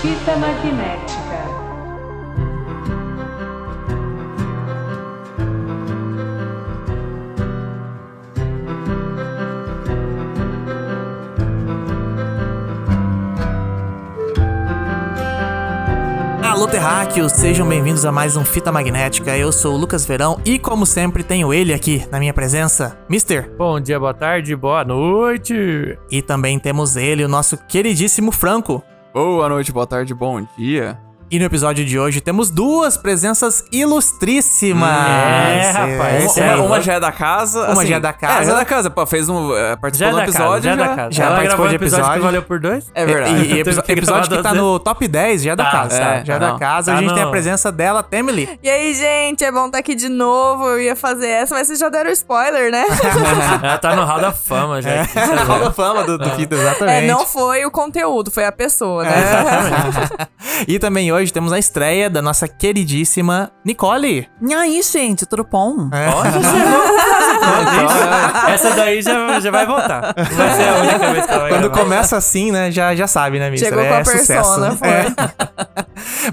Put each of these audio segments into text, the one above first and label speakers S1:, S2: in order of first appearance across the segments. S1: Fita magnética.
S2: Alô, terráqueos, sejam bem-vindos a mais um Fita Magnética. Eu sou o Lucas Verão e, como sempre, tenho ele aqui na minha presença, Mister.
S3: Bom dia, boa tarde, boa noite.
S2: E também temos ele, o nosso queridíssimo Franco.
S4: Boa noite, boa tarde, bom dia.
S2: E no episódio de hoje temos duas presenças ilustríssimas.
S3: É, rapaz,
S2: Esse
S3: é
S2: aí.
S4: uma, uma já é da casa.
S2: Uma já é da casa.
S4: É, já é da casa. Pô, fez um. é,
S3: Já
S4: Participou
S3: é
S4: do
S3: da casa,
S4: episódio.
S3: já é da casa.
S2: já
S3: Ela
S2: participou
S3: gravou um
S2: de
S3: episódio que
S2: episódio.
S3: valeu por dois?
S4: É
S2: E,
S4: verdade.
S2: e episo-
S3: Teve que
S2: episódio que
S3: gravar
S2: tá
S3: duas
S2: no top 10, já é da
S3: Tá,
S2: casa.
S4: é,
S2: já é
S4: tá
S2: da
S4: não.
S2: casa, a
S3: Tá
S2: gente tem a
S3: não.
S2: presença dela, Temily.
S5: E aí, gente, é bom estar aqui de novo. Eu ia fazer essa, mas vocês já deram spoiler, né?
S3: Ela tá no Hall da Fama, já.
S2: Hall da fama do, do Fita,
S5: É,
S2: exatamente. É.
S5: não foi o conteúdo, foi a pessoa, né?
S2: E também hoje temos a estreia da nossa queridíssima Nicole.
S6: E aí, gente, tudo bom?
S3: Essa daí já, já vai voltar. Vai ser a única vez que ela vai
S2: Quando
S3: gravar.
S2: começa assim, né, já, já sabe, né, Mister?
S5: Chegou
S2: é
S5: com a
S2: sucesso.
S5: persona, foi.
S2: É.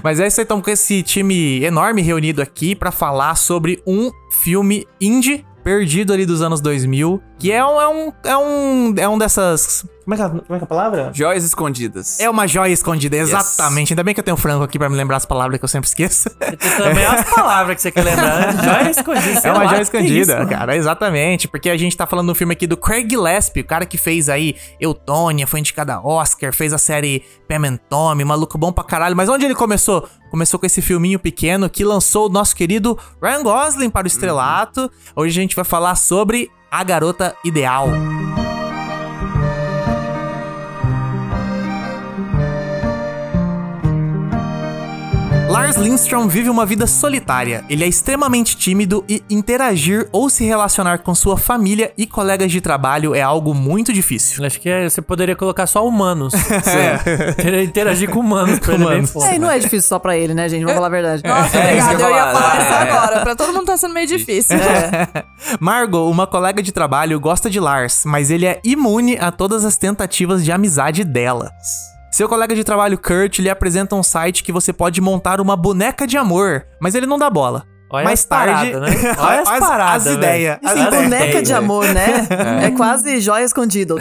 S2: Mas é isso aí, estamos com esse time enorme reunido aqui pra falar sobre um filme indie perdido ali dos anos 2000, que é um... É um, é um, é um dessas... Como é, que, é- como é que é a palavra?
S4: Joias escondidas.
S2: É uma joia escondida, exatamente. Ainda bem que eu tenho o Franco aqui pra me lembrar as palavras que eu sempre esqueço.
S3: Tem também é as palavras que você quer lembrar. né? Joia escondida. sei
S2: É uma
S3: lá,
S2: joia
S3: que
S2: escondida,
S3: isso, mano?
S2: cara, exatamente. Porque a gente tá falando do filme aqui do Craig Gillespie, o cara que fez aí Eutônia, foi indicada a Oscar, fez a série Pam and Tommy, maluco bom pra caralho. Mas onde ele começou? Começou com esse filminho pequeno que lançou o nosso querido Ryan Gosling para o estrelato. Hoje a gente vai falar sobre A Garota Ideal. Lars Lindstrom vive uma vida solitária. Ele é extremamente tímido e interagir ou se relacionar com sua família e colegas de trabalho é algo muito difícil.
S3: Acho que é- você poderia colocar só humanos. É. Teria- Interagir com humanos pra ele é bem
S2: Humanos.
S3: foda.
S6: É, e não é difícil só pra ele, né, gente? Vamos falar a verdade.
S5: Nossa,
S4: É, isso que eu
S5: obrigada.
S4: ia
S5: Eu ia
S4: falar,
S5: falar
S4: né?
S5: isso
S4: É.
S5: agora. Pra todo mundo tá sendo meio difícil. né?
S2: Margot, uma colega de trabalho, gosta de Lars, mas ele é imune a todas as tentativas de amizade dela. Seu colega de trabalho, Kurt, lhe apresenta um site que você pode montar uma boneca de amor, mas ele não dá bola.
S3: Olha
S2: Mais
S3: as paradas,
S2: tarde-
S3: né? Olha as
S2: As-
S3: paradas.
S2: as
S3: velho.
S2: ideias, as
S6: Assim,
S2: ideias.
S6: boneca de
S3: velho.
S6: amor, né? É, quase joia escondida.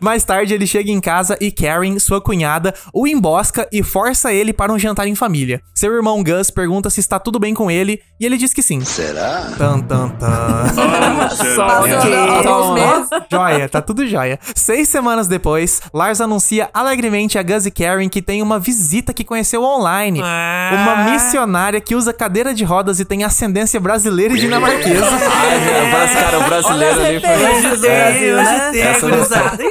S2: Mais tarde, ele chega em casa e Karen, sua cunhada, o embosca e força ele para um jantar em família. Seu irmão Gus pergunta se está tudo bem com ele e ele diz que sim. Será? Tan, tan, tan. É.
S5: Passou
S2: um
S5: alguns meses.
S2: então, Joia, tá tudo joia. Seis semanas depois, Lars anuncia alegremente a Gus e Karen que tem uma visita que conheceu online.
S3: Ah.
S2: Uma missionária que usa cadeira de rodas e tem ascendência brasileira e dinamarquesa.
S4: É, o bras- cara, o brasileiro ali foi.
S3: Hoje tem,
S2: né?
S3: hoje tem,
S4: Essa não-
S2: é
S3: gurizada.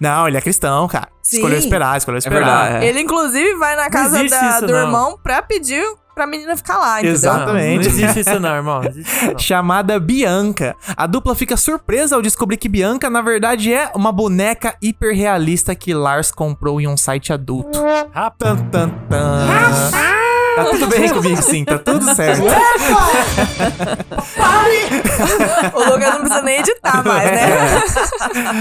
S2: Não, ele é cristão, cara.
S6: Sim.
S2: Escolheu esperar, escolheu
S4: É
S2: esperar.
S4: verdade. é.
S5: Ele, inclusive, vai na casa
S3: existe
S5: da-
S3: isso,
S5: do
S3: não.
S5: irmão pra pedir pra menina ficar lá, entendeu?
S2: Exato. Exatamente.
S3: Não, não existe isso não, irmão. Não existe isso não.
S2: chamada Bianca. A dupla fica surpresa ao descobrir que Bianca, na verdade, é uma boneca hiperrealista que Lars comprou em um site adulto.
S3: Rapaz.
S2: Tan, tan, tan. Tá tudo bem comigo, sim, tá tudo certo.
S5: O Lucas não precisa nem editar mais, né?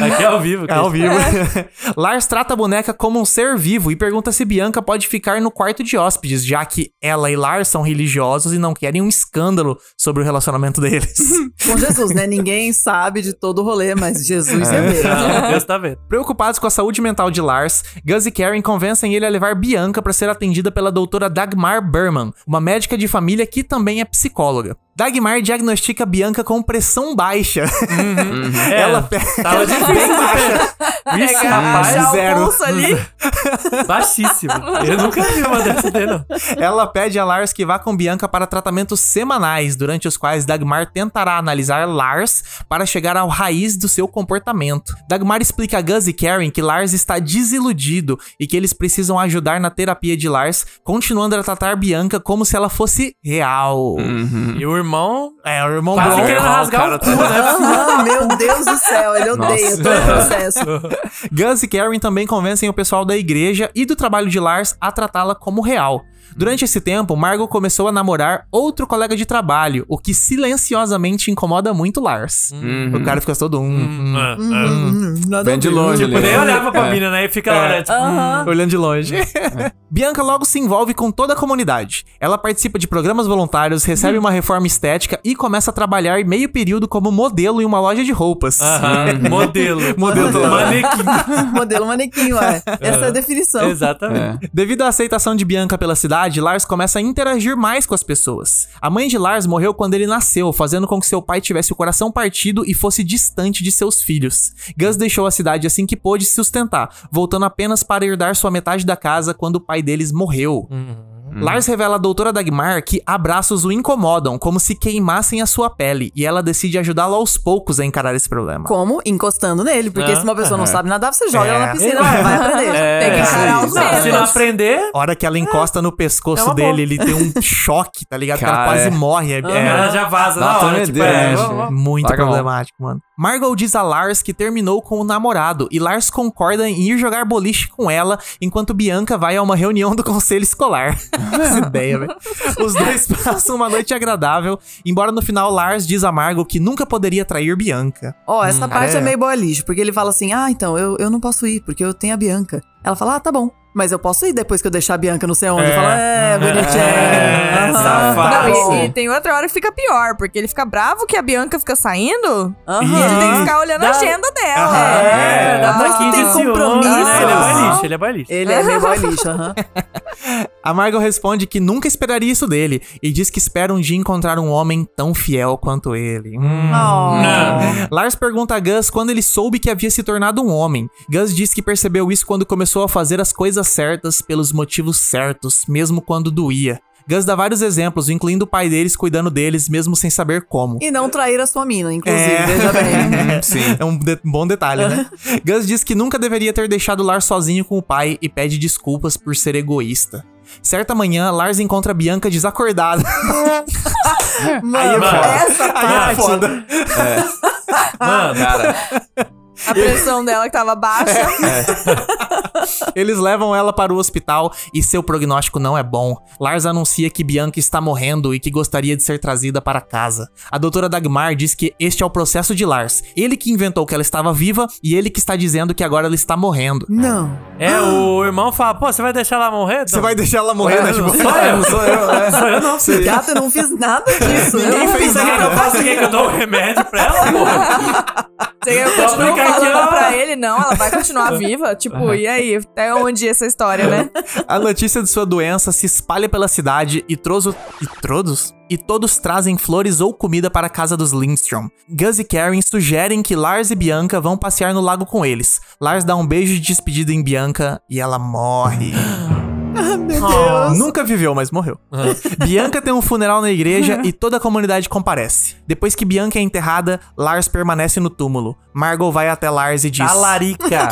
S3: Aqui é ao vivo.
S2: É
S3: Cristian.
S2: ao vivo. Lars trata a boneca como um ser vivo e pergunta se Bianca pode ficar no quarto de hóspedes, já que ela e Lars são religiosos e não querem um escândalo sobre o relacionamento deles.
S6: Com Jesus, né? Ninguém sabe de todo o rolê, mas Jesus é mesmo.
S3: Ah, Deus tá vendo.
S2: Preocupados com a saúde mental de Lars, Gus e Karen convencem ele a levar Bianca para ser atendida pela doutora Dagmar Berman, uma médica de família que também é psicóloga. Dagmar diagnostica Bianca com pressão baixa.
S3: É,
S2: Ela É, pe-
S3: tava difícil. Vixe, tá rapaz,
S5: Achar
S2: zero.
S5: o pulso ali.
S2: é
S3: baixíssimo. Eu nunca vi uma dessa daí, não.
S2: Ela pede a Lars que vá com Bianca para tratamentos semanais, durante os quais Dagmar tentará analisar Lars para chegar à raiz do seu comportamento. Dagmar explica a Gus e Karen que Lars está desiludido e que eles precisam ajudar na terapia de Lars, continuando a tratar Bianca como se ela fosse real.
S3: E o irmão
S2: É, o irmão
S3: Uhum. quase
S2: Bron-
S3: querendo rasgar o cu, né?
S6: Ah, meu Deus do céu, ele odeia todo o processo.
S2: Gus e Karen também convencem o pessoal da igreja e do trabalho de Lars a tratá-la como real. Durante esse tempo, Margot começou a namorar outro colega de trabalho, o que silenciosamente incomoda muito Lars.
S4: Hum.
S2: O cara fica todo um,
S3: Ah, ah.
S6: Nada
S4: Vem Uhum. de
S6: a ver.
S4: longe ali.
S3: Tipo, nem
S4: né?
S3: olhava pra
S4: É.
S3: mina, né? E fica lá, né? Tipo,
S6: Aham.
S2: hum, olhando de longe. Bianca logo se envolve com toda a comunidade. Ela participa de programas voluntários, recebe uma reforma estética e começa a trabalhar meio período como modelo em uma loja de roupas.
S3: Ah, aham, modelo.
S2: Modelo.
S3: Manequim.
S6: Modelo manequim, ué. Essa é a definição.
S3: Exatamente.
S4: É.
S2: Devido à aceitação de Bianca pela cidade, Lars começa a interagir mais com as pessoas. A mãe de Lars morreu quando ele nasceu, fazendo com que seu pai tivesse o coração partido e fosse distante de seus filhos. Gus deixou a cidade assim que pôde se sustentar, voltando apenas para herdar sua metade da casa quando o pai deles morreu.
S4: Uhum.
S2: Lars revela à doutora Dagmar que abraços o incomodam, como se queimassem a sua pele, e ela decide ajudá-lo aos poucos a encarar esse problema.
S6: Como? Encostando nele. Porque
S3: Ah,
S6: se uma pessoa não sabe nadar, você joga ela na piscina.
S3: É.
S6: Vai vai aprender.
S5: Tem que encarar os
S3: Não, se não
S5: dedos.
S3: aprender,
S2: A hora que ela encosta no
S3: É
S2: pescoço
S3: uma boa.
S2: dele, ele tem um choque, tá ligado?
S4: Cara,
S2: o cara quase
S4: é.
S2: morre. É, é
S3: ela já vaza
S4: Dá
S3: na
S4: uma
S3: hora. Tipo,
S4: tremedeira,
S3: é,
S4: né,
S3: vamos-
S4: gente?
S2: muito
S4: Larga a mão.
S2: problemático, mano. Margot diz a Lars que terminou com o namorado e Lars concorda em ir jogar boliche com ela enquanto Bianca vai a uma reunião do conselho escolar. Essa ideia, velho. Os dois passam uma noite agradável, embora no final Lars diz a Margot que nunca poderia trair Bianca.
S6: Ó, essa
S3: Hum.
S6: parte
S2: é.
S6: é, meio boa lixo, porque ele fala assim: ah, então, eu, eu não posso ir, porque eu tenho a Bianca. Ela fala: ah, tá bom, mas eu posso ir depois que eu deixar a Bianca não sei onde.
S2: É.
S6: Ele fala: é, bonitinha.
S3: É,
S6: Aham,
S3: safado.
S6: tá bom."
S5: Não,
S4: Bom.
S5: e, e tem outra hora que fica pior, porque ele fica bravo que a Bianca fica saindo. E
S6: Aham.
S5: ele tem que ficar olhando a
S3: Dá-
S5: agenda dela.
S3: É, dá
S6: Não
S3: plaquinha
S6: tem
S3: de ciúme,
S6: compromisso.
S3: né? Ele é
S5: Não.
S3: boy lixo, ele é boy lixo.
S6: Ele é meio boy lixo, aham.
S2: A Margot responde que nunca esperaria isso dele e diz que espera um dia encontrar um homem tão fiel quanto ele. Hum.
S6: Oh.
S2: Lars pergunta a Gus quando ele soube que havia se tornado um homem. Gus diz que percebeu isso quando começou a fazer as coisas certas pelos motivos certos, mesmo quando doía. Gus dá vários exemplos, incluindo o pai deles cuidando deles, mesmo sem saber como.
S6: E não trair a sua mina, inclusive,
S2: É.
S6: veja bem.
S2: É um de- bom detalhe, né? Gus diz que nunca deveria ter deixado Lars sozinho com o pai e pede desculpas por ser egoísta. Certa manhã, Lars encontra Bianca desacordada.
S6: Mano,
S3: mano.
S6: essa
S2: Aí é
S6: parte.
S2: foda.
S3: Ah, Mano,
S4: Cara,
S5: A pressão dela que tava baixa.
S3: É.
S2: Eles levam ela para o hospital e seu prognóstico não é bom. Lars anuncia que Bianca está morrendo e que gostaria de ser trazida para casa. A doutora Dagmar diz que este é o processo de Lars. Ele que inventou que ela estava viva e ele que está dizendo que agora ela está morrendo.
S6: Não.
S3: é, o irmão fala, pô, você vai deixar ela morrer? Então?
S2: Ah. Você vai deixar ela morrer, né? Tipo,
S3: Sou eu,
S4: sou eu, é.
S3: sou eu não. Você
S6: Gata, eu não fiz nada disso. eu não
S2: fez
S6: fiz
S3: quer que eu
S6: nada.
S3: faça? Você quer que eu dou um remédio pra ela, porra?
S5: Você quer que eu
S3: Só
S5: continue
S3: fica aqui, ó.
S5: falando pra ele? Não, ela vai continuar viva. Tipo, e aí? Até onde essa história, né?
S2: a notícia de sua doença se espalha pela cidade e trozo... E trodos? E todos trazem flores ou comida para a casa dos Lindstrom. Gus e Karen sugerem que Lars e Bianca vão passear no lago com eles. Lars dá um beijo de despedida em Bianca e ela morre. Nunca viveu, mas morreu. Bianca tem um funeral na igreja e toda a comunidade comparece. Depois que Bianca é enterrada, Lars permanece no túmulo. Margot vai até Lars e diz:
S3: Tá Talarica.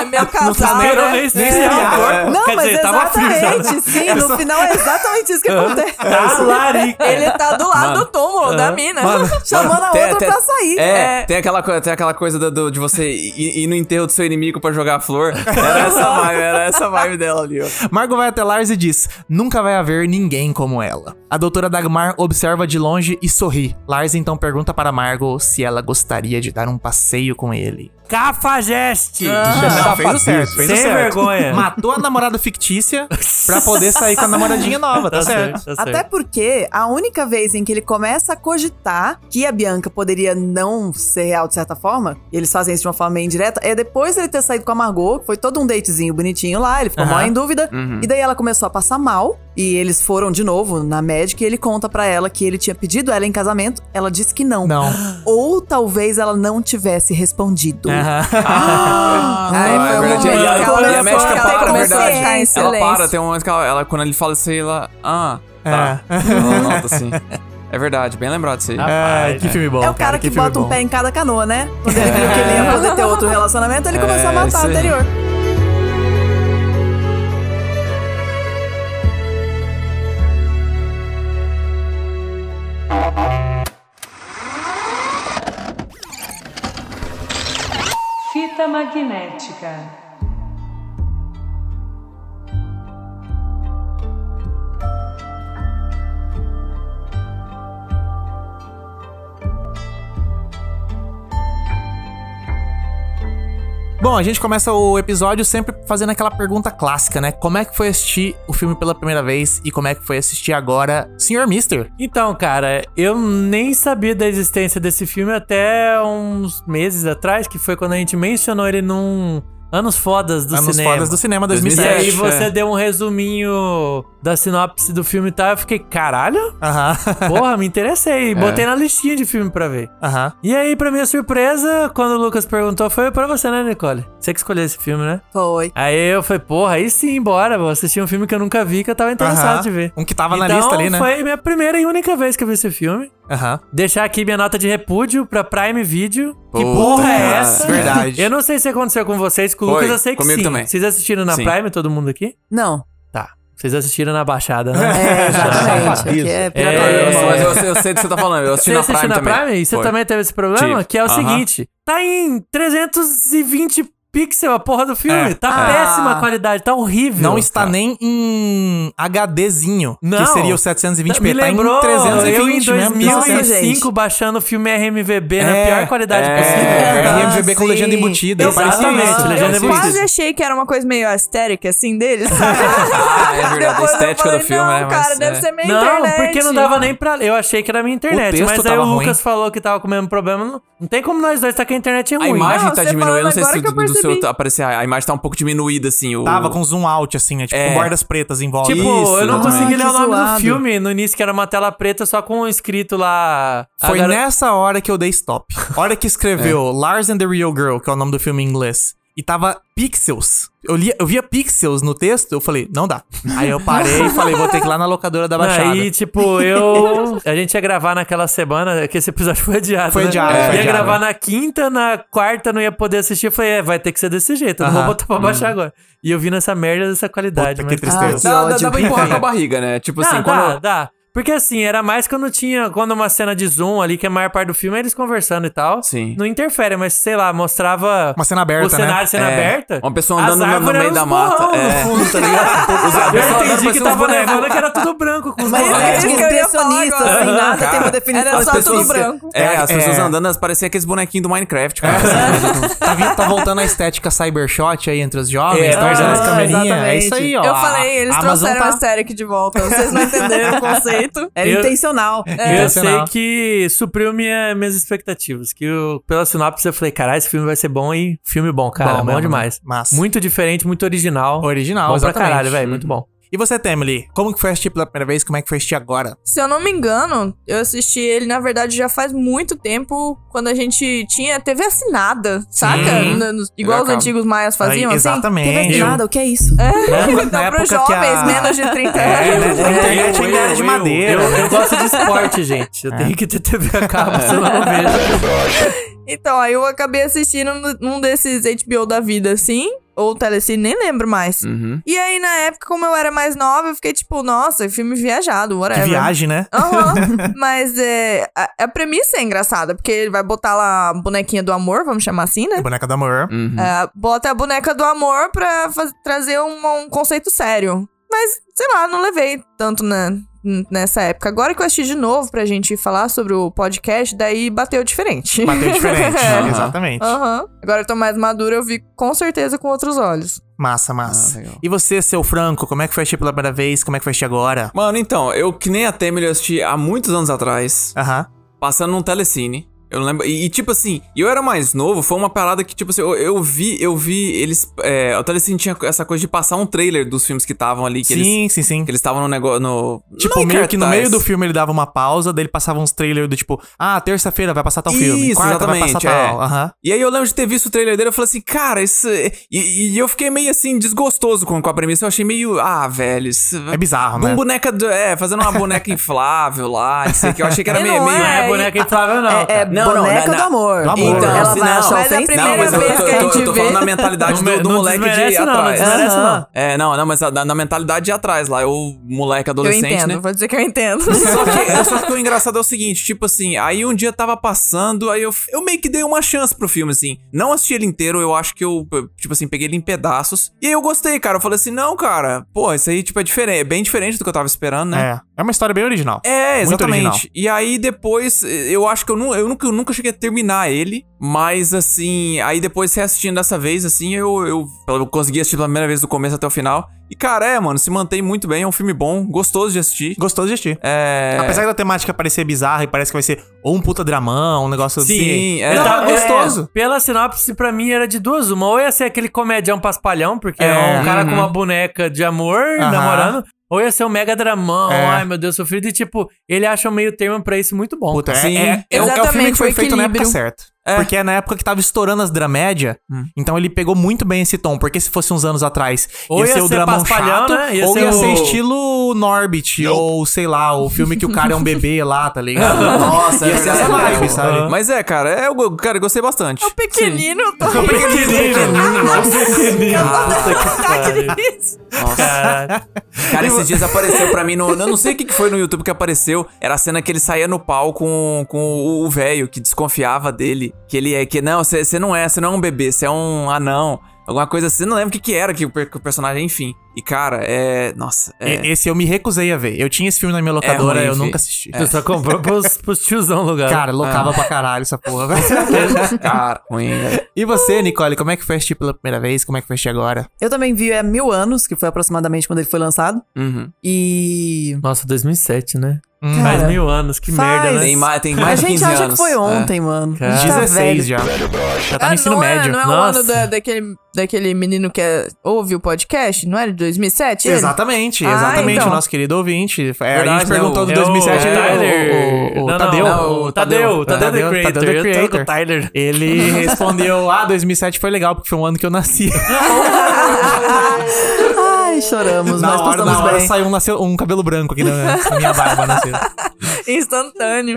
S5: É meu casal,
S3: Nem,
S5: né?
S3: nem, nem se ator.
S6: Não,
S3: Quer
S6: É. mas
S3: dizer, tava né? firme.
S6: exatamente. Sim, no final é exatamente isso que acontece.
S3: Talarica.
S5: Ele tá do lado do túmulo da mina.
S6: Chamando a
S4: tem-
S6: outra
S4: tem-
S6: pra sair.
S4: É,
S5: É.
S4: Tem, aquela, co- tem aquela coisa do, do- de você ir, ir no enterro do seu inimigo pra jogar a flor. Era essa vibe, era essa vibe dela ali, ó.
S2: Margot vai até Lars e diz: Nunca vai haver ninguém como ela. A doutora Dagmar observa de longe e sorri. Lars então pergunta para Margot se ela gostaria de dar um passeio com ele.
S3: Cafajeste.
S5: Ah. Tá
S2: Ela fez o certo,
S3: fez o Sem certo. vergonha.
S2: Matou a namorada fictícia pra poder sair com a namoradinha nova, tá, certo.
S3: tá
S6: Até porque a única vez em que ele começa a cogitar que a Bianca poderia não ser real de certa forma, e eles fazem isso de uma forma meio indireta, é depois dele ter saído com a Margot, que foi todo um datezinho bonitinho lá, ele ficou mó em dúvida,
S2: Uhum.
S6: e daí ela começou a passar mal, e eles foram de novo na médica e ele conta pra ela que ele tinha pedido ela em casamento, ela disse que não.
S2: Não.
S6: Ou talvez ela não tivesse respondido. um
S5: Aí
S4: Ah,
S5: foi
S4: é
S5: o
S4: verdade.
S5: momento
S4: E ela-
S5: que ela
S4: e a
S5: começou-
S4: médica
S5: que ela
S4: para,
S5: começou
S4: verdade.
S5: a ficar em silêncio.
S4: Ela para, tem um momento que ela, ela- quando ele fala isso aí, ela. Ah,
S2: É.
S4: tá.
S3: É.
S4: Ela nota assim. É verdade, bem lembrado disso aí.
S3: Ah,
S2: Ai, que filme bom.
S6: É o cara, que,
S2: filme
S6: bota um
S2: bom.
S6: pé em cada canoa, né? Quando ele viu que ele ia poder ter outro relacionamento, ele começou a
S4: É,
S6: matar
S4: isso
S6: o
S4: aí.
S6: anterior.
S1: Fita magnética.
S2: Bom, a gente começa o episódio sempre fazendo aquela pergunta clássica, né? Como é que foi assistir o filme pela primeira vez e como é que foi assistir agora Senhor Mister?
S3: Então, cara, eu nem sabia da existência desse filme até uns meses atrás, que foi quando a gente mencionou ele num Anos Fodas do
S2: Anos
S3: Cinema.
S2: fodas do cinema
S3: E
S4: 2007.
S2: 2007.
S3: aí
S4: Sete,
S3: você
S4: é.
S3: deu um resuminho da sinopse do filme e tal, eu fiquei, caralho?
S2: É. Aham,
S3: Porra, me interessei.
S2: É.
S3: Botei na listinha de filme pra ver.
S2: aham.
S3: E aí, pra minha surpresa, quando o Lucas perguntou, foi pra você, né, Nicole? Você que escolheu esse filme, né?
S6: Foi.
S3: Aí eu falei, porra, aí sim, bora. Vou assistir um filme que eu nunca vi, que eu tava interessado
S2: aham.
S3: de ver.
S2: Um que tava na
S3: então,
S2: lista ali, né?
S3: foi minha primeira e única vez que eu vi esse filme.
S2: Aham.
S3: Deixar aqui minha nota de repúdio pra Prime Video. que
S4: Puta,
S3: porra é essa?
S2: verdade.
S3: Eu não sei se aconteceu com vocês, com o
S4: Foi,
S3: Lucas eu sei que
S4: comigo
S3: sim.
S4: também.
S3: Vocês assistiram na
S4: Sim.
S3: Prime, todo mundo aqui?
S6: Não.
S3: Tá. Vocês assistiram na Baixada, né?
S6: É, exatamente. Aqui é pirataria.
S4: Eu- eu-
S3: É.
S4: Mas eu, eu sei do que você tá falando. Eu assisti
S3: Você
S4: na
S3: assistiu na
S4: Prime também.
S3: Prime? E você
S4: Foi.
S3: também teve esse problema?
S4: Tive.
S3: Que é o
S4: Aham.
S3: seguinte: tá em 320 pixels a porra do filme.
S2: É.
S3: Tá
S6: Ah.
S3: péssima a qualidade, tá horrível.
S2: Não está
S3: Tá.
S2: nem em HDzinho, que
S3: Não.
S2: seria o 720p.
S3: Me
S2: tá em
S3: lembrou,
S2: 320
S3: eu em
S2: mesmo. 360.
S3: 2005 baixando o filme RMVB na
S2: É,
S3: pior qualidade
S4: é,
S3: possível.
S2: É,
S6: Ah,
S2: RMVB com
S6: sim.
S2: legenda embutida. eu parecia
S3: Exatamente,
S2: isso.
S3: legenda
S5: eu
S2: Parecia
S3: embutida.
S5: quase achei que era uma coisa meio astérica, assim, dele, sabe?
S4: Ah, é verdade. A
S5: Depois eu
S4: estética
S5: falei,
S4: do filme,
S5: não,
S4: né? Mas,
S5: cara, deve
S4: é.
S5: ser meio
S3: Não,
S5: internet.
S3: porque não dava nem pra. Eu achei que era minha internet,
S2: texto
S3: mas aí
S2: tava
S3: o
S2: ruim.
S3: Lucas falou que tava com o mesmo problema. Não, não tem como nós dois tá com a internet ruim.
S4: A imagem
S5: Não,
S4: tá
S5: você
S4: diminuindo. Eu não sei se
S5: falando agora
S4: do,
S5: que eu
S4: do seu
S5: percebi.
S4: tá- aparecer. A a imagem tá um pouco diminuída, assim. O...
S2: Tava com zoom out, assim, né? Tipo,
S4: É.
S2: com bordas pretas em volta.
S3: Tipo,
S4: Isso,
S3: eu não
S4: exatamente.
S3: consegui ler o
S6: Ah, que
S3: nome do
S6: zoado.
S3: filme no início, que era uma tela preta só com escrito lá. a
S2: Foi
S3: garo-
S2: nessa hora que eu dei stop. A hora que
S3: É.
S2: escreveu Lars and the Real Girl, que é o nome do filme em inglês, e tava pixels. Eu, lia, eu via pixels no texto, eu falei, não dá. Aí eu parei e falei, vou ter que ir lá na locadora da Baixada.
S3: Aí, tipo, eu. A gente ia gravar naquela semana, que esse episódio foi adiado.
S2: Foi
S3: né?
S2: adiado,
S3: Ia
S2: foi adiado.
S3: gravar na quinta, na quarta, não ia poder assistir. Eu falei, é, vai ter que ser desse jeito. Eu não
S2: Aham. Uhum.
S3: vou botar pra baixar agora. E eu vi nessa merda dessa qualidade.
S2: Puta, que
S3: mas-
S2: tristeza.
S6: Ah,
S4: Dá, dá,
S6: ódio.
S4: dá pra empurrar com a barriga, né? Tipo assim,
S3: dá,
S4: quando.
S3: Ah, dá, dá. Porque assim, era mais quando tinha. Quando uma cena de zoom ali, que a maior parte do filme é eles conversando e tal.
S4: Sim.
S3: Não interfere, mas sei lá, mostrava.
S2: Uma cena aberta,
S3: O cenário,
S2: né?
S3: cena
S4: É,
S3: aberta.
S4: uma pessoa
S3: as
S4: andando no- no
S3: árvores
S4: meio
S3: eram
S4: da
S3: uns
S4: mata,
S3: borrão
S4: é.
S3: No fundo, tá ligado?
S4: Os- a pessoa
S3: Eu
S4: andando
S3: entendi que
S4: parecendo uns
S3: tava
S4: bonecos.
S3: nevando que era tudo branco com os
S6: Mas
S3: borrões.
S5: é
S6: é,
S5: isso
S6: tipo
S5: que eu ia
S6: impressionista,
S5: falar
S2: Ah,
S6: assim,
S5: agora.
S6: nada tem uma
S4: Cara,
S6: definição.
S5: era só
S6: específica.
S5: tudo branco.
S4: É, as pessoas
S2: É.
S4: andando, elas pareciam aqueles bonequinhos do Minecraft, cara.
S2: tá, vindo- tá voltando a estética cybershot aí entre os jovens,
S3: É,
S2: tá usando as
S6: ah,
S2: câmerinhas. É
S6: exatamente.
S2: isso aí, ó.
S5: Eu falei, eles
S2: A Amazon
S5: trouxeram
S2: tá-
S5: a Asteric de volta. Vocês não entenderam o conceito.
S6: Era
S3: Eu-
S6: intencional.
S3: Eu sei
S2: Sensacional.
S3: que supriu minha- minhas expectativas. Que eu, pela sinopse eu falei, caralho, esse filme vai ser bom e filme bom, cara.
S2: Bom
S3: Bom,
S2: mesmo,
S3: demais.
S2: Massa.
S3: Muito diferente, muito original.
S2: Original,
S3: bom pra
S2: exatamente.
S3: caralho, velho. Muito bom.
S2: E você, Temily, como que foi assistir pela primeira vez? Como é que foi assistir agora?
S5: Se eu não me engano, eu assisti ele, na verdade, já faz muito tempo, quando a gente tinha TV assinada, saca?
S2: Sim.
S5: No- nos- igual os
S4: Acaba.
S5: antigos maias faziam,
S2: Aí,
S5: assim.
S6: Teve
S2: exatamente. Né?
S6: nada, o que é isso?
S2: Na
S5: Então, para
S2: época
S5: os
S2: que
S5: jovens
S2: a-
S5: menos de 30
S2: É,
S5: anos.
S2: né? A internet
S3: Eu-
S2: ainda era de
S3: eu-
S2: madeira.
S3: Eu, eu gosto de esporte, gente. Eu tenho que ter TV a cabo, senão eu não vejo.
S5: Então, aí eu acabei assistindo n- num desses HBO da vida, assim. Ou Telecine, nem lembro mais.
S4: Uhum.
S5: E aí, na época, como eu era mais nova, eu fiquei tipo, nossa, filme viajado,
S2: Que
S5: whatever.
S2: viagem, né?
S5: Aham. Mas é, a, a premissa é engraçada, porque ele vai botar lá a bonequinha do amor, vamos chamar assim, né?
S2: Boneca do amor.
S4: Uhum.
S5: É, bota a boneca do amor pra faz- trazer um, um conceito sério. Mas, sei lá, não levei tanto na, n- nessa época. Agora que eu assisti de novo pra gente falar sobre o podcast, daí bateu diferente.
S2: Bateu diferente. né?
S5: É.
S2: Exatamente.
S5: Aham. Agora eu tô mais madura, eu vi com certeza com outros olhos.
S2: Massa,
S4: Ah,
S2: massa.
S4: legal.
S2: e você, seu Franco, como é que foi assistir pela primeira vez? Como é que foi assistir agora?
S4: Mano, então, eu que nem a Temer eu assisti há muitos anos atrás,
S2: Aham.
S4: passando num telecine. Eu não lembro. E, e, tipo assim, eu era mais novo, foi uma parada que, tipo assim, eu, eu vi, eu vi eles. é, o Telecine tinha essa coisa de passar um trailer dos filmes que estavam ali, que eles.
S2: Sim, sim, sim.
S4: Que eles estavam no negócio. No,
S2: Tipo,
S4: não em
S2: meio que no
S4: cartaz.
S2: meio do filme ele dava uma pausa, daí ele passava uns trailers do tipo, ah, terça-feira vai passar tal filme,
S4: Isso,
S2: quarta vai passar
S4: exatamente,
S2: tal.
S4: é.
S2: Aham.
S4: E aí eu lembro de ter visto o trailer dele, eu falei assim, cara, isso. E, e- e eu fiquei meio assim, desgostoso com, com a premissa. Eu achei meio. Ah, velho, isso.
S2: É bizarro,
S4: Um
S2: né?
S4: boneca. do- é, fazendo uma boneca inflável lá, não sei o que. Eu achei que era
S5: Ele
S4: meio.
S5: não
S4: meio
S3: Não
S5: É,
S3: é
S5: e-
S3: boneca inflável, não.
S6: É, é
S3: cara.
S4: não, não,
S6: boneca
S4: não, não.
S6: do amor.
S2: Do amor.
S6: Então, ela
S4: Assim,
S6: vai
S4: não,
S6: achar o
S5: mas a
S6: sem
S5: primeira
S4: não, mas eu
S5: vez
S4: tô,
S5: que a
S4: tô-
S5: gente
S4: eu tô
S5: vê-
S4: falando na mentalidade
S3: Não
S4: do,
S3: me-
S4: do
S3: não
S4: moleque de
S3: desmerece, não, não
S4: atrás.
S3: desmerece, não.
S4: Aham. É, não, não, mas a- na, na mentalidade de atrás lá, eu, moleque
S5: Eu
S4: adolescente,
S5: entendo,
S4: né?
S5: vou dizer que eu entendo.
S4: Só que, só que o engraçado é o seguinte, tipo assim, aí um dia tava passando, aí eu, eu meio que dei uma chance pro filme, assim. Não assisti ele inteiro, eu acho que eu, tipo assim, peguei ele em pedaços. E aí eu gostei, cara. Eu falei assim, não, cara, pô, isso aí, tipo, é diferente, é bem diferente do que eu tava esperando, né?
S2: É. É uma É história bem original.
S4: É,
S2: Muito original.
S4: exatamente. E aí depois, eu acho que eu, nu- eu nunca que eu nunca cheguei a terminar ele. Mas, assim, aí depois reassistindo dessa vez, assim, eu, eu, eu consegui assistir pela primeira vez do começo até o final. E, cara, é, mano, se mantém muito bem. É um filme bom, gostoso de assistir.
S2: Gostoso de assistir.
S4: É.
S2: Apesar da temática parecer bizarra e parece que vai ser ou um puta dramão, um negócio assim.
S4: Sim, é.
S2: Não,
S3: tava-
S2: é gostoso.
S3: Tá pela sinopse, pra mim era de duas uma. Ou ia ser aquele comedião paspalhão, porque é,
S2: É,
S3: um cara
S4: uhum.
S3: com uma boneca de amor
S2: Aham.
S3: namorando. Ou ia ser um mega dramão,
S2: É.
S3: ai meu Deus, sofrido. E tipo, ele acha um meio termo pra isso muito bom.
S2: Puta, é-
S4: Sim.
S2: é, é, o- é o filme
S5: Exatamente,
S2: que foi
S5: o
S2: feito na época
S5: equilíbrio.
S2: certa. Porque é na época que tava estourando as dramédia, então ele pegou muito bem esse tom. Porque se fosse uns anos atrás,
S3: Ou ia
S2: ia ser o
S3: ser
S2: dramão
S3: paspalhão,
S2: chato,
S3: né? Ia
S2: ou
S3: ser
S2: ia
S3: o-
S2: ser estilo Norbit, ou sei lá, o filme que o cara é um bebê lá, tá ligado?
S4: Nossa, ia ser essa é vibe,
S2: sabe?
S4: Mas é, cara, é, eu, cara, eu gostei bastante.
S3: É
S5: O pequenino, eu tô rindo.
S3: Caralho.
S4: Cara, esses dias apareceu pra mim no. Eu não sei o que que foi no YouTube que apareceu. Era a cena que ele saía no pau com, com o- o velho que desconfiava dele. Que ele é. Que não, você não é, você não é um bebê, você é um anão. Alguma coisa assim, não lembro o que, que era que o, per- que o personagem, enfim. E cara, é. Nossa, é.
S2: E- Esse eu me recusei a ver. Eu tinha esse filme na minha locadora,
S4: ruim,
S2: eu
S4: fi.
S2: nunca assisti.
S3: Tu só comprou pros, pros tiozão lugar.
S2: Cara, locava pra caralho essa porra, velho.
S3: É.
S4: cara, ruim, né? velho.
S2: E você, Nicole, como é que foi assistir pela primeira vez? Como é que foi assistir agora?
S6: Eu também vi há mil anos, que foi aproximadamente quando ele foi lançado.
S4: Uhum.
S6: E.
S3: Nossa, 2007, né?
S2: Hum,
S6: Cara,
S3: Faz mil anos, que
S6: faz.
S3: merda, né?
S4: Tem, ma- tem
S6: A
S4: mais de
S6: gente
S4: 15
S6: acha
S4: anos.
S6: que foi
S4: É.
S6: ontem, mano.
S3: Cara.
S6: A gente tá
S2: 16
S6: velho.
S2: já. Já tá
S5: Ah,
S2: no ensino
S5: não
S2: médio.
S5: É, não é o
S3: Nossa.
S5: ano da- daquele, daquele menino que é- ouve o podcast, não era de 2007? ele?
S2: Exatamente,
S5: Ah,
S2: exatamente.
S5: então.
S2: O nosso querido ouvinte. É, a
S4: Verdade,
S2: gente
S4: né,
S2: perguntou
S4: o-
S2: do
S3: É
S2: 2007,
S3: o
S2: ele-
S3: Tyler.
S2: o, o, o
S3: Não, não,
S2: Tadeu.
S3: não, o Tadeu.
S2: Tadeu,
S3: Tadeu,
S2: Tadeu,
S4: é
S3: the Creator.
S2: Tadeu the
S3: Eu tô com o Tyler.
S2: Ele respondeu, ah, 2007 foi legal, porque foi um ano que eu nasci.
S6: Ai, choramos,
S2: na
S6: mas
S2: hora,
S6: passamos
S2: na hora
S6: bem.
S2: saiu um, nasceu- um cabelo branco aqui na, na minha barba. Nasceu.
S5: Instantâneo.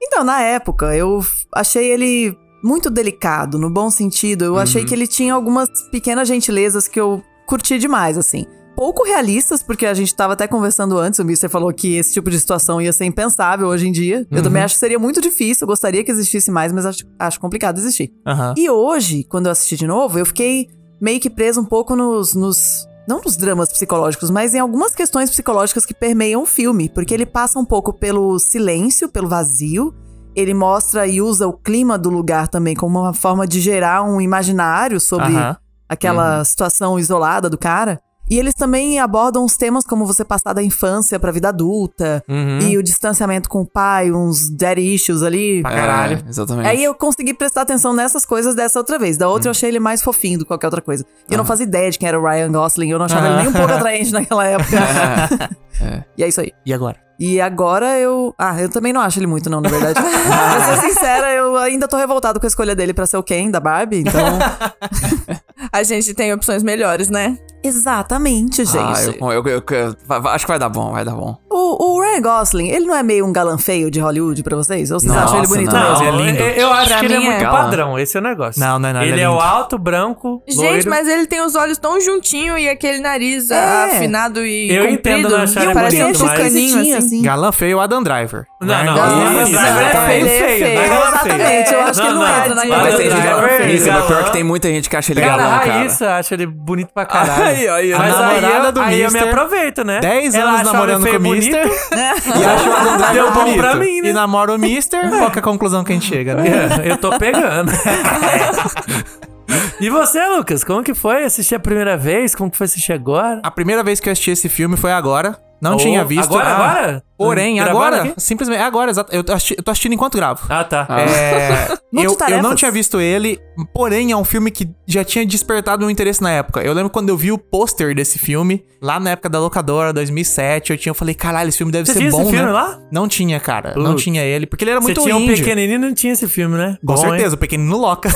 S6: Então, na época, eu f- achei ele muito delicado, no bom sentido. Eu achei que ele tinha algumas pequenas gentilezas que eu curti demais, assim. Pouco realistas, porque a gente tava até conversando antes, o Mi, você falou que esse tipo de situação ia ser impensável hoje em dia. Eu também acho que seria muito difícil, eu gostaria que existisse mais, mas acho, acho complicado existir.
S2: Aham.
S6: E hoje, quando eu assisti de novo, eu fiquei meio que preso um pouco nos. nos- não nos dramas psicológicos, mas em algumas questões psicológicas que permeiam o filme. Porque ele passa um pouco pelo silêncio, pelo vazio. Ele mostra e usa o clima do lugar também como uma forma de gerar um imaginário sobre
S2: Aham.
S6: aquela situação isolada do cara. E eles também abordam os temas como você passar da infância pra vida adulta. E o distanciamento com o pai, uns daddy issues ali.
S2: Pra caralho.
S4: É, exatamente.
S6: Aí eu consegui prestar atenção nessas coisas dessa outra vez. Da outra eu achei ele mais fofinho do que qualquer outra coisa. E Eu não fazia ideia de quem era o Ryan Gosling, eu não achava ele nem um pouco atraente naquela época. e é isso aí.
S2: E agora?
S6: E agora eu. Ah, eu também não acho ele muito, não, na verdade. pra ser sincera, eu ainda tô revoltado com a escolha dele pra ser o Ken da Barbie, então.
S5: A gente tem opções melhores, né?
S6: Exatamente, gente.
S4: Ah, eu- eu- eu- eu- vai- vai- acho que vai dar bom, vai dar bom.
S6: o, o Ryan Gosling, ele não é meio um galã feio de Hollywood pra vocês? Ou vocês
S4: Nossa,
S6: acham ele bonito
S4: não.
S6: mesmo?
S3: Não,
S2: Mas ele é lindo.
S3: eu, eu acho
S5: Pra
S3: que Ah, ele é
S5: mim é.
S3: muito
S4: Não.
S3: padrão. Esse é o negócio.
S2: Não, não, não,
S3: Ele,
S2: ele é
S3: é o
S2: lindo.
S3: alto, branco,
S5: Gente,
S3: loiro.
S5: mas ele tem os olhos tão juntinho e aquele nariz ah, afinado e
S3: Eu
S5: comprido.
S3: entendo não achar ele
S5: parece
S3: bonito,
S5: um
S3: mas-
S5: caninho, assim.
S2: Galã feio, Adam Driver. Né?
S3: Não, não.
S2: Galã
S4: Adam
S2: feio,
S4: Driver é
S2: Adam
S4: feio,
S2: Driver.
S5: feio.
S2: Não é galã feio.
S6: Exatamente, eu acho que ele não, entra na
S4: Mas tem gente que
S5: Driver,
S4: fala que é feio, mas pior
S3: galã.
S4: que tem muita gente que acha ele
S3: Cara,
S4: galã,
S3: a
S4: cara.
S3: Raíssa acha ele bonito pra caralho.
S4: Aí, aí, aí.
S3: Mas
S2: A
S3: aí,
S2: namorada
S3: eu,
S2: do
S3: aí eu me
S2: Mister,
S3: aproveito, né?
S2: 10
S3: Ela
S2: anos
S3: achava
S2: namorando
S3: ele
S2: com o
S3: feio
S2: Mister.
S3: bonito.
S2: E acho o Adam Driver
S3: Deu bom
S2: bonito.
S3: pra mim, né?
S2: E namora o Mister, qual que é a conclusão que a gente chega, né?
S3: É, eu tô pegando. e você, Lucas? Como que foi assistir a primeira vez? Como que foi assistir agora?
S2: A primeira vez que eu assisti esse filme foi agora. Não
S3: Ou-
S2: tinha visto.
S3: Oh, Agora,
S2: Ah,
S3: agora? Hum,
S2: Porém,
S3: Gravando
S2: agora,
S3: aqui?
S2: simplesmente, agora, exato. Eu, tô assisti- eu tô assistindo enquanto gravo.
S3: Ah, tá.
S2: É, eu, eu não
S6: Multitarefas.
S2: tinha visto ele, porém é um filme que já tinha despertado meu interesse na época. Eu lembro quando eu vi o pôster desse filme, lá na época da locadora, 2007, eu tinha, eu falei, caralho, esse filme deve
S3: Você
S2: ser
S3: tinha
S2: bom,
S3: esse filme
S2: né?
S3: lá?
S2: Não tinha, cara, não
S3: Putz.
S2: tinha ele, porque ele era
S3: Você
S2: muito
S3: tinha um
S2: índio.
S3: pequenininho e não tinha esse filme, né?
S2: Com
S3: Bom, hein?
S2: certeza, o pequenino loca.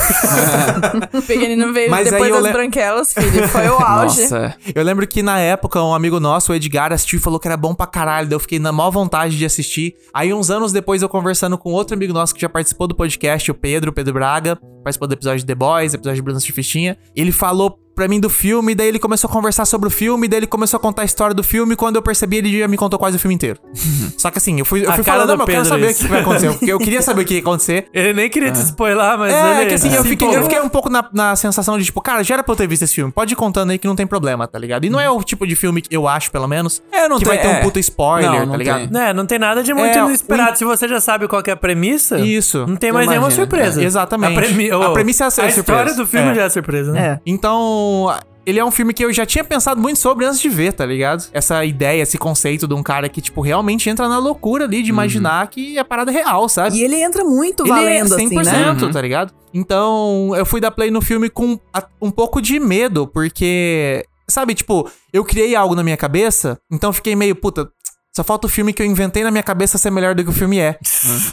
S5: O pequenino veio
S2: Mas aí
S5: depois
S2: eu
S5: das
S2: le-
S5: branquelas, filho. Foi o auge.
S4: Nossa. é.
S2: Eu lembro que na época um amigo nosso, o Edgar, assistiu e falou que era bom pra caralho. Daí eu fiquei na maior vontade de assistir. Aí, uns anos depois, eu conversando com outro amigo nosso que já participou do podcast, o Pedro, o Pedro Braga, participou do episódio de The Boys, episódio de Bruno Surfistinha. Ele falou pra mim do filme, daí ele começou a conversar sobre o filme, daí ele começou a contar a história do filme, quando eu percebi ele já me contou quase o filme inteiro. Só que assim, eu fui, eu
S3: A
S2: fui
S3: cara
S2: falando, não,
S3: do
S2: mas eu quero saber o
S3: Pedro é isso.
S2: que vai acontecer, porque eu queria saber o que ia acontecer.
S3: Ele nem queria te spoiler, mas
S2: É,
S3: ele
S2: é que assim,
S3: se
S2: eu fiquei, eu
S3: empolgou.
S2: fiquei um pouco na, na sensação de, tipo, cara, já era pra eu ter visto esse filme. Pode ir contando aí que não tem problema, tá ligado? E não é o tipo de filme que eu acho, pelo menos,
S4: É, não
S2: que
S4: tem-
S2: vai ter um
S4: é.
S2: puta spoiler,
S4: Não,
S2: tá
S4: não
S2: ligado?
S4: tem.
S3: Né, não tem nada de muito
S2: É,
S3: inesperado. Se você já sabe qual que é a premissa,
S2: Isso.
S3: não tem mais
S4: Então
S3: nenhuma
S4: imagina,
S3: surpresa.
S2: é, exatamente.
S3: A, premi-
S2: A
S3: oh,
S2: premissa é a surpresa.
S3: história do filme
S2: É.
S3: já é surpresa, né?
S6: É.
S2: Então, ele é um filme que eu já tinha pensado muito sobre antes de ver, tá ligado? Essa ideia, esse conceito de um cara que, tipo, realmente entra na loucura ali de imaginar que é parada real, sabe?
S6: E ele entra muito
S2: Ele é
S6: valendo, assim, né?
S2: tá ligado? Então, eu fui dar play no filme com a- um pouco de medo, porque, sabe, tipo, eu criei algo na minha cabeça, então eu fiquei meio, puta, só falta o filme que eu inventei na minha cabeça ser melhor do que o filme é.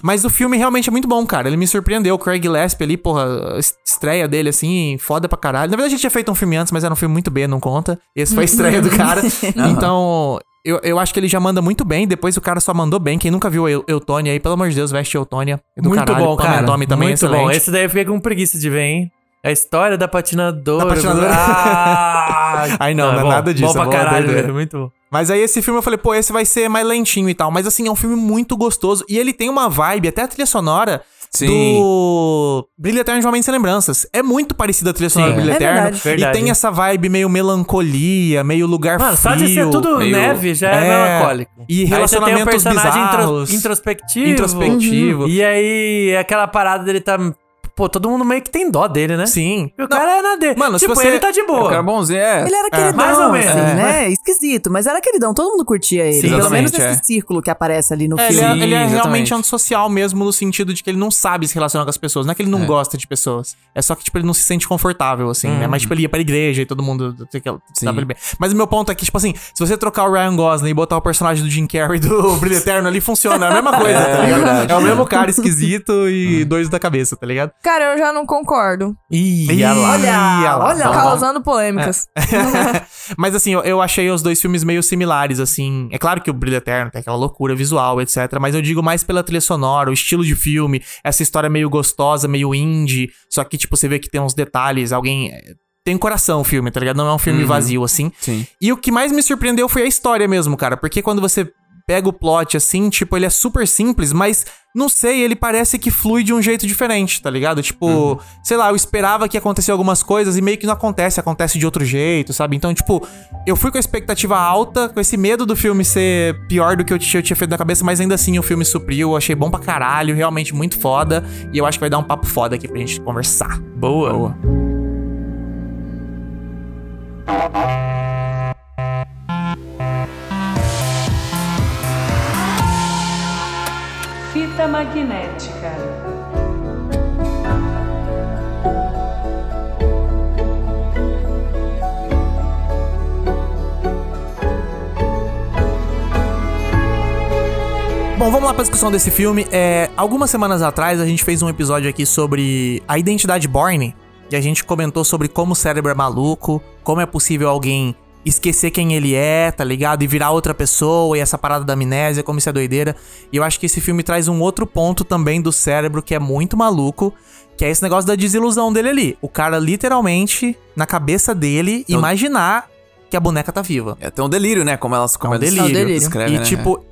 S2: Mas o filme realmente é muito bom, cara. Ele me surpreendeu. O Craig Gillespie ali, porra, a es- estreia dele, assim, foda pra caralho. Na verdade, a gente tinha feito um filme antes, mas era um filme muito B, não conta. Esse foi a estreia do cara. então, eu, eu acho que ele já manda muito bem. Depois o cara só mandou bem. Quem nunca viu Eu- Eutônia aí, pelo amor de Deus, veste Eutônia. É Do
S3: Muito
S2: caralho.
S3: bom,
S2: Pam and
S3: cara.
S2: Tommy também é
S3: Muito
S2: excelente.
S3: bom. Esse daí eu fiquei com preguiça de ver, hein? A história da patinadora.
S2: Da patinadora.
S3: Ah,
S2: Ai, não, não é
S3: bom.
S2: nada disso,
S3: Bom pra
S2: é boa
S3: caralho,
S2: doideira.
S3: velho. Muito bom.
S2: Mas aí esse filme eu falei, pô, esse vai ser mais lentinho e tal. Mas assim, é um filme muito gostoso. E ele tem uma vibe, até a trilha sonora
S4: Sim.
S2: do Brilho Eterno de Homem Sem Lembranças. É muito parecida a trilha sonora do Brilho
S6: É
S2: Eterno.
S6: verdade.
S2: E
S3: Verdade.
S2: tem essa vibe meio melancolia, meio lugar
S3: Mano,
S2: frio.
S3: só de ser tudo
S4: meio-
S3: neve já é,
S2: É,
S3: melancólico.
S2: e
S3: Aí você
S2: relacionamentos
S3: tem um personagem intro-
S2: bizarros. Uhum.
S3: introspectivo. Uhum.
S2: introspectivo.
S3: E aí, aquela parada dele tá... Pô, todo mundo meio que tem dó dele, né?
S2: Sim.
S3: E O cara é na dele.
S2: Mano, se
S3: tipo,
S2: você-
S3: ele tá de
S4: O cara
S3: boa.
S4: bonzinho, é.
S6: Ele era queridão,
S3: mais ou menos,
S6: assim,
S3: é.
S6: né? Esquisito, mas era queridão, todo mundo curtia ele.
S4: Sim,
S6: pelo menos
S4: exatamente,
S6: nesse
S4: é.
S6: círculo que aparece ali no
S2: É, ele
S6: filme.
S2: é,
S4: Sim,
S2: ele é realmente
S4: exatamente.
S2: antissocial mesmo no sentido de que ele não sabe se relacionar com as pessoas. Não é que ele não gosta de pessoas. É só que, tipo, ele não se sente confortável, assim, né? Mas, tipo, ele ia pra igreja e todo mundo tem que- dá pra ele bem. Mas o meu ponto é que, tipo assim, se você trocar o Ryan Gosling e botar o personagem do Jim Carrey do Brilho Eterno ali, funciona. É a mesma coisa,
S4: É,
S2: tá ligado?
S4: verdade.
S2: É o mesmo cara esquisito e dois da cabeça, tá ligado?
S5: Cara, eu já não concordo. Tá
S2: Ih,
S6: Olha, olha lá.
S5: Causando polêmicas.
S2: Mas assim, eu, eu achei os dois filmes meio similares, assim. É claro que o Brilho Eterno tem aquela loucura visual, etc. Mas eu digo mais pela trilha sonora, o estilo de filme, essa história meio gostosa, meio indie. Só que, tipo, você vê que tem uns detalhes, alguém. é, Tem coração o filme, tá ligado? Não é um filme vazio, assim.
S4: Sim.
S2: E o que mais me surpreendeu foi a história mesmo, cara. Porque quando você pega o plot assim, tipo, ele é super simples, mas não sei, ele parece que flui de um jeito diferente, tá ligado? Tipo, sei lá, eu esperava que acontecesse algumas coisas e meio que não acontece, acontece de outro jeito, sabe? Então, tipo, eu fui com a expectativa alta, com esse medo do filme ser pior do que eu tinha, eu tinha feito na cabeça, mas ainda assim o filme supriu, eu achei bom pra caralho, realmente muito foda, e eu acho que vai dar um papo foda aqui pra gente conversar.
S3: Boa. boa.
S1: Fita magnética.
S2: Bom, vamos lá pra discussão desse filme. É, algumas semanas atrás a gente fez um episódio aqui sobre a identidade Borne. E a gente comentou sobre como o cérebro é maluco, como é possível alguém esquecer quem ele é, tá ligado? E virar outra pessoa, e essa parada da amnésia, como isso é doideira. E eu acho que esse filme traz um outro ponto também do cérebro que é muito maluco, que é esse negócio da desilusão dele ali. O cara literalmente, na cabeça dele, imaginar que a boneca tá viva.
S4: É até um delírio, né? Como elas como
S2: É um
S4: elas
S2: delírio.
S4: descrevem,
S2: e,
S4: né?
S2: tipo,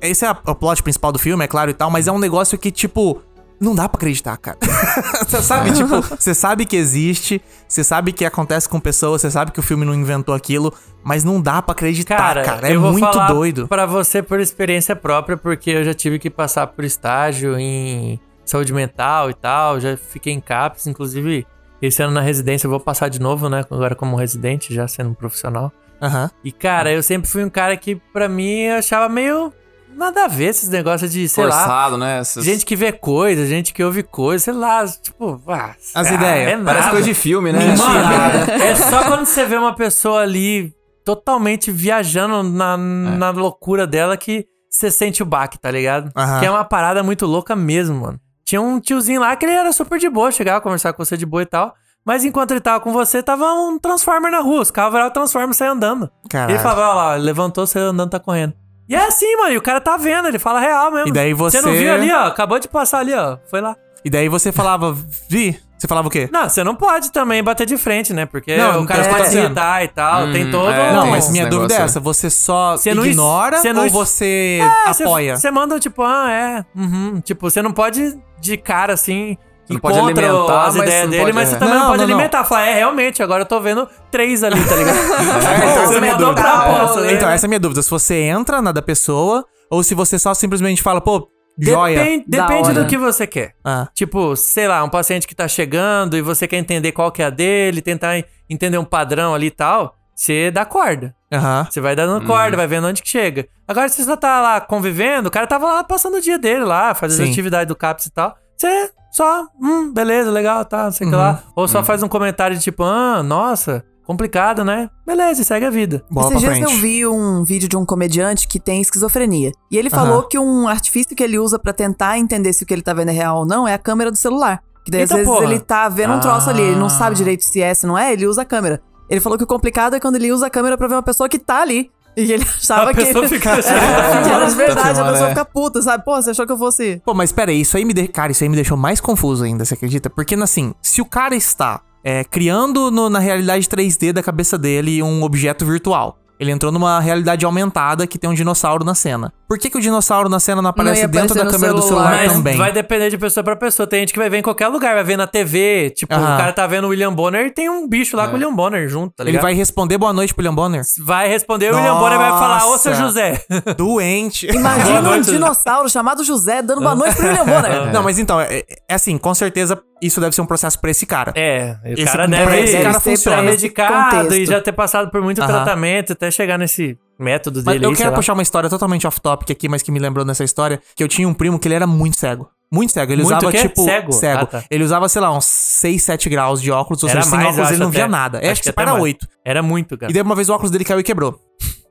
S2: esse é o plot principal do filme, é claro e tal, mas é um negócio que, tipo, não dá pra acreditar, cara. Você sabe, tipo, você sabe que existe, você sabe que acontece com pessoas, você sabe que o filme não inventou aquilo, mas não dá pra acreditar, cara.
S3: Cara,
S2: É
S3: eu vou
S2: muito
S3: falar
S2: doido.
S3: Pra você por experiência própria, porque eu já tive que passar por estágio em saúde mental e tal, já fiquei em CAPS, inclusive esse ano na residência eu vou passar de novo, né, agora como residente, já sendo um profissional.
S2: Aham.
S3: E cara, eu sempre fui um cara que pra mim eu achava meio nada a ver esses negócios de, sei lá,
S4: Forçado, né? Essas-
S3: gente que vê coisa, gente que ouve coisa, sei lá, tipo, ah,
S2: As
S3: ah,
S2: ideias.
S3: é
S4: Parece
S3: nada.
S4: coisa de filme, né?
S3: Mano, é só quando você vê uma pessoa ali totalmente viajando na, na loucura dela que você sente o baque, tá ligado?
S2: Aham.
S3: Que é uma parada muito louca mesmo, mano. Tinha um tiozinho lá que ele era super de boa, chegava a conversar com você de boa e tal. Mas enquanto ele tava com você, tava um Transformer na rua. Os carros viravam o Transformer e saia andando.
S2: Caralho.
S3: Ele falava, ó lá, levantou, saiu andando, tá correndo. E é assim, mano, e o cara tá vendo, ele fala real mesmo.
S2: E daí
S3: Você não
S2: você-
S3: viu ali, ó, acabou de passar ali, ó, foi lá.
S2: E daí você falava, Vi, Você falava o quê?
S3: Não, você não pode também bater de frente, né? Porque
S2: Não, não
S3: o cara
S2: tem
S3: pode se
S2: explicação.
S3: irritar e tal.
S4: Hum,
S3: tem todo. um
S4: é,
S2: Não,
S4: tem
S2: mas
S4: esse
S2: minha
S4: negócio né?
S2: dúvida é
S4: aí.
S2: essa. Você só
S3: Você não es-
S2: ignora
S3: você não
S2: ou
S3: es-
S2: você
S3: É, cê-
S2: apoia?
S3: Você manda, tipo, ah, é. uhum. Tipo, você não pode de cara assim. E
S4: Você não pode
S3: contra
S4: alimentar,
S3: as
S4: mas
S3: ideias
S4: não
S3: dele,
S4: pode-
S3: mas você
S4: é.
S3: também não,
S2: Não,
S3: pode
S2: não, não.
S3: alimentar. Falar, é, realmente, agora eu tô vendo três ali, tá ligado?
S2: então
S3: então
S2: essa é
S3: você
S2: a minha
S3: mandou pra
S2: dúvida.
S3: aposta, né?
S2: Então, essa é a minha dúvida. Se você entra na da pessoa ou se você só simplesmente fala, pô, joia.
S3: Depende,
S6: Da
S3: depende
S6: hora.
S3: do que você quer.
S2: Ah.
S3: Tipo, sei lá, um paciente que tá chegando e você quer entender qual que é a dele, tentar en- entender um padrão ali e tal, você dá corda.
S2: Aham.
S3: Você vai dando corda, vai vendo onde que chega. Agora, se você só tá lá convivendo, o cara tava lá passando o dia dele lá, fazendo
S2: Sim.
S3: atividade do CAPS e tal. Você só, hum, beleza, legal, tá, não sei o que lá. Ou só faz um comentário tipo, ah, nossa, complicado, né? Beleza, e segue a vida.
S2: Bola pra
S6: Esses dias
S2: frente.
S6: eu vi um vídeo de um comediante que tem esquizofrenia. E ele
S2: Aham.
S6: falou que um artifício que ele usa pra tentar entender se o que ele tá vendo é real ou não é a câmera do celular. Que daí,
S3: Eita
S6: às vezes
S3: porra.
S6: ele tá vendo um troço ali, ele não sabe
S2: Ah.
S6: direito se é, se não é, ele usa a câmera. Ele falou que o complicado é quando ele usa a câmera pra ver uma pessoa que tá ali. E ele achava
S3: a
S6: que.
S3: pessoa fica assim.
S6: É, que era de verdade, a
S4: filmando,
S6: pessoa
S4: é.
S6: fica puta, sabe? Pô, você achou que eu fosse.
S2: Pô, mas peraí, isso aí me, de... cara, isso aí me deixou mais confuso ainda, você acredita? Porque, assim, se o cara está é, criando no- na realidade 3D da cabeça dele um objeto virtual, ele entrou numa realidade aumentada que tem um dinossauro na cena. Por que, que o dinossauro na cena não aparece
S6: ia
S2: dentro da
S6: aparecer no
S2: câmera do
S6: celular.
S2: celular
S3: Mas
S2: também?
S3: vai tá depender de pessoa pra pessoa. Tem gente que vai ver em qualquer lugar, vai ver na TV. Tipo,
S2: Aham.
S3: o cara tá vendo o William Bonner e tem um bicho lá com o William Bonner junto, tá
S2: Ele
S3: ligado?
S2: vai responder boa noite pro William Bonner?
S3: vai responder, o William Bonner vai falar, ô seu
S2: Nossa.
S3: José.
S2: Doente.
S6: Imagina um
S3: noite.
S6: dinossauro chamado José dando boa noite pro William Bonner.
S2: Não, mas então, é, é assim, com certeza isso deve ser um processo pra esse cara.
S3: É, o
S2: Esse-
S3: cara
S2: pra
S3: deve,
S2: esse cara
S3: ser
S2: funciona.
S3: pra medicado
S6: Contexto.
S3: e já ter passado por muito
S2: Aham.
S3: tratamento até chegar nesse método
S2: Mas
S3: dele.
S2: eu
S3: aí, sei
S2: quero
S3: lá.
S2: puxar uma história totalmente off-topic aqui, mas que me lembrou nessa história, que eu tinha um primo que ele era muito cego. Muito cego. Ele
S3: Muito
S2: usava,
S3: o quê?
S2: tipo.
S3: Cego? Ah, tá.
S2: Ele usava, sei lá, uns 6, 7 graus de óculos. Ou
S3: Era
S2: seja, sem
S3: mais, eu
S2: óculos ele
S3: acho
S2: não via
S3: até.
S2: nada. É,
S3: Acho
S2: acho que
S3: que
S2: você
S3: até
S2: para
S3: mais.
S2: 8.
S3: Era muito, cara.
S2: E daí uma vez o óculos dele caiu e quebrou.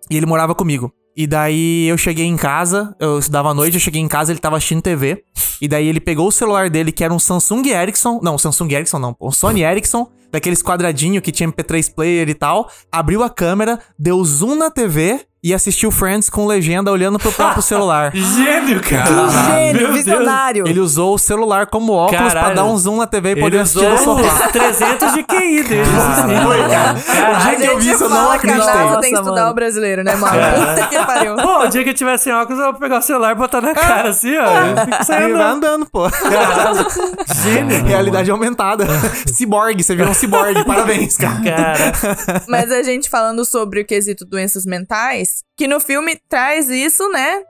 S2: E ele morava comigo. E daí eu cheguei em casa, eu estudava à noite, eu cheguei em casa, ele tava assistindo TV. E daí ele pegou o celular dele, que era um Samsung Ericsson. Não, Samsung Ericsson não, um Sony Ericsson, daqueles quadradinho que tinha MP3 player e tal. Abriu a câmera, deu zoom na TV e assistiu Friends com legenda olhando pro próprio celular.
S3: Gênio, cara.
S6: Que Um gênio,
S3: Meu
S6: visionário.
S2: Ele usou o celular como óculos pra
S3: Caralho.
S2: dar um zoom na TV e
S3: Deus.
S2: poder
S3: Ele
S2: assistir
S3: usou
S2: no sofá.
S3: os 300 de QI dele.
S2: Ah,
S3: assim.
S2: O dia que eu vi isso, eu não
S5: Fala que a
S2: acreditei.
S5: NASA
S6: Nossa,
S5: tem que estudar
S6: mano.
S5: o brasileiro, né, mano? Puta que pariu.
S3: Pô, o dia que eu tiver sem óculos, eu vou pegar o celular e botar na cara assim, ó. Eu fico
S2: Ah. Aí
S3: saindo.
S2: vai tá andando, pô. É
S3: Gênio.
S2: Realidade aumentada. ciborgue, você virou um ciborgue. Parabéns, cara.
S3: Cara,
S5: Mas a gente falando sobre o quesito doenças mentais, que no filme traz isso, né?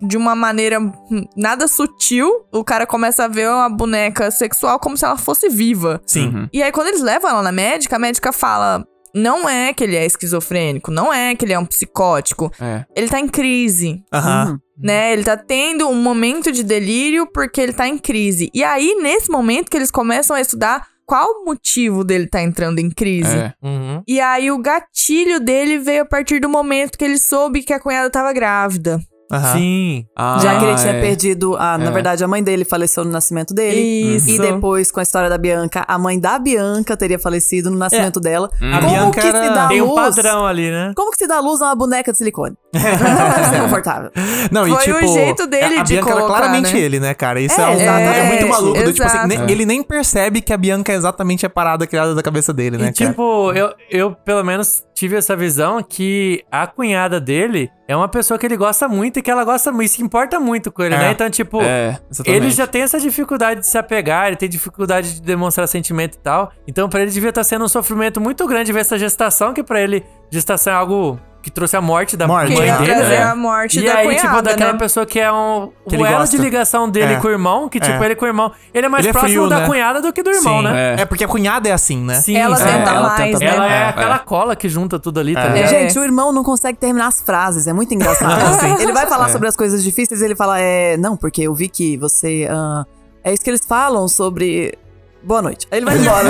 S5: De uma maneira hum, nada sutil. O cara começa a ver uma boneca sexual como se ela fosse viva.
S2: Sim.
S4: Uhum.
S5: E aí, quando eles levam ela na médica, a médica fala. Não é que ele é esquizofrênico, não é que ele é um psicótico.
S4: É. Uhum.
S5: Ele tá em crise.
S2: Aham.
S5: né? Ele tá tendo um momento de delírio porque ele tá em crise. E aí, nesse momento que eles começam a estudar qual o motivo dele tá entrando em crise.
S4: É.
S3: uhum.
S5: E aí, o gatilho dele veio a partir do momento que ele soube que a cunhada tava grávida.
S3: Uhum.
S2: aham.
S3: sim.
S4: Ah,
S6: Já que ele tinha
S4: é.
S6: perdido, a, na
S4: É.
S6: verdade, a mãe dele faleceu no nascimento dele.
S5: Isso.
S6: E depois, com a história da Bianca, a mãe da Bianca teria falecido no nascimento dela.
S4: Hum.
S2: A
S6: Como
S2: Bianca
S6: que
S2: era-
S6: se dá
S3: Tem um
S6: luz?
S3: padrão ali, né?
S6: Como que se dá luz a uma boneca de silicone? Deve ser confortável.
S2: Não, e
S5: Foi
S2: tipo.
S5: o jeito dele
S2: a
S5: de
S2: Bianca era
S5: colocar,
S2: claramente
S5: né?
S2: ele, né, cara? Isso é,
S6: É,
S2: um- é,
S6: exatamente.
S2: muito maluco. do tipo assim,
S5: Exato.
S2: ne- ele nem percebe que a Bianca é exatamente a parada criada da cabeça dele, né,
S3: E tipo, eu, eu pelo menos tive essa visão que a cunhada dele é uma pessoa que ele gosta muito e que ela gosta muito, e se importa muito com ele,
S2: É.
S3: né? Então, tipo,
S4: É, exatamente.
S3: ele já tem essa dificuldade de se apegar, ele tem dificuldade de demonstrar sentimento e tal. Então, pra ele devia estar sendo um sofrimento muito grande ver essa gestação, que pra ele gestação é algo que trouxe a morte da
S2: Morte, é.
S5: Que
S3: mãe
S5: ia
S3: dele,
S5: trazer
S3: né?
S5: a morte
S3: E
S5: da
S3: aí,
S5: cunhada,
S3: tipo, daquela
S5: né?
S3: pessoa que é um.
S2: Que ele
S3: o elo
S2: gosta.
S3: de ligação dele
S2: É.
S3: com o irmão, que, tipo,
S2: É.
S3: ele com o irmão. Ele é mais
S2: Ele é
S3: próximo
S2: frio,
S3: da
S2: né?
S3: cunhada do que do irmão,
S2: Sim,
S3: né?
S2: É. É porque a cunhada é assim, né?
S3: Sim,
S5: Ela
S3: sim.
S5: tenta
S2: ela
S5: mais,
S2: tenta-
S5: né?
S3: Ela é,
S4: É.
S3: aquela cola que junta tudo ali, tá
S4: É.
S3: ligado?
S6: Gente, o irmão não consegue terminar as frases, é muito engraçado. Ele vai falar
S4: É.
S6: sobre as coisas difíceis e ele fala, é, não, porque eu vi que você. ah, é isso que eles falam sobre. Boa noite. Aí ele vai embora.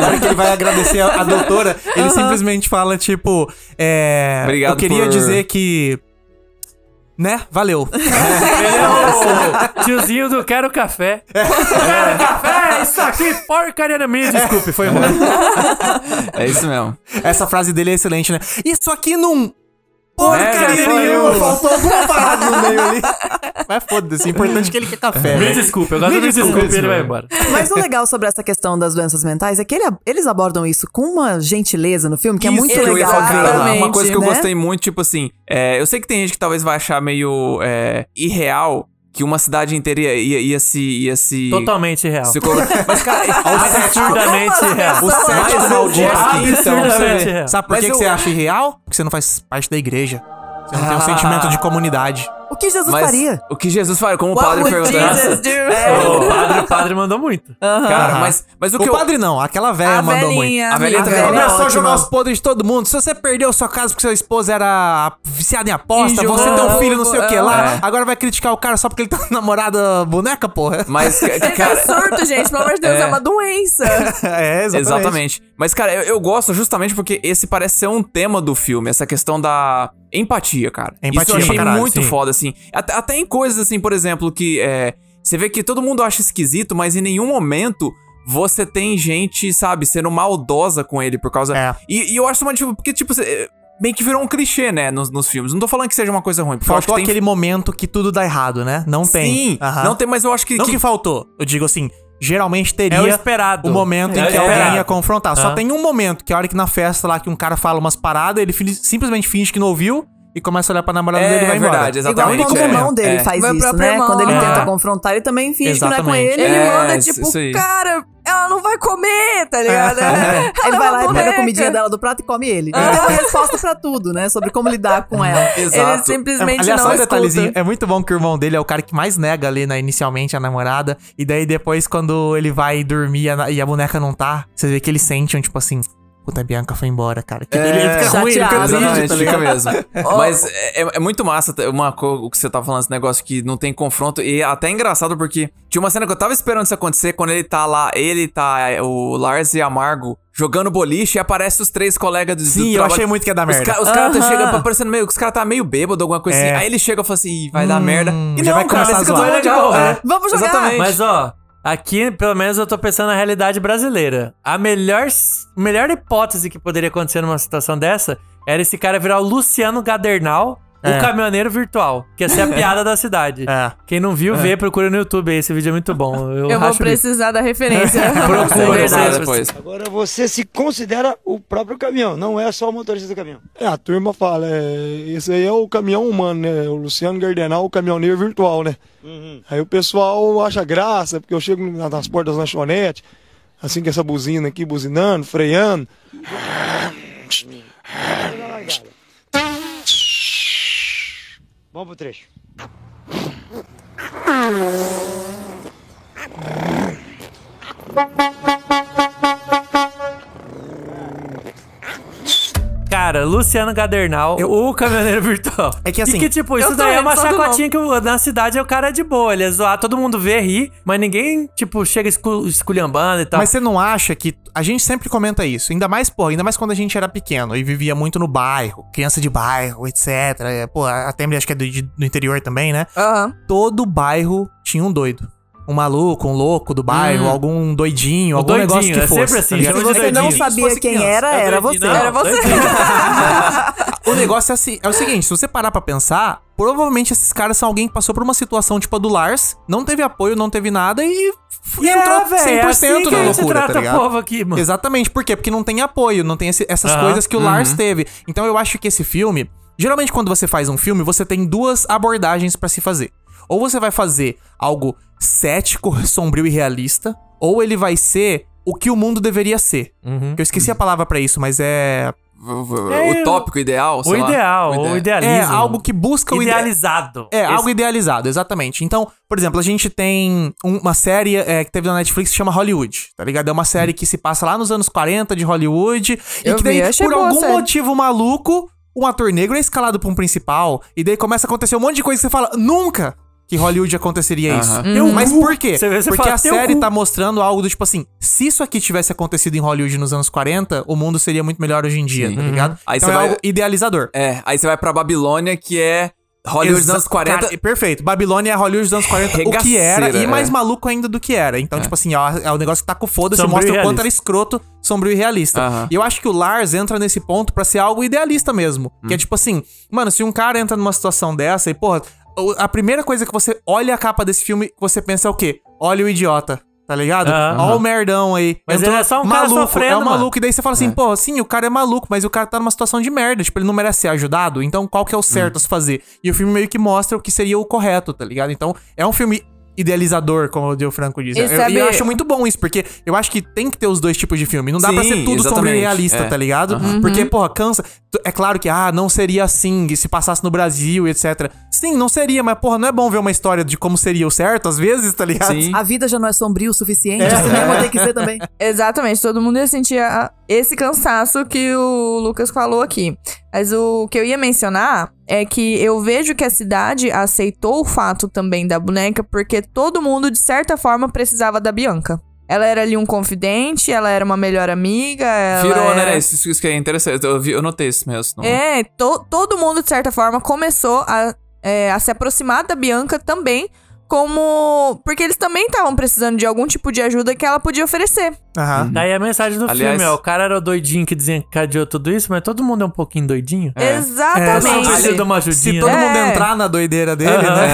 S2: Na hora que ele vai agradecer a, a doutora, ele simplesmente fala, tipo, é.
S4: Obrigado
S2: eu queria
S4: por-
S2: dizer que. Né? Valeu.
S3: Ele é o tiozinho do Quero Café. Quero Café, isso aqui, porcaria da minha, desculpe, foi mal.
S4: É isso mesmo.
S2: Essa frase dele é excelente, né? Isso aqui não.
S4: porcaria
S3: foi
S4: nenhuma.
S3: eu.
S2: Faltou alguma parada no meio ali. Mas foda-se, o importante é que ele quer café.
S3: Me
S2: Né?
S3: desculpa, agora
S2: Me
S3: me desculpa,
S2: desculpe,
S3: e ele vai
S2: mano.
S3: embora.
S6: Mas o legal sobre essa questão das doenças mentais é que ele- eles abordam isso com uma gentileza no filme que é
S4: Isso
S6: muito
S4: que eu ia
S6: legal.
S4: falar.
S5: Exatamente,
S4: Uma coisa que eu
S6: né?
S4: gostei muito, tipo assim, é, eu sei que tem gente que talvez vai achar meio é, irreal que uma cidade inteira ia, ia- ia se. Ia se
S3: Totalmente real.
S4: se colo- Mas, cara,
S3: Absurdamente real.
S2: O é cético maldito um aqui, então.
S3: Absurdamente real.
S2: Sabe por
S4: Mas
S2: que, que
S4: eu-
S2: você acha irreal? Porque você não faz parte da igreja. Você não tem um
S4: Ah.
S2: sentimento de comunidade.
S6: O que Jesus
S4: mas
S6: faria?
S4: o que Jesus faria? Como o
S6: What
S4: padre
S6: would
S4: perguntasse.
S6: Jesus do?
S3: Ô, o, padre, o padre mandou muito.
S4: Cara,
S2: Aham.
S4: mas, mas o que
S2: o
S4: eu.
S2: padre não, aquela velha
S5: A
S2: É, mandou
S5: velhinha,
S2: muito. é
S4: A velhinha
S5: amiga.
S4: também.
S6: velha.
S2: Começou
S6: ótima.
S2: a jogar os podres de todo mundo. Se você perdeu sua casa porque sua esposa era viciada em aposta,
S5: E
S2: você
S5: jogou
S2: tem um filho não sei o que lá,
S4: É.
S2: agora vai criticar o cara só porque ele tá com namorada boneca, porra.
S4: Mas, ca-
S5: Ele tá
S4: cara,
S5: surto, gente. Pelo amor de Deus, é,
S4: É.
S5: uma doença.
S2: É,
S4: Exatamente. Mas, cara, eu, eu gosto justamente porque esse parece ser um tema do filme, essa questão da empatia, cara.
S2: Empatia
S4: Isso eu achei
S2: pra caralho,
S4: muito
S2: sim.
S4: foda, assim. Até, até em coisas, assim, por exemplo, que é, você vê que todo mundo acha esquisito, mas em nenhum momento você tem gente, sabe, sendo maldosa com ele por causa.
S2: É.
S4: E, e eu acho uma. Tipo, porque, tipo, cê- meio que virou um clichê, né, nos, nos filmes. Não tô falando que seja uma coisa ruim, porque
S2: Faltou
S4: eu acho que
S2: aquele momento que tudo dá errado, né? Não
S4: tem.
S2: tem.
S4: Sim,
S2: Aham.
S4: não tem, mas eu acho que.
S2: Não
S4: que-
S2: que faltou. Eu digo assim, geralmente teria
S3: É o esperado.
S2: o momento
S3: É
S2: em que
S3: o
S2: alguém
S3: esperado.
S2: ia confrontar. Só
S3: Ah.
S2: tem um momento, que é a hora que na festa lá que um cara fala umas paradas, ele fili- simplesmente finge que não ouviu e começa a olhar pra namorada
S4: É,
S2: dele e vai
S4: é
S2: embora.
S4: verdade,
S6: Igual
S4: exatamente.
S6: quando o
S4: é.
S6: irmão dele
S4: É.
S6: faz
S5: Meu
S6: isso,
S5: próprio
S6: né?
S5: irmão.
S6: Quando ele
S3: É.
S6: tenta confrontar, ele também finge que não é com
S3: Exatamente.
S6: ele.
S5: Ele
S4: É,
S5: manda,
S4: isso-
S5: tipo,
S4: isso aí.
S5: cara, ela não vai comer, tá ligado? Ela
S6: Ele vai
S5: é
S6: lá
S5: uma
S6: e pega a
S5: boneca. Ah.
S6: comidinha dela do prato e come ele. Ele tem uma resposta pra tudo, né? Sobre como lidar com ela.
S5: Ele
S4: Exato.
S5: simplesmente
S2: Aliás,
S5: não
S2: só um
S5: escuta.
S2: detalhezinho. É muito bom que o irmão dele é o cara que mais nega ali, né, inicialmente a namorada. E daí depois, quando ele vai dormir e a- e a boneca não tá, você vê que eles sentem, tipo assim, puta, a Bianca foi embora, cara.
S4: É.
S2: Que ele ele fica ruim, ele fica
S5: chateado,
S2: triste,
S4: Exatamente,
S2: tá
S4: fica
S2: ligado?
S4: mesmo. Mas é, é- é muito massa t- uma co- o que você tava falando, esse negócio que não tem confronto. E é até engraçado porque tinha uma cena que eu tava esperando isso acontecer quando ele tá lá, ele tá, é, o Lars e a Margo jogando boliche e aparece os três colegas do
S2: Sim,
S4: do
S2: eu
S4: trabalho.
S2: achei muito que ia dar
S4: Os
S2: merda.
S4: ca- Os caras
S5: Aham.
S4: tá chegando, parecendo meio, os caras tá meio bêbado, alguma coisa
S2: É.
S4: assim. Aí ele chega e fala assim, "Ih, vai dar
S2: Hum,
S4: merda. E
S2: já
S4: não,
S2: vai
S4: cara,
S2: começar
S4: mas
S2: a
S4: fica
S2: zoar.
S4: zoando de boa.
S2: É.
S4: é.
S6: Vamos jogar!
S4: Exatamente.
S3: Mas ó, aqui pelo menos eu tô pensando na realidade brasileira. A melhor, melhor hipótese que poderia acontecer numa situação dessa era esse cara virar o Luciano Gadernal,
S2: É.
S3: o caminhoneiro virtual, que ia ser a piada da cidade.
S2: É.
S3: Quem não viu, vê, procura no YouTube aí, esse vídeo é muito bom. Eu,
S5: Eu vou
S3: racho o bico.
S5: precisar da referência.
S3: Procura,
S2: é
S4: Vou procurar
S3: Deus.
S4: depois.
S7: Agora você se considera o próprio caminhão, não é só o motorista do caminhão.
S8: É, a turma fala, é, esse aí é o caminhão humano, né? O Luciano Gardenal, o caminhoneiro virtual, né?
S7: Uhum.
S8: Aí o pessoal acha graça, porque eu chego na- nas portas das lanchonetes, assim com essa buzina aqui, buzinando, freando.
S7: Vamos pro trecho.
S3: Cara, Luciano Gadernal, o caminhoneiro virtual.
S2: É que assim,
S3: E que, tipo, isso
S5: tô
S3: daí é
S5: vendo,
S3: uma
S5: só do
S3: chacotinha que o- na cidade é o cara de boa. Ele é zoar, todo mundo vê, ri, mas ninguém, tipo, chega escu esculhambando e tal.
S2: Mas você não acha que. A gente sempre comenta isso. Ainda mais, porra, ainda mais quando a gente era pequeno e vivia muito no bairro, criança de bairro, etc. É, Pô, a Temer acho que é do, de- do interior também, né?
S5: Aham.
S2: Todo bairro tinha um doido. Um maluco, um louco do bairro, algum doidinho, algum
S3: Hum. doidinho,
S2: negócio que
S3: é
S2: fosse.
S3: sempre assim,
S2: ligado?
S3: chama de
S2: É que
S6: Você não
S3: doidinho.
S6: sabia
S2: fosse
S6: quem
S2: criança.
S6: era,
S3: É
S6: era
S3: doidinho,
S6: você.
S3: não,
S5: Era você.
S3: doidinho.
S2: O negócio é, assim, é o seguinte, se você parar pra pensar, provavelmente esses caras são alguém que passou por uma situação tipo a do Lars, não teve apoio, não teve nada e, e entrou 100%
S3: é assim que
S2: na
S3: a gente
S2: loucura,
S3: trata
S2: tá ligado?
S3: povo aqui, mano.
S2: Exatamente, por quê? Porque não tem apoio, não tem esse- essas
S3: Aham,
S2: coisas que o Lars teve. Então eu acho que esse filme, geralmente quando você faz um filme, você tem duas abordagens pra se fazer. Ou você vai fazer algo cético, sombrio e realista, ou ele vai ser o que o mundo deveria ser. Que eu esqueci a palavra pra isso, mas é
S4: O- o- o-
S3: É,
S4: O tópico ideal,
S3: O
S4: sei lá.
S3: ideal, o idealismo.
S2: é algo que busca o ideal.
S3: idealizado.
S2: É,
S3: Esse-
S2: algo idealizado, exatamente. Então, por exemplo, a gente tem um- uma série é, que teve na Netflix que chama Hollywood, tá ligado? É uma série que se passa lá nos anos 40 de Hollywood.
S5: Eu
S2: e que daí,
S5: vi, achei
S2: por
S5: boa a
S2: algum
S5: série.
S2: motivo maluco, um ator negro é escalado pra um principal. E daí começa a acontecer um monte de coisa que você fala, nunca! Que Hollywood aconteceria isso.
S5: um
S2: Mas por quê?
S3: Você vê, você
S2: Porque
S3: fala,
S2: a
S3: "Teu
S2: série
S3: cu."
S2: tá mostrando algo do tipo assim: se isso aqui tivesse acontecido em Hollywood nos anos 40, o mundo seria muito melhor hoje em dia, tá ligado?
S4: Uhum. Aí
S2: então
S4: você
S2: é
S4: vai-
S2: algo idealizador.
S4: É, aí você vai pra Babilônia, que é Hollywood dos
S2: Exa-
S4: anos 40.
S2: Cara, perfeito. Babilônia é a Hollywood dos anos 40, o que era, e
S4: Regaceira,
S2: mais
S4: é.
S2: maluco ainda do que era. Então, tipo assim, ó, é o negócio que tá com foda-se,
S3: Sombrio e
S2: mostra o quanto
S3: realista.
S2: era escroto, sombrio e realista.
S4: Aham.
S2: E eu acho que o Lars entra nesse ponto pra ser algo idealista mesmo.
S4: Hum.
S2: Que é tipo assim, mano, se um cara entra numa situação dessa e, porra, o- a primeira coisa que você olha a capa desse filme, você pensa é o quê? Olha o idiota. Tá ligado?
S3: Ah.
S2: Ó o merdão aí.
S3: Mas ele é só um cara sofrendo,
S2: É um
S3: mano.
S2: maluco. E daí você fala assim, pô, sim, o cara é maluco, mas o cara tá numa situação de merda. Tipo, ele não merece ser ajudado. Então, qual
S3: Hum.
S2: que é o certo a se fazer? E o filme meio que mostra o que seria o correto, tá ligado? Então, é um filme idealizador, como o Deu Franco diz.
S5: E
S2: Eu, eu-
S5: sabe-
S2: eu acho muito bom isso, porque eu acho que tem que ter os dois tipos de filme. Não dá pra
S4: Sim,
S2: ser tudo sombrio e
S4: exatamente.
S2: realista,
S4: É.
S2: tá ligado?
S5: Uhum.
S2: Porque, porra, cansa. Tu- É claro que, ah, não seria assim se passasse no Brasil, etc. Sim, não seria, mas, porra, não é bom ver uma história de como seria o certo, às vezes, tá ligado?
S4: Sim.
S6: A vida já não é sombrio o suficiente,
S4: É.
S6: o cinema tem que ser também.
S5: Exatamente, todo mundo ia sentir a- esse cansaço que o Lucas falou aqui. Mas o que eu ia mencionar é que eu vejo que a cidade aceitou o fato também da boneca, porque todo mundo, de certa forma, precisava da Bianca. Ela era ali um confidente, ela era uma melhor amiga. Ela
S4: Virou, né?
S5: era-
S4: Isso, isso que é interessante. Eu, vi- eu notei isso mesmo.
S5: É, to- todo mundo, de certa forma, começou a, é, a se aproximar da Bianca também, como. Porque eles também estavam precisando de algum tipo de ajuda que ela podia oferecer.
S2: Aham.
S3: Daí é a mensagem do
S4: Aliás-
S3: filme, ó. O cara era o doidinho que desencadeou tudo isso, mas todo mundo é um pouquinho doidinho.
S4: É.
S5: Exatamente.
S3: É, precisa de uma
S2: Se
S3: ajudinha.
S2: todo
S3: né?
S2: mundo
S5: É.
S2: entrar na doideira dele,
S3: Aham.
S2: né?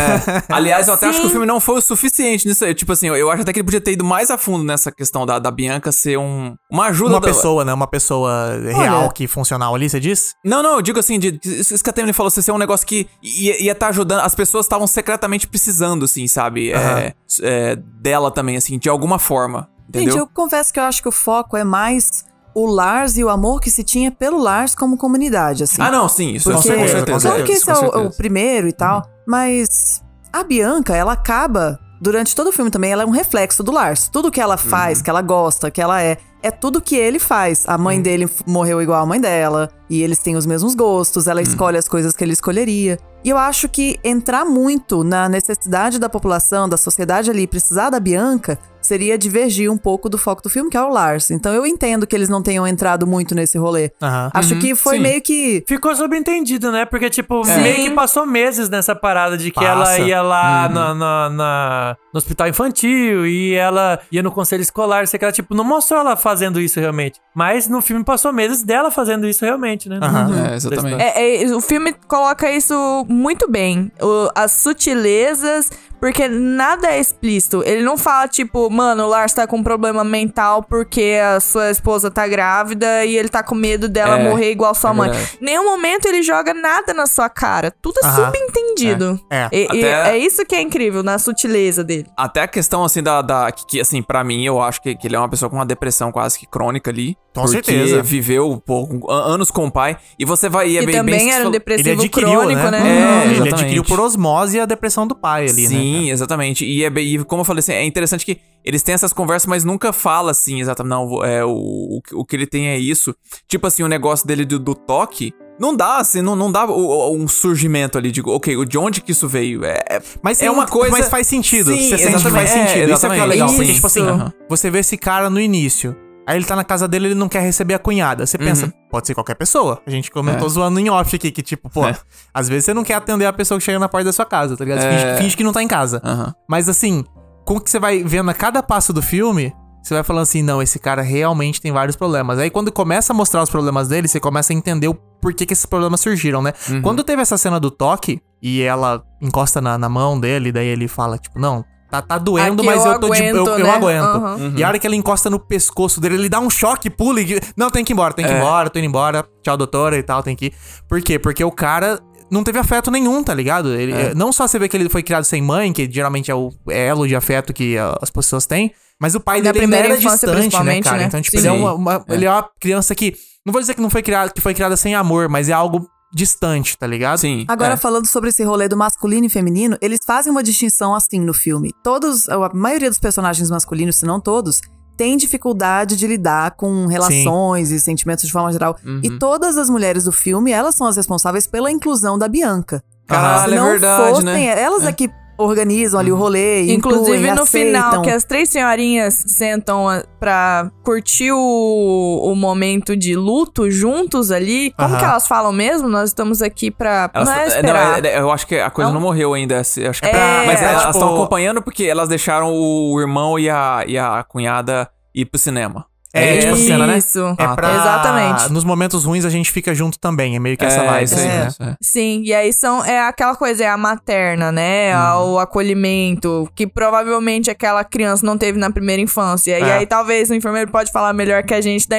S4: É. Aliás, eu até acho que o
S5: Sim.
S4: filme não foi o suficiente nisso aí. Tipo assim, eu, eu acho até que ele podia ter ido mais a fundo nessa questão da, da Bianca ser um, uma ajuda.
S2: Uma
S4: da-
S2: pessoa, né? Uma pessoa real que funcional ali, você diz?
S4: Não, não, eu digo assim, de, de- isso que a Tammy falou, assim, ser um negócio que ia, ia tá ajudando. As pessoas estavam secretamente precisando, assim, sabe? É, é, dela também, assim, de alguma forma. Entendeu?
S6: Gente, eu confesso que eu acho que o foco é mais o Lars e o amor que se tinha pelo Lars como comunidade, assim.
S4: Ah, não, sim, isso
S2: Com
S4: com
S2: certeza,
S4: certeza.
S2: com
S6: Claro que esse é
S4: com
S6: o, o
S4: certeza.
S6: primeiro e tal, mas a Bianca, ela acaba, durante todo o filme também, ela é um reflexo do Lars. Tudo que ela
S4: Uhum.
S6: faz, que ela gosta, que ela é, é tudo que ele faz. A mãe dele f- morreu igual a mãe dela, e eles têm os mesmos gostos,
S4: Uhum.
S6: ela escolhe as coisas que ele escolheria. E eu acho que entrar muito na necessidade da população, da sociedade ali, precisar da Bianca, seria divergir um pouco do foco do filme, que é o Lars. Então eu entendo que eles não tenham entrado muito nesse rolê.
S2: Aham.
S6: Acho que foi
S4: Uhum. sim.
S6: meio que
S3: Ficou subentendido, né? Porque, tipo,
S5: Sim.
S3: meio que passou meses nessa parada de que
S2: Passa. Uhum.
S3: ela ia lá na, na- na- no hospital infantil e ela ia no conselho escolar, sei que ela, tipo, não mostrou ela fazendo isso realmente. Mas no filme passou meses dela fazendo isso realmente, né?
S2: Aham.
S4: É, exatamente.
S5: É, é, o filme coloca isso muito bem. O- as sutilezas, porque nada é explícito. Ele não fala, tipo, mano, o Lars tá com um problema mental porque a sua esposa tá grávida e ele tá com medo dela
S4: É,
S5: morrer igual sua
S4: é
S5: mãe.
S4: verdade.
S5: Nenhum momento ele joga nada na sua cara. Tudo é
S2: Aham.
S5: subentendido.
S2: É.
S5: E- e
S4: Até-
S5: é isso que é incrível, na sutileza dele.
S4: Até a questão, assim, da. da que, que, assim, pra mim, eu acho que, que ele é uma pessoa com uma depressão quase que crônica ali.
S2: Com
S4: porque
S2: certeza.
S4: viveu um por, anos com o pai. E você vai. E é
S5: que
S4: bem,
S5: também
S4: bem,
S5: era um
S2: Ele
S5: depressivo
S2: adquiriu,
S5: crônico, né?
S2: né?
S4: né? É,
S2: Uhum. ele
S4: exatamente.
S2: adquiriu por osmose a depressão do pai ali, né?
S4: Sim, exatamente. E, é, bem- e como eu falei assim, é interessante que eles têm essas conversas, mas nunca fala assim, exatamente. Não, é, o, o, que- o que ele tem é isso. Tipo assim, o negócio dele do, do toque. Não dá, assim, não, não dá o- o- um surgimento ali, digo, ok, de onde que isso veio? É, é-
S2: Mas
S4: é
S2: tem
S4: uma
S2: um-
S4: coisa.
S2: Mas faz sentido.
S4: Sim,
S2: você sente que faz
S4: exatamente. É,
S2: sentido. Isso é o que é
S4: exatamente.
S2: legal.
S5: Isso.
S2: Porque, tipo assim,
S4: Aham.
S2: você vê esse cara no início. Aí ele tá na casa dele, ele não quer receber a cunhada. Você
S4: Uhum.
S2: pensa, pode ser qualquer pessoa. A gente comentou
S5: É.
S2: zoando em off aqui, que tipo, pô,
S4: É.
S2: às vezes você não quer atender a pessoa que chega na porta da sua casa, tá ligado? Você Finge,
S4: É.
S2: finge que não tá em casa.
S4: Aham.
S2: Mas assim, como que você vai vendo a cada passo do filme, você vai falando assim, não, esse cara realmente tem vários problemas. Aí quando começa a mostrar os problemas dele, você começa a entender o porquê que esses problemas surgiram, né? Quando teve essa cena do toque, e ela encosta na, na mão dele, daí ele fala, tipo, não, tá, tá doendo,
S5: Aqui
S2: mas
S5: eu
S2: eu, tô de. Eu,
S5: aguento,
S2: eu
S5: né?
S2: aguento.
S5: Uhum.
S2: E a hora que ela encosta no pescoço dele, ele dá um choque, pula e. Não, tem que ir embora, tem que ir embora, tô indo embora. Tchau, doutora e tal, tem que ir. Por quê? Porque o cara. Não teve afeto nenhum, tá ligado? Ele, eh, Não só você vê que ele foi criado sem mãe, que geralmente é o elo de afeto que ah, as pessoas têm, mas o pai
S5: Na
S2: dele ainda
S5: primeira
S2: era
S5: infância,
S2: distante, né,
S5: principalmente,
S2: cara?
S5: né?
S2: Então, tipo, ele
S5: Sim.
S2: é, uma, uma- ele é uma criança que. Não vou dizer que não foi criada, que foi criada sem amor, mas é algo distante, tá ligado?
S4: Sim.
S6: Agora,
S4: é.
S6: falando sobre esse rolê do masculino e feminino, eles fazem uma distinção assim no filme. Todos, a maioria dos personagens masculinos, se não todos, tem dificuldade de lidar com relações e sentimentos de forma geral. E todas as mulheres do filme, elas são as responsáveis pela inclusão da Bianca.
S4: Caralho,
S6: se não
S4: é verdade,
S6: fossem,
S4: né?
S6: elas é. que organizam ali o rolê,
S5: Inclusive
S2: Então,
S6: incluem,
S5: no final,
S6: aceitam.
S5: que as três senhorinhas sentam a- pra curtir o, o momento de luto juntos ali. Como
S2: Aham.
S5: que elas falam mesmo? Nós estamos aqui pra.
S4: Elas
S5: não é
S4: tão-
S5: esperar.
S4: não, é- é- eu acho que a coisa
S5: Não?
S4: não, morreu ainda. se- Acho que
S5: É.
S4: tá- mas
S5: É,
S4: elas
S2: tipo-
S4: estão acompanhando porque elas deixaram o irmão e a, e a cunhada ir pro cinema.
S2: É, tipo
S5: Isso.
S2: cena, né? É
S4: Ah,
S2: pra...
S5: tá. Exatamente.
S2: Nos momentos ruins a gente fica junto também. É meio que essa
S4: é,
S2: vibe.
S4: isso aí,
S2: assim, né?
S4: isso aí.
S5: Sim, e aí são, é aquela coisa, é a materna, né?
S2: Uhum.
S5: A- O acolhimento, que provavelmente aquela criança não teve na primeira infância. E
S2: É.
S5: aí talvez o enfermeiro pode falar melhor que a gente da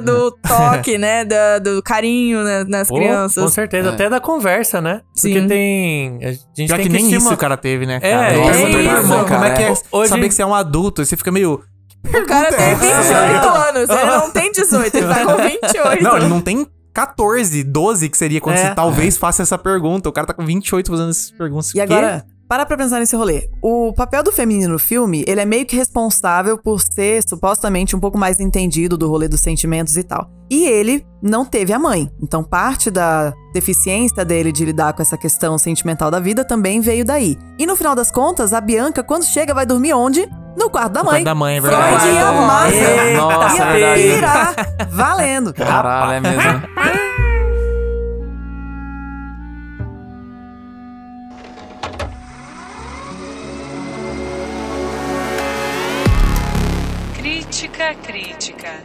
S5: do toque, né? Da- Do, carinho né? nas
S3: Pô, Com
S5: crianças.
S3: certeza, até da conversa, né?
S5: Sim.
S3: Porque tem. A gente
S2: É. Pior
S3: tem
S2: que, nem
S3: estima-
S2: isso o cara teve, né?
S3: É,
S2: cara?
S3: é
S2: Nossa, pergunta
S5: isso,
S2: pro irmão,
S4: cara.
S2: como é que é
S3: Ho- hoje-
S2: saber que você é um adulto? E você fica meio.
S5: O cara tem 28 anos, ele não tem 18, ele tá com 28.
S2: Não, ele não tem 14, 12, que seria quando
S6: É.
S2: você talvez faça essa pergunta. O cara tá com 28 fazendo essas perguntas.
S6: E
S2: Quê?
S6: agora, para pra pensar nesse rolê. O papel do feminino no filme, ele é meio que responsável por ser supostamente um pouco mais entendido do rolê dos sentimentos e tal. E ele não teve a mãe. Então, parte da deficiência dele de lidar com essa questão sentimental da vida também veio daí. E no final das contas, a Bianca, quando chega, vai dormir onde? No quarto da
S2: O quarto
S6: mãe.
S2: da mãe, é verdade.
S6: Freud ia
S5: Quarto da
S6: amar.
S5: mãe.
S4: Nossa,
S6: ia
S4: verdade.
S6: pirar. Valendo.
S4: Caralho, é mesmo.
S1: Crítica, crítica.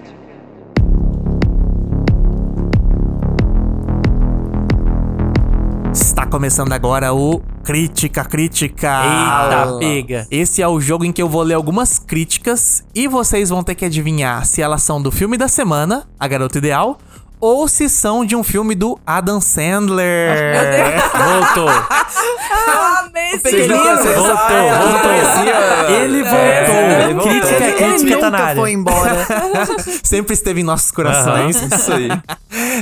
S2: Está começando agora o Crítica Crítica.
S3: Eita, pega.
S2: Esse é o jogo em que eu vou ler algumas críticas e vocês vão ter que adivinhar se elas são do filme da semana, A Garota Ideal, ou se são de um filme do Adam Sandler.
S3: Voltou.
S5: Eu amei esse
S3: Vocês não
S5: livro.
S3: conhecem- Voltou, voltou. Ele
S4: É,
S3: voltou.
S4: ele
S3: Crítica,
S6: Ele
S3: crítica, tá
S6: nunca
S3: na área.
S6: foi embora.
S2: Sempre esteve em nossos corações.
S4: Isso aí.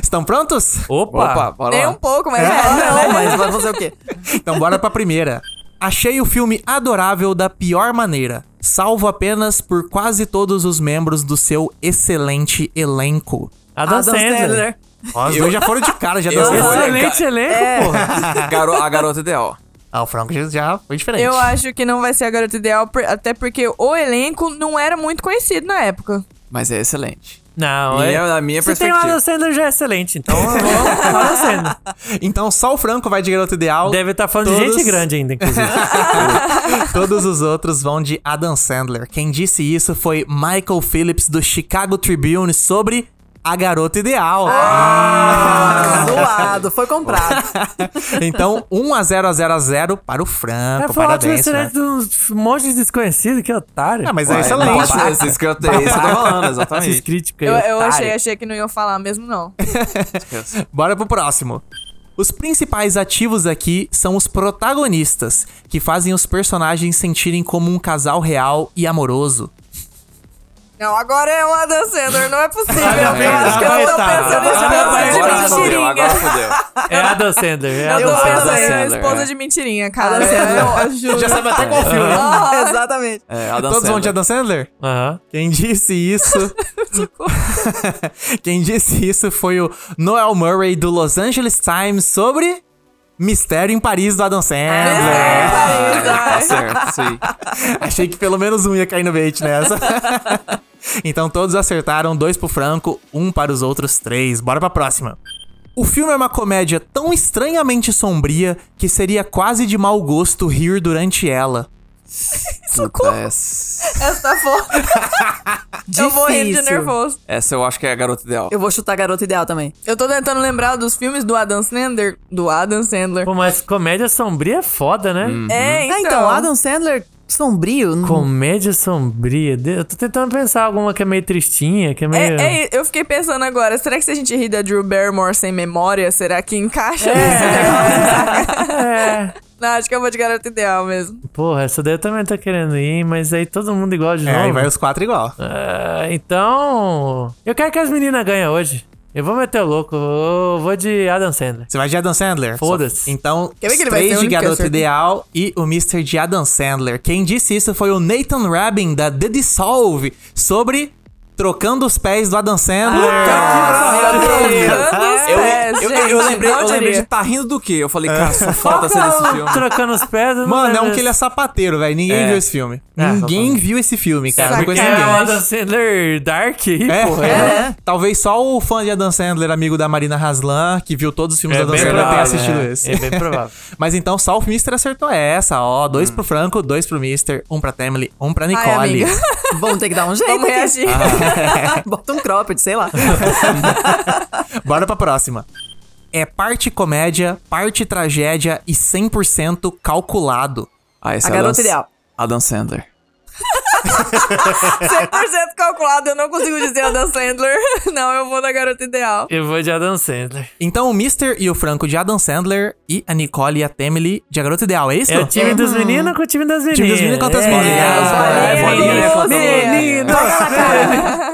S2: Estão prontos? Ah,
S3: Opa.
S4: Opa, bora
S5: Nem um
S4: lá.
S5: pouco, mas é,
S6: Não, mas vai fazer o quê?
S2: Então bora pra primeira. Achei o filme adorável da pior maneira, salvo apenas por quase todos os membros do seu excelente elenco.
S3: Adam, Sandler.
S2: Os dois já foram de cara, já deu
S4: Eu-
S2: certo.
S3: Excelente elenco, porra.
S4: Garo- a garota ideal.
S2: Ah, o Franco já- já foi diferente.
S5: Eu acho que não vai ser a garota ideal, por- até porque o elenco não era muito conhecido na época.
S4: Mas é excelente.
S3: Não,
S4: Minha,
S3: é...
S4: na minha
S3: Se tem o Adam
S4: perspectiva.
S3: Sandler, já é excelente. Então, vamos com o Adam Sandler.
S2: Então só o Franco vai de garota ideal.
S3: Deve estar falando de
S2: Todos-
S3: gente grande ainda, inclusive.
S2: Todos os outros vão de Adam Sandler. Quem disse isso foi Michael Phillips do Chicago Tribune sobre A Garota Ideal.
S6: Ah, zoado, foi comprado.
S2: Então, 1 a 0 a 0 a 0 para o
S3: É,
S2: Franco.
S3: foi um ótimo
S2: Parabéns,
S3: excelente
S2: Franco.
S3: de um monte de desconhecido, que otário.
S2: Ah, mas é
S4: Ué,
S2: excelente.
S4: nossa, esse- esse que eu tenho, esse que eu tô falando,
S3: Esses
S4: exatamente.
S3: críticos
S5: Eu,
S3: aí,
S5: eu
S3: otário.
S5: achei, achei que não iam falar mesmo, não.
S2: Bora pro próximo. Os principais ativos aqui são os protagonistas, que fazem os personagens sentirem como um casal real e amoroso.
S5: Não, agora é o Adam Sandler, não é possível. Eu acho que eu tô
S3: Vai,
S5: pensando em
S3: vai,
S4: Ah, Agora é
S5: esposa de
S4: fodeu, agora
S5: mentirinha.
S4: fodeu.
S3: É Adam Sandler. É
S5: Eu
S3: Adam
S5: tô
S3: Sandler.
S4: Adam
S5: pensando em
S4: Sandler,
S5: esposa
S4: é.
S5: de mentirinha, cara.
S6: Adam
S5: Eu- eu juro.
S2: Já sabe até qual filme. né?
S6: Exatamente.
S4: É, Adam
S2: Todos vão de
S4: Sandler.
S2: Adam Sandler?
S3: Aham.
S2: Quem disse isso? Quem disse isso foi o Noel Murray do Los Angeles Times sobre Mistério em Paris do Adam Sandler.
S4: Tá certo, sim.
S2: Achei que pelo menos um ia cair no bait nessa. então todos acertaram, dois pro Franco, um para os outros três. Bora pra próxima. O filme é uma comédia tão estranhamente sombria que seria quase de mau gosto rir durante ela.
S4: Puta, essa,
S5: Essa foto,
S6: Difícil.
S5: tá eu morrendo de nervoso.
S4: essa eu acho que é a garota ideal.
S6: Eu vou chutar Garota Ideal também.
S5: Eu tô tentando lembrar dos filmes do Adam Sandler. Do Adam Sandler.
S3: Pô, mas comédia sombria é foda, né?
S2: Hum.
S5: É, então.
S6: Ah, então, Adam Sandler sombrio. não-
S3: Comédia sombria. De- Eu tô tentando pensar alguma que é meio tristinha, que é meio...
S5: É, é, eu fiquei pensando agora, será que se a gente rir da Drew Barrymore sem memória, será que encaixa
S6: É.
S5: nesse negócio? Não, acho que eu vou de garota ideal mesmo.
S3: Porra, essa daí eu também tô querendo ir, mas aí todo mundo igual de
S2: É, aí
S3: novo.
S2: vai os quatro igual.
S3: Ah, então... Eu quero que as meninas ganhem hoje. Eu vou meter o louco. Eu vou de Adam Sandler.
S2: Você vai de Adam Sandler?
S3: Foda-se.
S2: Então,
S5: Quer ver que ele vai ser
S2: três
S5: o
S2: de
S5: único que
S2: Garota
S5: acertou?
S2: Ideal e o Mr. de Adam Sandler. Quem disse isso foi o Nathan Rabin, da The Dissolve, sobre Trocando os pés do Adam Sandler.
S3: Ah,
S5: Trocando os
S4: É, Eu,
S5: pés,
S4: eu, eu,
S5: gente,
S4: lembrei, eu
S5: não
S4: lembrei de
S5: diria.
S4: tá rindo do quê? Eu falei, cara, só falta ser desse filme.
S3: Trocando os pés. eu não
S2: Mano, é
S3: lembro
S2: um que ele é sapateiro, velho. Ninguém
S4: É.
S2: viu esse filme.
S3: Ah,
S2: ninguém viu esse filme, cara. Não
S3: Porque
S2: conheço
S3: é
S2: ninguém.
S3: o Adam Sandler Dark,
S2: É,
S3: porra.
S2: é. Talvez só o fã de Adam Sandler, amigo da Marina Haslan, que viu todos os filmes
S3: É
S2: da Adam
S3: bem
S2: Sandler, tenha
S3: provável,
S2: assistido
S3: é.
S2: esse.
S3: É bem provável. Hum.
S2: Mas então só o Mister acertou essa, ó. Dois pro Franco, dois pro Mister, um pra Temily, um pra
S5: Ai,
S2: Nicole.
S5: amiga.
S6: Vamos ter que dar um jeito
S5: Vamos
S6: aqui.
S5: reagir.
S6: Bota um cropped, sei lá.
S2: Bora pra próxima. É parte comédia, parte tragédia e 100% calculado.
S4: Ah, esse
S6: A
S4: é Adam-
S6: garota ideal.
S4: Adam Sandler.
S5: 100% calculado, eu não consigo dizer Adam Sandler. Não, eu vou na garota ideal.
S3: Eu vou de Adam Sandler.
S2: Então o Mister e o Franco de Adam Sandler e a Nicole e a Temily de A Garota Ideal, é isso?
S3: É o time dos meninos com o time das meninas.
S2: Time dos meninos contra as
S3: É.
S2: meninas.
S3: É,
S4: Bolinha,
S3: bolinha
S4: bolinha.
S3: contra bolinha. Menino!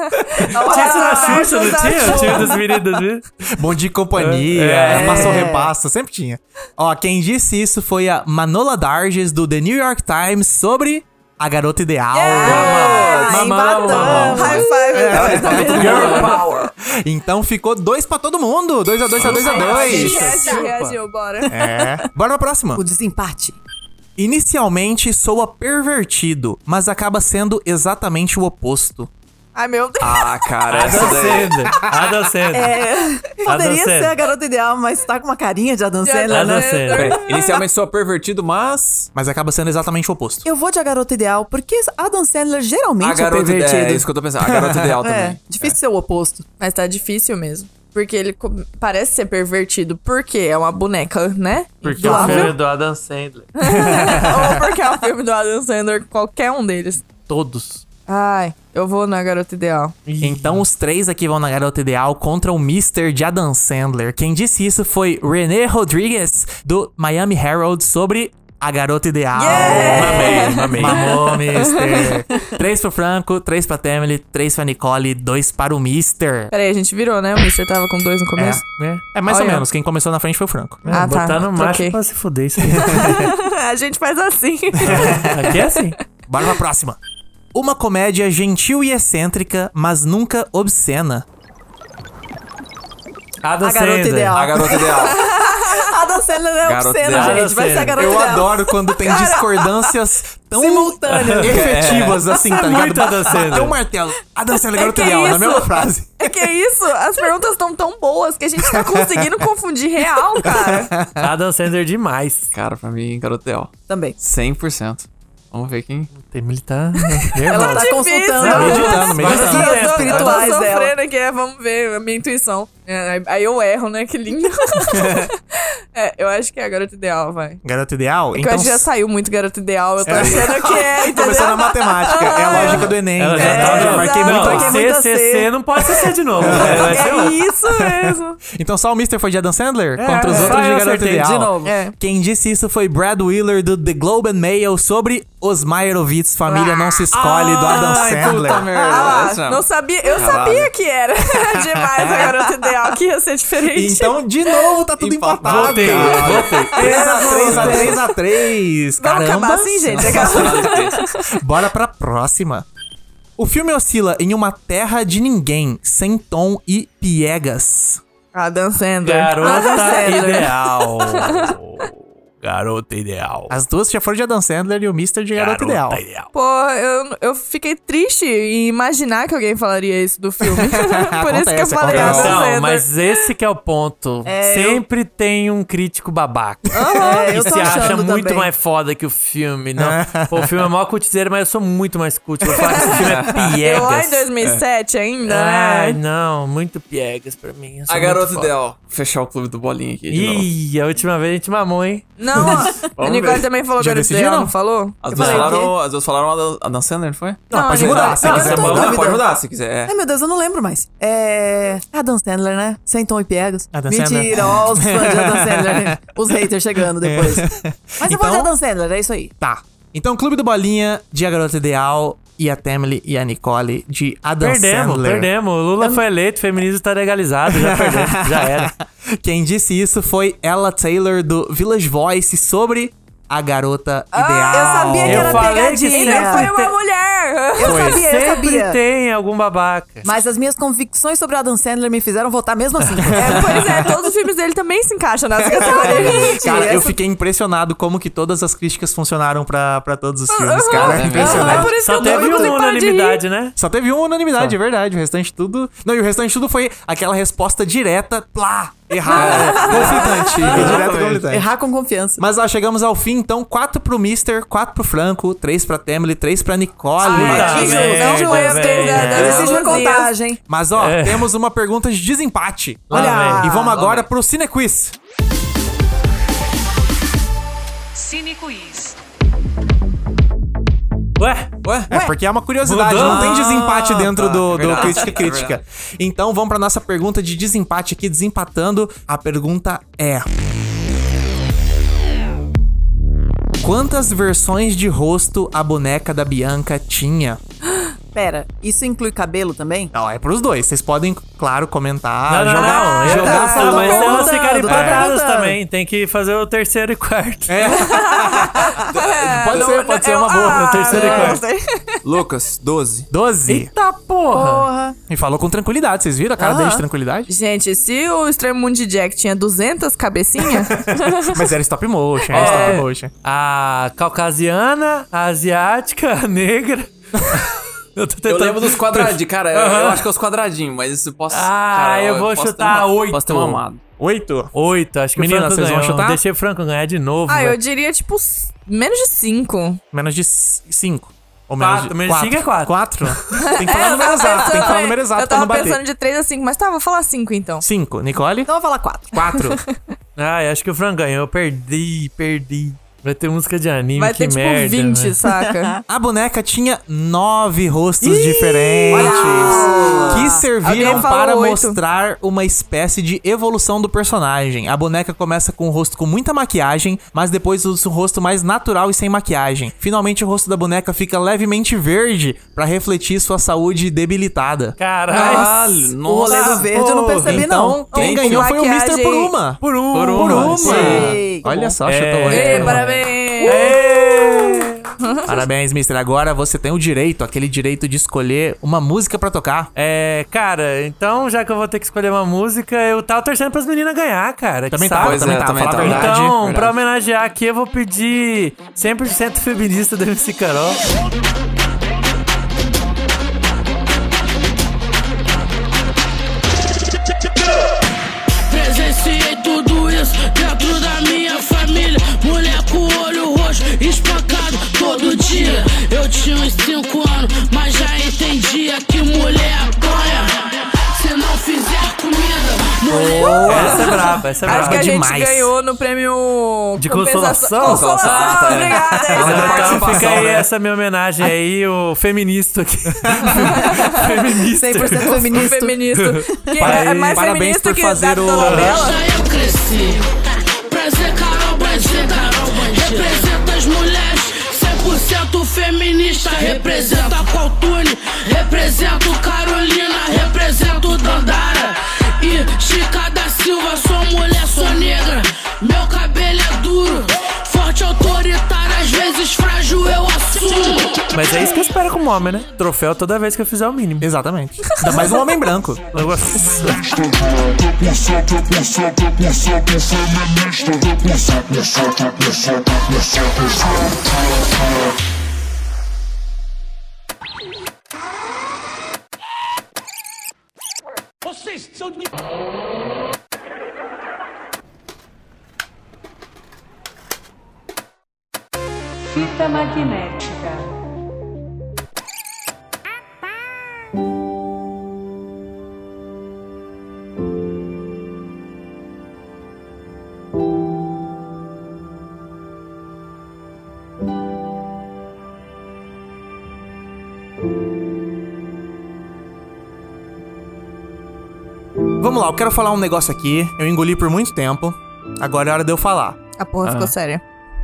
S3: Tinha isso na Xuxa, não tinha? O time dos meninos das meninas.
S2: Bom dia e companhia,
S3: É.
S2: passou repasso, sempre tinha. Ó, quem disse isso foi a Manola Darges do The New York Times sobre a garota ideal.
S3: Mamão,
S6: Tá
S3: mamão, mamão.
S5: High
S6: É.
S5: five.
S3: Girl power.
S2: Então ficou dois pra todo mundo. Dois a dois
S3: Ah,
S2: a dois a dois.
S5: Reagiu, reagiu, bora.
S2: É. Bora pra próxima.
S6: O desempate.
S2: Inicialmente soa pervertido, mas acaba sendo exatamente o oposto.
S5: Ai, meu Deus.
S4: Ah, cara, essa
S3: Adam
S4: daí.
S3: Sandler. Adam Sandler.
S6: Poderia
S3: Sandler.
S6: ser a garota ideal, mas tá com uma carinha de Adam Sandler,
S3: Adam
S6: né?
S3: Sandler.
S4: Peraí, Inicialmente sou pervertido, mas.
S2: Mas acaba sendo exatamente o oposto.
S6: Eu vou de a garota ideal, porque Adam Sandler
S4: A
S6: geralmente é
S4: garota ideal.
S6: pervertido.
S4: É isso que eu tô pensando. A garota ideal
S6: É,
S4: também.
S6: difícil ser o oposto.
S5: Mas tá difícil mesmo. Porque ele co- parece ser pervertido. Porque é uma boneca, né?
S3: Porque o
S5: Inflável.
S3: filme é do Adam Sandler.
S5: Ou porque é o filme do Adam Sandler, qualquer um deles.
S3: Todos.
S5: Ai, eu vou na garota ideal.
S2: Então os três aqui vão na garota ideal contra o Mr. de Adam Sandler. Quem disse isso foi René Rodrigues do Miami Herald sobre a garota ideal.
S5: Yeah!
S2: Mamei, mamei. É. Mamou, Mr. três pro Franco, três pra Temily, três pra Nicole, dois para o Mr.
S5: Peraí, a gente virou, né? O Mister tava com dois no
S2: É,
S5: começo.
S2: é mais ou
S5: Olha.
S2: menos. Quem começou na frente foi o Franco.
S3: É,
S5: Ah, tá.
S3: botar no macho
S5: Troquei.
S3: pra se fuder isso aí.
S5: a gente faz assim.
S3: Aqui é assim.
S2: Bora pra próxima. Uma comédia gentil e excêntrica, mas nunca obscena.
S3: Adam
S6: A garota
S3: Sandler.
S6: ideal.
S4: A garota ideal.
S6: Adam Sandler é
S4: Garota
S6: obsceno,
S4: ideal.
S6: gente. Vai ser a
S3: Adam
S6: garota
S2: Eu
S6: ideal.
S2: adoro quando tem discordâncias tão
S4: É.
S6: Simultâneo.
S2: efetivas, assim, tá ligado?
S3: muito Adam Sandler.
S2: Bateu o martelo. A dança é garota
S5: É que
S2: ideal, na
S5: isso?
S2: mesma frase.
S5: É que é isso? As perguntas estão tão boas que a gente tá conseguindo confundir real, cara.
S3: Adam Sandler demais.
S4: Cara, pra mim, garota ideal.
S6: Também.
S4: 100%. Vamos ver quem.
S3: Tem militar.
S4: É
S3: Nervoso.
S6: Ela tá
S5: difícil.
S6: consultando.
S2: Meditando, meditando.
S6: Guias
S5: Eu tô- eu tô
S6: espirituais dela.
S5: sofrendo aqui, é, vamos ver, a minha intuição. É, aí eu erro, né? Que lindo. é, eu acho que é a garota ideal, vai.
S2: Garota ideal?
S5: Porque
S2: então.
S5: eu acho É que já saiu muito garota ideal, eu tô achando que é, entendeu? Ah.
S2: Começando a matemática, é a lógica do Enem.
S3: Ela já
S2: né?
S3: tá.
S2: Eu já
S3: não,
S2: marquei
S3: não,
S2: muito
S6: marquei
S2: aqui.
S6: muita
S3: CCC
S6: C.
S3: não pode ser de novo. Vai ser
S5: É
S3: outro.
S5: isso mesmo.
S2: Então só o Mr. foi de Adam Sandler? contra os
S3: é.
S2: outros
S3: Só
S2: de
S3: eu
S2: Garota
S3: acertei,
S2: Ideal.
S3: de novo.
S5: É.
S2: Quem disse isso foi Brad Wheeler do The Globe and Mail sobre Os Meyerowitz, Família Não Se Escolhe, do Adam Sandler.
S5: Ah,
S4: essa- é
S5: não sabia, eu sabia que era demais a garota ideal, que ia ser diferente.
S2: Então, de novo, tá tudo empatado.
S3: Voltei, voltei.
S2: 3x3x3x3.
S5: Vamos
S2: Caramba.
S5: acabar assim, gente. Acabou.
S2: é Bora pra próxima. O filme oscila em uma terra de ninguém, sem tom e piegas.
S5: Adam Sandler. Adam
S3: Garota
S5: Sandler.
S3: ideal. Garota ideal.
S2: As duas já foram de Adam Sandler e o Mr. de Garota, Ideal.
S5: Pô, eu, eu fiquei triste em imaginar que alguém falaria isso do filme. Por isso que eu
S2: Acontece,
S5: falei
S2: acontece.
S5: "Ah, tá Adam
S3: Então,
S5: Sandler.
S3: mas esse que é o ponto. Sempre tem um crítico babaca.
S5: Ah,
S6: É,
S3: que
S6: eu tô
S3: se acha
S6: achando
S3: muito
S6: também.
S3: mais foda que o filme. Não, Pô, o filme é mó cutizeiro, mas eu sou muito mais cut. Eu falo que esse filme é
S5: Eu lá em
S3: piegas.
S5: 2007 ainda,
S3: Ai,
S5: né?
S3: não, muito piegas pra mim. eu sou
S4: A
S3: muito
S4: garota
S3: foda.
S4: ideal. Fechar o clube do bolinha aqui. de novo.
S3: Ih, a última vez a gente mamou, hein?
S5: Não, a Nicole
S4: ver.
S5: também falou
S2: Já
S5: Garota
S2: decidiram?
S5: Ideal, não falou?
S4: As
S5: Eu
S4: duas,
S5: falei o
S4: falaram, as duas falaram Adam- Adam Sandler, não foi?
S2: Não,
S5: Não,
S2: pode
S5: ele
S2: mudar.
S5: vai-
S2: Se
S5: não,
S2: quiser
S6: eu tô
S2: mudar.
S6: dúvida.
S4: pode mudar se quiser.
S6: Ai, meu Deus, eu não lembro mais. É. Adam Sandler, né? Sem tom e piegas.
S2: Adam Sandler.
S6: Mentira, ó, os fãs de Adam Sandler. né? Os haters chegando depois. Mas eu vou de
S2: Então-
S6: Adam Sandler, é isso aí.
S2: Tá. Então, Clube do Bolinha de A Garota Ideal e a Tamily e a Nicole de Adam
S3: perdemos,
S2: Sandler.
S3: perdemos. O Lula foi eleito, o feminismo tá legalizado, já perdemos, já era.
S2: Quem disse isso foi Ella Taylor do Village Voice sobre a garota
S5: Ah,
S2: ideal.
S6: Eu sabia que
S3: Eu
S6: era
S3: falei que
S6: pegadinha.
S5: Ainda foi uma
S3: tem-
S5: mulher!
S6: Eu sabia, eu
S3: Sempre
S6: sabia.
S3: tem algum babaca.
S6: Mas as minhas convicções sobre Adam Sandler me fizeram votar mesmo assim.
S5: É, pois é, todos os filmes dele também se encaixam nessa categoria. é
S2: Cara, eu
S6: essa-
S2: fiquei impressionado como que todas as críticas funcionaram pra, pra todos
S6: Ah,
S2: os filmes,
S5: Aham.
S2: cara.
S5: Aham.
S2: Impressionante.
S5: É por isso
S3: Só
S5: que eu tô-
S3: teve
S5: eu não
S3: uma
S5: tenho que parar de rir.
S3: unanimidade, né?
S2: Só teve uma unanimidade, é verdade. O restante tudo. Não, e o restante tudo foi aquela resposta direta, plá, errada. conflitante. Direto conflitante.
S6: Errar com confiança.
S2: Mas ó, chegamos ao fim, então. Quatro pro Mister, quatro pro Franco, três pra Temily, três pra Nicole.
S3: Ah,
S5: Jesus,
S3: merda,
S5: não justo,
S3: velho.
S5: né?
S6: Eu preciso de uma
S5: Meu Deus.
S6: contagem.
S2: Mas ó,
S3: É.
S2: temos uma pergunta de desempate.
S3: Lá
S6: Olha.
S2: E vamos
S6: Ah,
S2: agora pro Cinequiz.
S1: Cine Quiz.
S3: Ué,
S2: Ué? É, porque é uma curiosidade,
S3: Mudou?
S2: não tem desempate dentro
S4: tá,
S2: do, do
S4: é verdade,
S2: Crítica
S4: é
S2: Crítica.
S4: verdade.
S2: então vamos pra nossa pergunta de desempate aqui, desempatando. A pergunta é... Quantas versões de rosto a boneca da Bianca tinha?
S6: Pera, isso inclui cabelo também?
S2: Não, é pros dois. Vocês podem, claro, comentar,
S3: não, não,
S2: jogar.
S3: não.
S6: tá,
S3: Eu
S6: tá,
S3: não,
S6: tô
S2: é
S3: mas elas
S6: perguntando,
S5: tá
S3: ficaram
S6: tô
S3: empatadas
S6: perguntando.
S3: também. Tem que fazer o terceiro e quarto.
S2: É. pode ser, pode ser uma boa. é
S3: o terceiro e quarto.
S4: Lucas, 12.
S2: 12.
S3: Eita porra!
S6: Porra.
S2: E falou com tranquilidade. Vocês viram a cara dele de tranquilidade?
S5: Gente, se o Extremo Mundo de Jack tinha 200 cabecinhas,
S2: Mas era stop motion, era
S3: É.
S2: stop motion.
S3: A caucasiana, a asiática, a negra. eu tô tentando.
S4: Eu lembro dos quadradinhos, cara. eu- Eu acho que é os quadradinhos, mas isso eu posso.
S3: Ah,
S4: cara,
S3: eu vou
S4: posso ter
S3: chutar
S4: uma-
S3: oito.
S4: Posso ter uma amado.
S2: Oito.
S3: Oito, acho que
S2: Menina,
S3: o Franco
S2: vocês vão
S3: ganhou.
S2: chutar?
S3: Deixei o Franco ganhar de novo. né?
S5: ah,
S3: velho.
S5: eu diria, tipo, s- menos de 5.
S2: Menos de c- cinco. Ou menos
S3: Quatro,
S2: de
S3: menos de cinco é
S2: Quatro. Tem que falar o número exato. Tem que falar o número exato
S5: Eu
S2: pra não
S5: tava
S2: bater.
S5: pensando de 3 a 5, mas tá, vou falar 5 então.
S2: Cinco. Nicole?
S6: Então eu vou falar quatro.
S2: Quatro.
S3: Ah, eu acho que o Franco ganhou. Eu perdi, perdi. Vai ter música de anime,
S5: Vai
S3: que
S5: ter, tipo,
S3: merda.
S5: 20,
S3: né?
S5: saca?
S2: A boneca tinha nove rostos diferentes que serviram
S5: Alguém falou
S2: para
S5: oito.
S2: mostrar uma espécie de evolução do personagem. A boneca começa com um rosto com muita maquiagem, mas depois usa um rosto mais natural e sem maquiagem. Finalmente, o rosto da boneca fica levemente verde para refletir sua saúde debilitada.
S3: Caralho,
S6: O rolê do
S3: nossa,
S6: verde eu não
S3: porra.
S6: percebi, não.
S2: Então, quem
S5: Ou
S2: ganhou foi o
S5: maquiagem.
S2: Mister por uma.
S3: Por um.
S2: Por uma.
S6: Sim.
S2: Olha só,
S3: É.
S2: chutou. oito
S3: Ei,
S2: por
S5: Ei,
S2: uma.
S5: parabéns!
S2: Parabéns, Mister. Agora você tem o direito, aquele direito de escolher uma música pra tocar.
S3: É, cara, então já que eu vou ter que escolher uma música, eu tava torcendo pras meninas ganhar, cara.
S2: Também
S3: que
S2: tá,
S3: saco.
S4: Pois
S2: também
S4: é,
S2: tá,
S4: também
S2: fala a
S4: tá.
S2: verdade.
S3: Então,
S4: verdade.
S3: pra homenagear aqui, eu vou pedir 100% feminista do MC Carol.
S9: Presenciei tudo isso dentro da minha família. Mulher com olho roxo, espancado todo dia. Eu tinha uns 5 anos, mas já entendia que mulher apanha. Se não fizer comida, mulher.
S3: Essa é braba, essa é
S5: Acho
S3: braba.
S5: que a gente
S2: demais.
S5: ganhou no prêmio...
S3: De consolação?
S5: consolação?
S2: Ah,
S4: Consolação, tá.
S5: Consolação, obrigada! é
S4: Ela
S5: isso aí.
S4: deu
S3: Então fica
S4: participação,
S3: aí
S4: né?
S3: essa minha homenagem aí, o feminista aqui. feminista.
S6: 100%
S5: feminista.
S6: feminista.
S5: Que é mais
S2: Parabéns
S5: feminista
S2: por
S5: que
S2: fazer
S5: da
S2: o-
S5: novela.
S9: Deixa eu cresci. Prazer, Carol Bandida. Representa as mulheres. 100% feminista. Representa a Coltune. Representa o Carolina. Representa o Dandara. E Chica da Silva. Sou mulher, sou negra. Meu cabelo é duro. Forte, autoritária. Às vezes frágil, eu assumo.
S3: Mas é isso que eu espero como homem, né? Troféu toda vez que eu fizer o mínimo.
S2: Exatamente. Ainda mais um homem branco.
S1: Fita magnética.
S2: Vamos lá, eu quero falar um negócio aqui. Eu engoli por muito tempo. Agora é hora de eu falar.
S5: A porra
S2: Ah.
S5: ficou séria.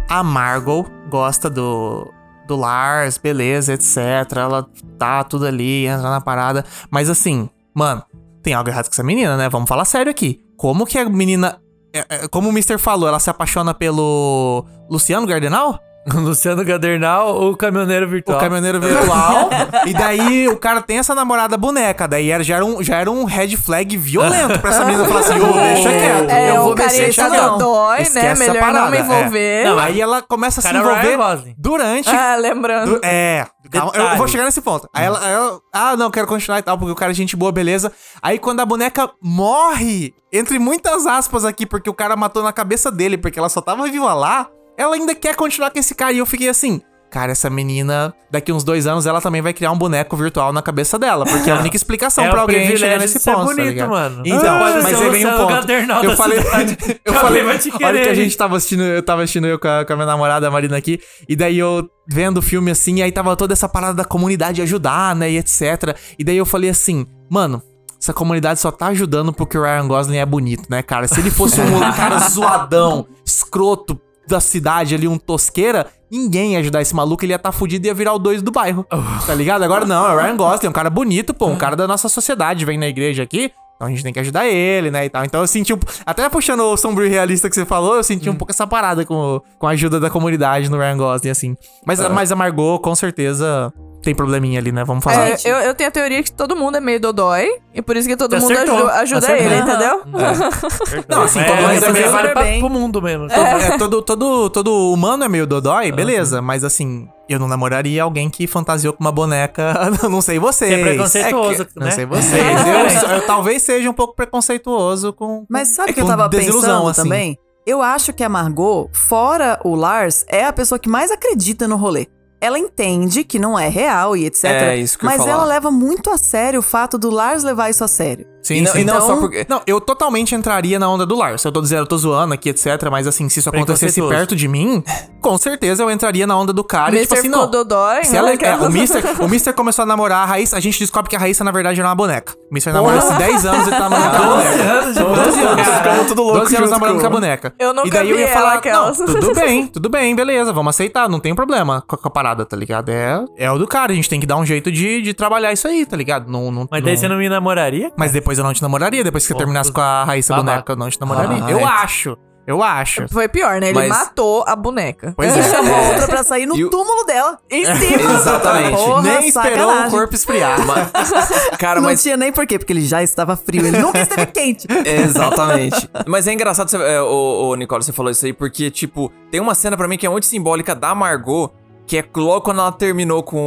S2: A Margot gosta do. Do Lars, beleza, etc. Ela tá tudo ali, entra na parada. Mas assim, mano, tem algo errado com essa menina, né? Vamos falar sério aqui. Como que a menina é- é, como o Mr. falou, ela se apaixona pelo Luciano Gardenal?
S3: Luciano Gadernal ou caminhoneiro virtual?
S2: O caminhoneiro virtual. e daí o cara tem essa namorada boneca. Daí era- já era um, já era um red flag violento pra essa menina falar assim: ô, deixa quieto.
S5: É,
S2: eu
S5: o
S2: vou
S5: carinha
S2: mexer
S5: tá
S2: quieto.
S5: dodói, né?
S2: Esquece a
S5: Melhor não
S2: parada,
S5: me
S2: é.
S5: envolver.
S2: Não, aí ela começa a se
S3: Cara, Ryan
S2: envolver
S3: Gosling.
S2: durante.
S5: Ah, lembrando.
S2: du- é, calma, eu
S3: Detalhe.
S2: vou chegar nesse ponto. Aí ela, aí ela- Ah, não, quero continuar e tal, porque o cara é gente boa, beleza. Aí quando a boneca morre, entre muitas aspas aqui, porque o cara matou na cabeça dele, porque ela só tava viva lá, ela ainda quer continuar com esse cara. E eu fiquei assim. Cara, essa menina, daqui uns dois anos, ela também vai criar um boneco virtual na cabeça dela. Porque é a única explicação
S3: É
S2: pra
S3: o
S2: alguém chegar
S3: privilégio
S2: nesse
S3: de ser
S2: ponto. tá
S3: bonito,
S2: ligado?
S3: mano.
S2: Então,
S3: Ah, você
S2: mas aí
S3: é o
S2: vem um
S3: Luciano
S2: ponto.
S3: Gadernal
S2: Eu
S3: da
S2: falei,
S3: cidade.
S2: eu
S3: Alguém
S2: falei,
S3: vai te
S2: olha que Tá a
S3: querer.
S2: gente tava assistindo, eu tava assistindo eu com a, com a minha namorada, a Marina aqui, e daí eu vendo o filme assim, e aí tava toda essa parada da comunidade ajudar, né, e etc. E daí eu falei assim, mano. Essa comunidade só tá ajudando porque o Ryan Gosling é bonito, né, cara? Se ele fosse um outro cara zoadão, escroto da cidade ali, um tosqueira, ninguém ia ajudar esse maluco, ele ia tá fudido e ia virar o dois do bairro. Tá ligado? Agora não, é o Ryan Gosling, é um cara bonito, pô, um cara da nossa sociedade, vem na igreja aqui, então a gente tem que ajudar ele, né, e tal. Então eu senti, um, até puxando o sombrio realista que você falou, eu senti um pouco essa parada com, com a ajuda da comunidade no Ryan Gosling, assim. Mas, mas a Margot, com certeza, tem probleminha ali, né, vamos falar.
S5: É, eu, eu tenho a teoria que todo mundo é meio dodói. E por isso que todo
S3: Você
S5: mundo
S3: acertou,
S5: ajuda, ajuda
S3: acertou.
S5: ele, entendeu?
S2: Não, assim, todo
S3: é,
S2: mundo
S3: mas
S2: também
S3: também
S2: é
S3: vale pra,
S6: bem.
S3: pro mundo mesmo.
S2: É, todo, todo, todo humano é meio dodói, beleza, mas assim, eu não namoraria alguém que fantasiou com uma boneca, não sei vocês.
S3: Que é preconceituoso,
S2: É que-
S3: né? É.
S2: Não sei vocês. Eu, eu talvez seja um pouco preconceituoso com...
S6: Mas sabe o
S2: é
S6: que eu
S2: com
S6: tava
S2: desilusão,
S6: pensando
S2: assim.
S6: também? Eu acho que a Margot, fora o Lars, é a pessoa que mais acredita no rolê. Ela entende que não é real e etc.
S4: É, isso que eu ia
S6: mas
S4: falar.
S6: ela leva muito a sério o fato do Lars levar isso a sério.
S2: Sim,
S4: E não-
S2: sim.
S4: e não só
S2: Então-
S4: porque-
S2: Não, eu totalmente entraria na onda do Lars. Eu tô dizendo, eu tô zoando aqui, etc. Mas assim, se isso acontecesse
S3: Preconceituoso.
S2: perto de mim, com certeza eu entraria na onda do cara. e, Tipo
S5: Mr.
S2: assim, não.
S5: Cododói,
S2: Se
S5: né?
S2: ela, é, o, Mister, o Mister começou a namorar a Raíssa. A gente descobre que a Raíssa, na verdade, era uma boneca. O Mister namorou há 10 anos e tá namorando com a boneca. 12 anos. Ficaram tudo louco. 12 anos namorando com a boneca.
S5: Eu nunca
S2: e daí eu
S5: vi
S2: ia
S5: ela
S2: falar,
S5: aquelas.
S2: Não, tudo bem, tudo bem, beleza. Vamos aceitar, não tem problema com a- com a parada, tá ligado? É, é o do cara, a gente tem que dar um jeito de, de trabalhar isso aí, tá ligado? Não, não,
S3: Mas daí
S2: não-
S3: você não me namoraria?
S2: mas depois eu não te namoraria. Depois que você terminasse com a Raíssa
S3: babaca.
S2: Boneca, eu não te namoraria.
S4: Ah,
S2: eu
S4: é.
S2: acho. Eu acho.
S5: Foi pior, né? Ele
S4: Mas-
S5: matou a boneca.
S2: Pois é.
S6: Chamou outra pra sair no
S4: E o-
S6: túmulo dela.
S5: Em cima.
S4: Exatamente.
S6: Porra,
S2: Nem esperou
S6: sacanagem.
S2: o corpo esfriar.
S4: Cara,
S6: não
S4: mas
S6: tinha nem porquê, porque ele já estava frio. Ele nunca esteve quente.
S4: Exatamente. Mas é engraçado, você, é, ô, ô, Nicole, você falou isso aí, porque, tipo, tem uma cena pra mim que é muito simbólica da Margot, que é logo quando ela terminou com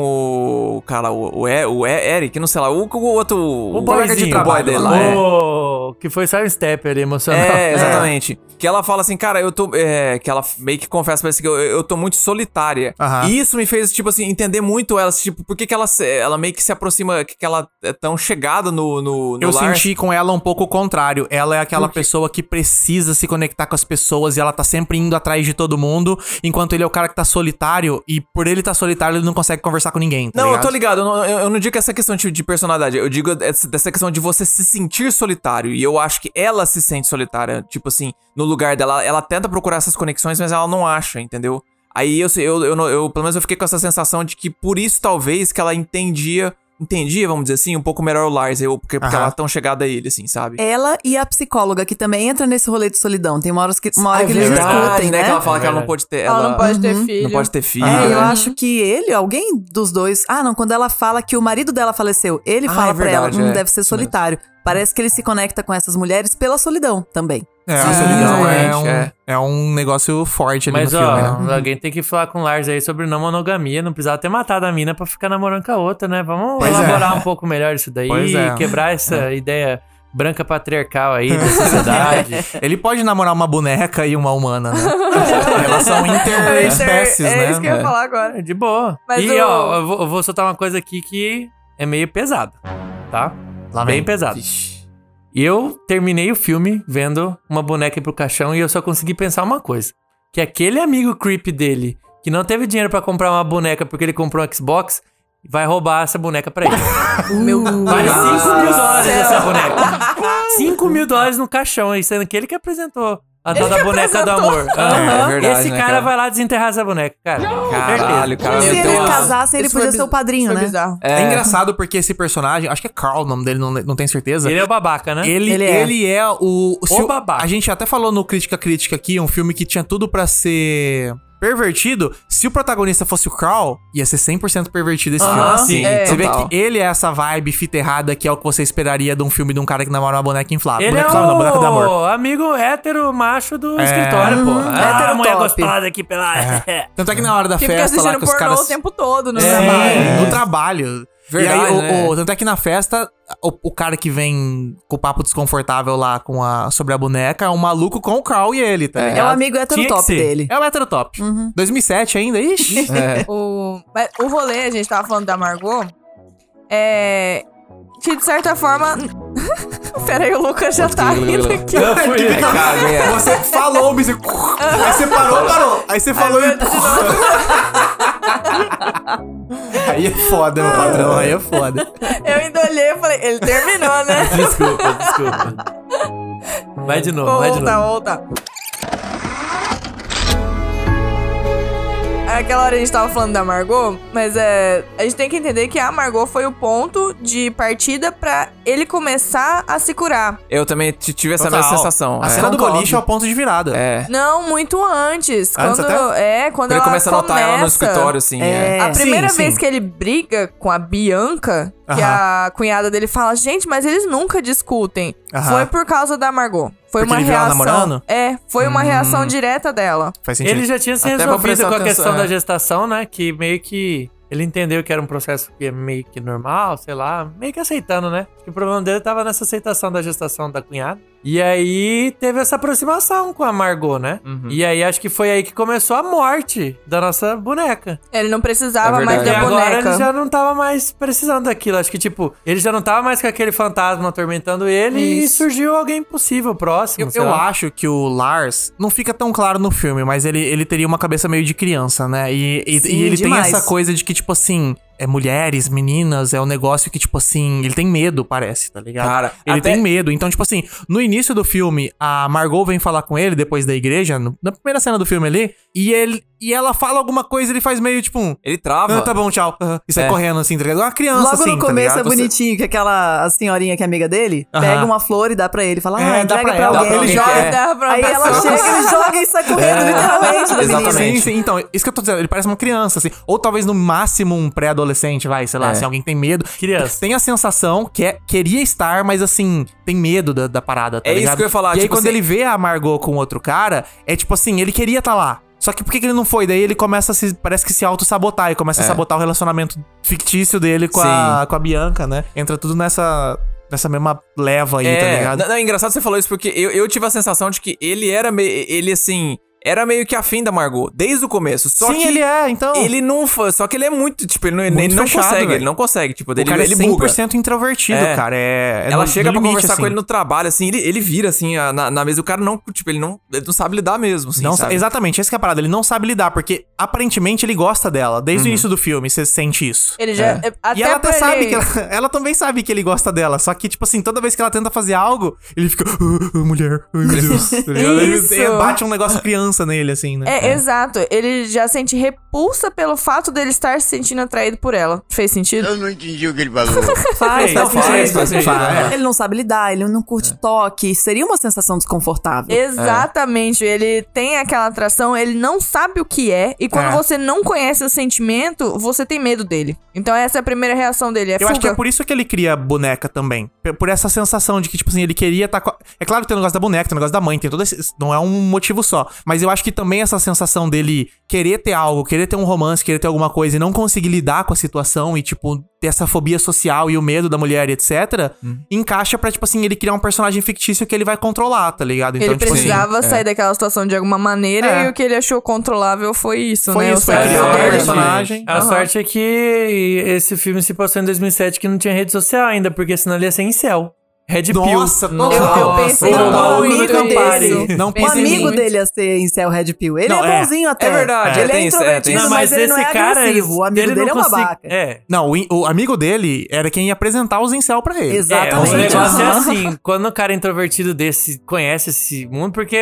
S4: o. Cara, o, o, E- o E- Eric, não sei lá, o, o outro. O,
S3: boyzinho,
S4: colega de trabalho dele lá. é.
S3: O... Que foi só um stepper emocional.
S4: É, exatamente. Que ela fala assim, cara, eu tô. é, que ela meio que confessa pra esse que eu, eu tô muito solitária.
S2: Aham.
S4: E isso me fez, tipo assim, entender muito ela. Tipo, por que, que ela, se- ela meio que se aproxima, que, que ela é tão chegada no, no, no
S2: Eu
S4: Lars.
S2: senti com ela um pouco o contrário. Ela é aquela pessoa que precisa se conectar com as pessoas e ela tá sempre indo atrás de todo mundo, enquanto ele é o cara que tá solitário e por ele tá solitário ele não consegue conversar com ninguém. tá
S4: Não, eu
S2: ligado?
S4: tô ligado. Eu não, eu- eu não digo essa questão de, de personalidade. Eu digo essa- dessa questão de você se sentir solitário. E eu acho que ela se sente solitária. Tipo assim, no lugar dela. Ela tenta procurar essas conexões, mas ela não acha, entendeu? Aí eu, sei- eu, eu, não- eu- pelo menos eu fiquei com essa sensação de que por isso talvez que ela entendia, entendia, vamos dizer assim, um pouco melhor o Lars, eu, porque, porque
S2: Aham.
S4: ela é tão chegada a ele, assim, sabe?
S6: Ela e a psicóloga, que também entra nesse rolê de solidão. Tem uma hora que, uma hora que eles
S4: É Verdade,
S6: discutem, né?
S4: Que ela fala
S3: É
S4: que ela não
S3: verdade.
S4: pode ter.
S5: Ela não pode ter filho.
S4: Uhum. não pode ter filho.
S6: É, eu
S4: né?
S6: acho que ele, alguém dos dois. Ah, não, quando ela fala que o marido dela faleceu, ele
S4: Ah,
S6: fala
S4: é verdade,
S6: pra ela, hum,
S4: é.
S6: deve ser
S4: Isso mesmo.
S6: solitário. Parece que ele se conecta com essas mulheres pela solidão também.
S2: É,
S4: Sim,
S2: a solidão é,
S4: exatamente,
S2: um,
S4: é.
S2: é um negócio forte ali
S3: É. Mas,
S2: no
S3: ó,
S2: filme, né?
S3: alguém tem que falar com o Lars aí sobre não monogamia. Não precisava ter matado a mina pra ficar namorando com a outra, né? Vamos
S2: Pois é.
S3: elaborar um pouco melhor isso daí
S2: Pois é.
S3: quebrar essa ideia branca patriarcal aí da sociedade.
S2: Ele pode namorar uma boneca e uma humana, né? Relação
S5: É isso-
S2: interespécies,
S5: é
S2: né?
S5: isso que eu ia falar agora.
S3: É, De boa.
S5: Mas
S3: e,
S5: o-
S3: ó, eu vou, eu vou soltar uma coisa aqui que é meio pesada, tá?
S2: Lá
S3: Bem
S2: vem.
S3: pesada. E eu terminei o filme vendo uma boneca ir pro caixão e eu só consegui pensar uma coisa. Que aquele amigo creep dele, que não teve dinheiro pra comprar uma boneca porque ele comprou um Xbox, vai roubar essa boneca pra ele.
S5: Meu
S3: Vale 5 mil
S5: do
S3: dólares
S5: céu.
S3: essa boneca. 5 mil dólares no caixão, aí sendo que ele que apresentou A tal da
S5: que
S3: boneca do
S5: apresentou.
S3: amor.
S4: É,
S3: Aham.
S4: é verdade,
S3: Esse
S4: né,
S3: cara,
S4: cara?
S3: vai lá desenterrar essa boneca, cara.
S4: Caralho, cara.
S6: Se
S4: eu
S6: ele
S4: tenho uma-
S6: casasse, ele
S5: Isso foi
S6: podia
S5: biz-
S6: ser o padrinho,
S5: isso foi
S6: né?
S5: bizarro.
S2: É. engraçado porque esse personagem, acho que é Carl o nome dele, não, não tenho certeza.
S3: Ele é o babaca, né?
S2: Ele,
S6: Ele
S2: ele,
S6: é.
S2: é. o. O, seu-
S3: babaca.
S2: A gente até falou no Crítica Crítica aqui, um filme que tinha tudo pra ser pervertido. Se o protagonista fosse o Carl, ia ser 100% pervertido esse
S3: Ah,
S2: filme. Assim,
S3: sim,
S2: Você vê
S4: total.
S2: que ele é essa vibe fita errada que é o que você esperaria de um filme de um cara que namora uma boneca inflada.
S3: Ele
S2: boneca
S3: é
S2: inflável, não, boneca do amor. É.
S3: o amigo hétero macho do escritório, pô. Ah,
S6: Uhum. hétero
S3: a mulher
S6: top.
S3: gostosa aqui pela...
S2: Tanto é que na hora da
S5: Que fica
S2: festa lá
S5: assistindo
S2: que os
S5: pornô
S2: caras.
S5: o tempo todo no trabalho.
S2: É, no trabalho.
S4: Verdade,
S2: e aí, o-
S4: né?
S2: o, tanto é que na festa, o, o cara que vem com o papo desconfortável lá com a, sobre a boneca é um maluco com o Carl e ele, tá
S6: É o
S2: ligado?
S6: amigo hétero
S3: Tinha que
S6: top
S3: ser.
S6: dele. Uhum.
S2: É o heterotop. 2007 ainda, ixi.
S5: O, mas o rolê, a gente tava falando da Margot, é. Que de certa forma. Pera aí, o Lucas já tá rindo aqui.
S4: Cara, é.
S2: Você falou, bicho. Aí você parou, parou. Aí você falou e. Aí é foda, meu patrão. Aí é foda.
S5: Eu ainda olhei e falei, ele terminou, né?
S3: desculpa, desculpa. Vai de novo, vai de
S5: Volta,
S3: novo.
S5: volta. Aquela hora a gente tava falando da Margot, mas é. A gente tem que entender que a Margot foi o ponto de partida pra ele começar a se curar.
S4: Eu também t- tive essa
S2: Total.
S4: mesma sensação.
S2: A
S4: é.
S2: cena do boliche é o ponto de virada.
S4: É.
S5: Não, muito antes.
S2: Antes
S5: quando é, quando
S4: Quando ele
S5: ela
S4: começa a notar ela no
S5: começa-
S4: escritório, assim. É.
S5: A
S2: sim,
S5: primeira
S2: sim.
S5: vez que ele briga com a Bianca, que
S2: Aham.
S5: a cunhada dele fala, gente, mas eles nunca discutem.
S2: Aham.
S5: Foi por causa da Margot. Foi
S2: Porque
S5: uma
S2: ele viu ela
S5: reação.
S2: namorando? Hum.
S5: É, foi uma reação direta dela.
S2: Faz sentido.
S3: Ele já tinha se
S4: Até pra
S3: resolvido
S4: prestar
S3: com a
S4: atenção,
S3: questão
S4: é.
S3: da gestação, né? Que meio que ele entendeu que era um processo que é meio que normal, sei lá, meio que aceitando, né? Que o problema dele tava nessa aceitação da gestação da cunhada. E aí teve essa aproximação com a Margot, né?
S6: Uhum.
S3: E aí acho que foi aí que começou a morte da nossa boneca.
S5: Ele não precisava
S4: É
S5: mais
S4: verdade.
S5: da
S3: e agora
S5: boneca.
S3: ele já não tava mais precisando daquilo. Acho que, tipo, ele já não tava mais com aquele fantasma atormentando ele e
S5: Isso.
S3: surgiu alguém possível, próximo.
S2: Eu,
S3: sei
S2: eu
S3: lá.
S2: acho que o Lars não fica tão claro no filme, mas ele, ele teria uma cabeça meio de criança, né? E, e-
S6: Sim,
S2: e ele
S6: demais.
S2: tem essa coisa de que, tipo assim, é mulheres, meninas, é um negócio que, tipo assim, ele tem medo, parece, tá ligado?
S4: Cara,
S2: ele
S4: até-
S2: tem medo. Então, tipo assim, no início do filme, a Margot vem falar com ele depois da igreja, no- na primeira cena do filme ali, e ele e ela fala alguma coisa, ele faz meio tipo um.
S4: Ele trava.
S2: "Ah, tá bom, tchau. Ah, E sai
S4: É.
S2: correndo assim, tá ligado? Uma criança
S6: Logo
S2: assim,
S6: no
S2: tá
S6: começo é
S2: ligado? Você-
S6: bonitinho que aquela a senhorinha que é amiga dele
S2: Aham.
S6: pega uma flor e dá pra ele. Fala, ah,
S2: É, dá
S6: entrega
S2: pra
S6: pra,
S2: ela,
S6: alguém.
S4: dá pra
S6: ele
S4: alguém,
S6: joga.
S4: é.
S6: Aí ela chega, ele joga e sai correndo, literalmente,
S4: é
S6: da menina.
S2: Sim,
S4: Exatamente.
S2: sim, então, isso que eu tô dizendo, ele parece uma criança, assim. Ou talvez no máximo um pré-adolescente, vai, sei lá,
S4: É.
S2: se alguém tem medo.
S3: Criança.
S2: Tem a sensação que é- queria estar, mas assim, tem medo da, da parada, tá
S4: É isso
S2: ligado?
S4: que eu ia falar,
S2: E aí
S4: tipo
S2: quando
S4: assim-
S2: ele vê a Margot com outro cara, é tipo assim, ele queria estar lá. Só que por que que ele não foi? Daí ele começa a se. Parece que se auto-sabotar e começa
S4: É.
S2: a sabotar o relacionamento fictício dele com a, com a Bianca, né? Entra tudo nessa. Nessa mesma leva aí, tá ligado?
S4: Não, não, é engraçado você falou isso, porque eu, eu tive a sensação de que ele era meio. Ele assim. Era meio que afim da Margot, desde o começo. Só
S2: Sim,
S4: que
S2: ele é, então.
S4: Ele não. fa- Só que ele é muito. Tipo, ele não,
S2: Muito
S4: ele não
S2: fechado,
S4: consegue.
S2: velho.
S4: Ele não consegue. Tipo,
S2: o
S4: ele,
S2: cara
S4: ele
S2: é
S4: buga.
S2: 100% introvertido,
S4: É.
S2: cara. É, é
S4: Ela
S2: no-
S4: chega
S2: no
S4: pra
S2: limite,
S4: conversar
S2: assim.
S4: com ele no trabalho, assim, ele, ele vira, assim, a- na, na mesa. O cara não, tipo, ele não, ele não sabe lidar mesmo, assim,
S2: Não sa-
S4: sabe?
S2: exatamente, essa que é a parada. Ele não sabe lidar, porque aparentemente ele gosta dela. Desde
S4: Uhum.
S2: o início do filme, você sente isso.
S5: Ele já. Até
S2: É. e ela até
S5: pra
S2: sabe
S5: ele-
S2: que ela, ela também sabe que ele gosta dela. Só que, tipo assim, toda vez que ela tenta fazer algo, ele fica. "Ah, ah, mulher, ai meu Deus. Tá ligado? Ele-
S5: Isso.
S2: ele bate um negócio criança nele, assim, né?
S5: É, exato. Ele já sente repulsa pelo fato dele estar se sentindo atraído por ela. Fez sentido?
S7: não entendi o que ele falou.
S6: Faz,
S3: Não,
S6: faz
S3: faz,
S6: sentido.
S4: faz sentido, é.
S6: Ele não sabe lidar, ele não curte toque. Seria uma sensação
S2: É.
S6: desconfortável.
S5: Exatamente. Ele tem aquela atração, ele não sabe o que é. E quando
S2: É.
S5: você não conhece o sentimento, você tem medo dele. Então essa é a primeira reação dele. É
S2: Eu
S5: fuga.
S2: acho que é por isso que ele cria boneca também. P- Por essa sensação de que, tipo assim, ele queria estar com. a- É claro que tem o negócio da boneca, tem o negócio da mãe, tem todo esse. Não é um motivo só. Mas eu acho que também essa sensação dele querer ter algo, querer ter um romance, querer ter alguma coisa e não conseguir lidar com a situação e, tipo, ter essa fobia social e o medo da mulher, etc., encaixa pra, tipo assim, ele criar um personagem fictício que ele vai controlar, tá ligado?
S5: Ele
S2: tipo assim.
S5: precisava sair daquela situação de alguma maneira
S2: É.
S5: e o que ele achou controlável foi isso,
S2: Foi
S5: né?
S2: isso,
S5: o
S6: é
S2: foi
S5: sexo
S2: criar um
S5: dele.
S2: personagem.
S3: A sorte é que esse filme se passou em 2007 que não tinha rede social ainda, porque senão ele ia ser incel. Red
S2: Nossa,
S3: Pill.
S2: total.
S5: Eu, eu
S2: Nossa,
S5: pensei
S3: o maluco
S5: muito
S3: do Campari.
S5: nisso.
S2: Não,
S6: O
S5: Pensei
S6: Um amigo
S5: muito.
S6: dele ia ser em Cell Red Pill. Ele
S2: Não,
S6: é
S2: é.
S6: bonzinho até.
S4: É verdade,
S6: Ele
S4: é,
S6: é,
S4: tem isso, é, tem
S6: introvertido,
S4: isso.
S6: mas, ele não é agressivo.
S3: ele-
S6: o amigo
S3: ele
S6: dele é
S3: não
S6: um
S3: consegui-
S6: babaca.
S3: É.
S2: Não, o, in- o amigo dele era quem ia apresentar os incel pra ele.
S6: Exato.
S3: É, o
S6: Exatamente.
S3: negócio é
S6: Aham.
S3: assim, quando o cara introvertido desse conhece esse mundo, porque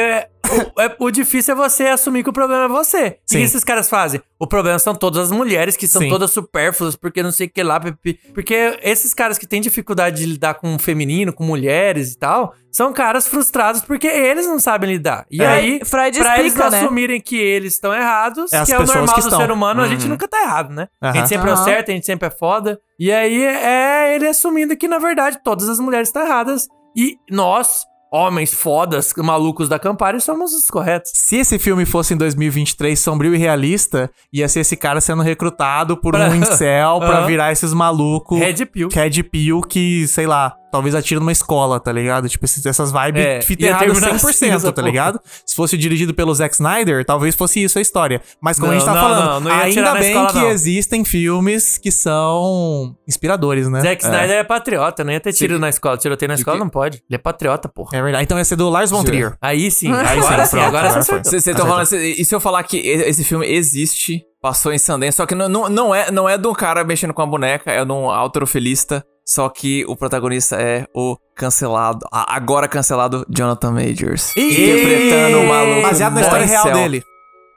S3: o, é- o difícil é você assumir que o problema é você. O
S2: Sim.
S3: que esses caras fazem? O problema são todas as mulheres, que são
S2: Sim.
S3: todas supérfluas, porque não sei o que lá. pipi. Porque esses caras que têm dificuldade de lidar com o feminino, com mulheres e tal, são caras frustrados porque eles não sabem lidar. E
S5: É.
S3: aí,
S5: Freud
S3: pra eles não
S5: explica, né?
S3: assumirem que eles estão errados,
S2: É as
S3: que é o
S2: pessoas
S3: normal
S2: que
S3: do
S2: estão. Uhum.
S3: ser humano, a gente nunca tá errado, né? A
S2: Aham.
S3: gente sempre é
S5: Aham.
S3: o certo, a gente sempre é foda. E aí é ele assumindo que, na verdade, todas as mulheres estão erradas. E nós, homens fodas, malucos da Campari, somos os corretos.
S2: Se esse filme fosse em 2023 sombrio e realista, ia ser esse cara sendo recrutado por
S3: Pra-
S2: um incel pra
S3: Aham.
S2: virar esses malucos.
S3: Red Pill.
S2: Red Pill que, sei lá, talvez atira numa escola, tá ligado? Tipo, esses- essas vibes
S3: É,
S2: fita
S3: ia
S2: errada
S3: terminar
S2: 100%,
S3: assim essa
S2: tá
S3: porra.
S2: ligado? Se fosse dirigido pelo Zack Snyder, talvez fosse isso a história. Mas como a
S3: Não,
S2: gente tá
S3: não,
S2: falando,
S3: não, não ia atirar
S2: ainda
S3: na
S2: bem
S3: escola,
S2: que
S3: não.
S2: existem filmes que são inspiradores, né?
S3: Zack
S2: É.
S3: Snyder é patriota, não ia ter tiro na escola. Tiroteio na escola não pode. Ele é patriota, porra.
S2: É verdade. Então ia ser do Lars von Trier.
S3: Aí sim,
S2: Aí sim,
S3: agora sim,
S2: pronto, né?
S3: agora
S2: agora
S3: você
S2: foi.
S3: acertou.
S4: Vocês estão falando. cê- E se eu falar que e- esse filme existe, passou em Sundance, só que não, não, não é, não é de um cara mexendo com a boneca, é de um alterofilista. Só que o protagonista é o cancelado, a- agora cancelado Jonathan Majors. Interpretando o maluco.
S2: Baseado na história real
S4: boicel.
S2: dele.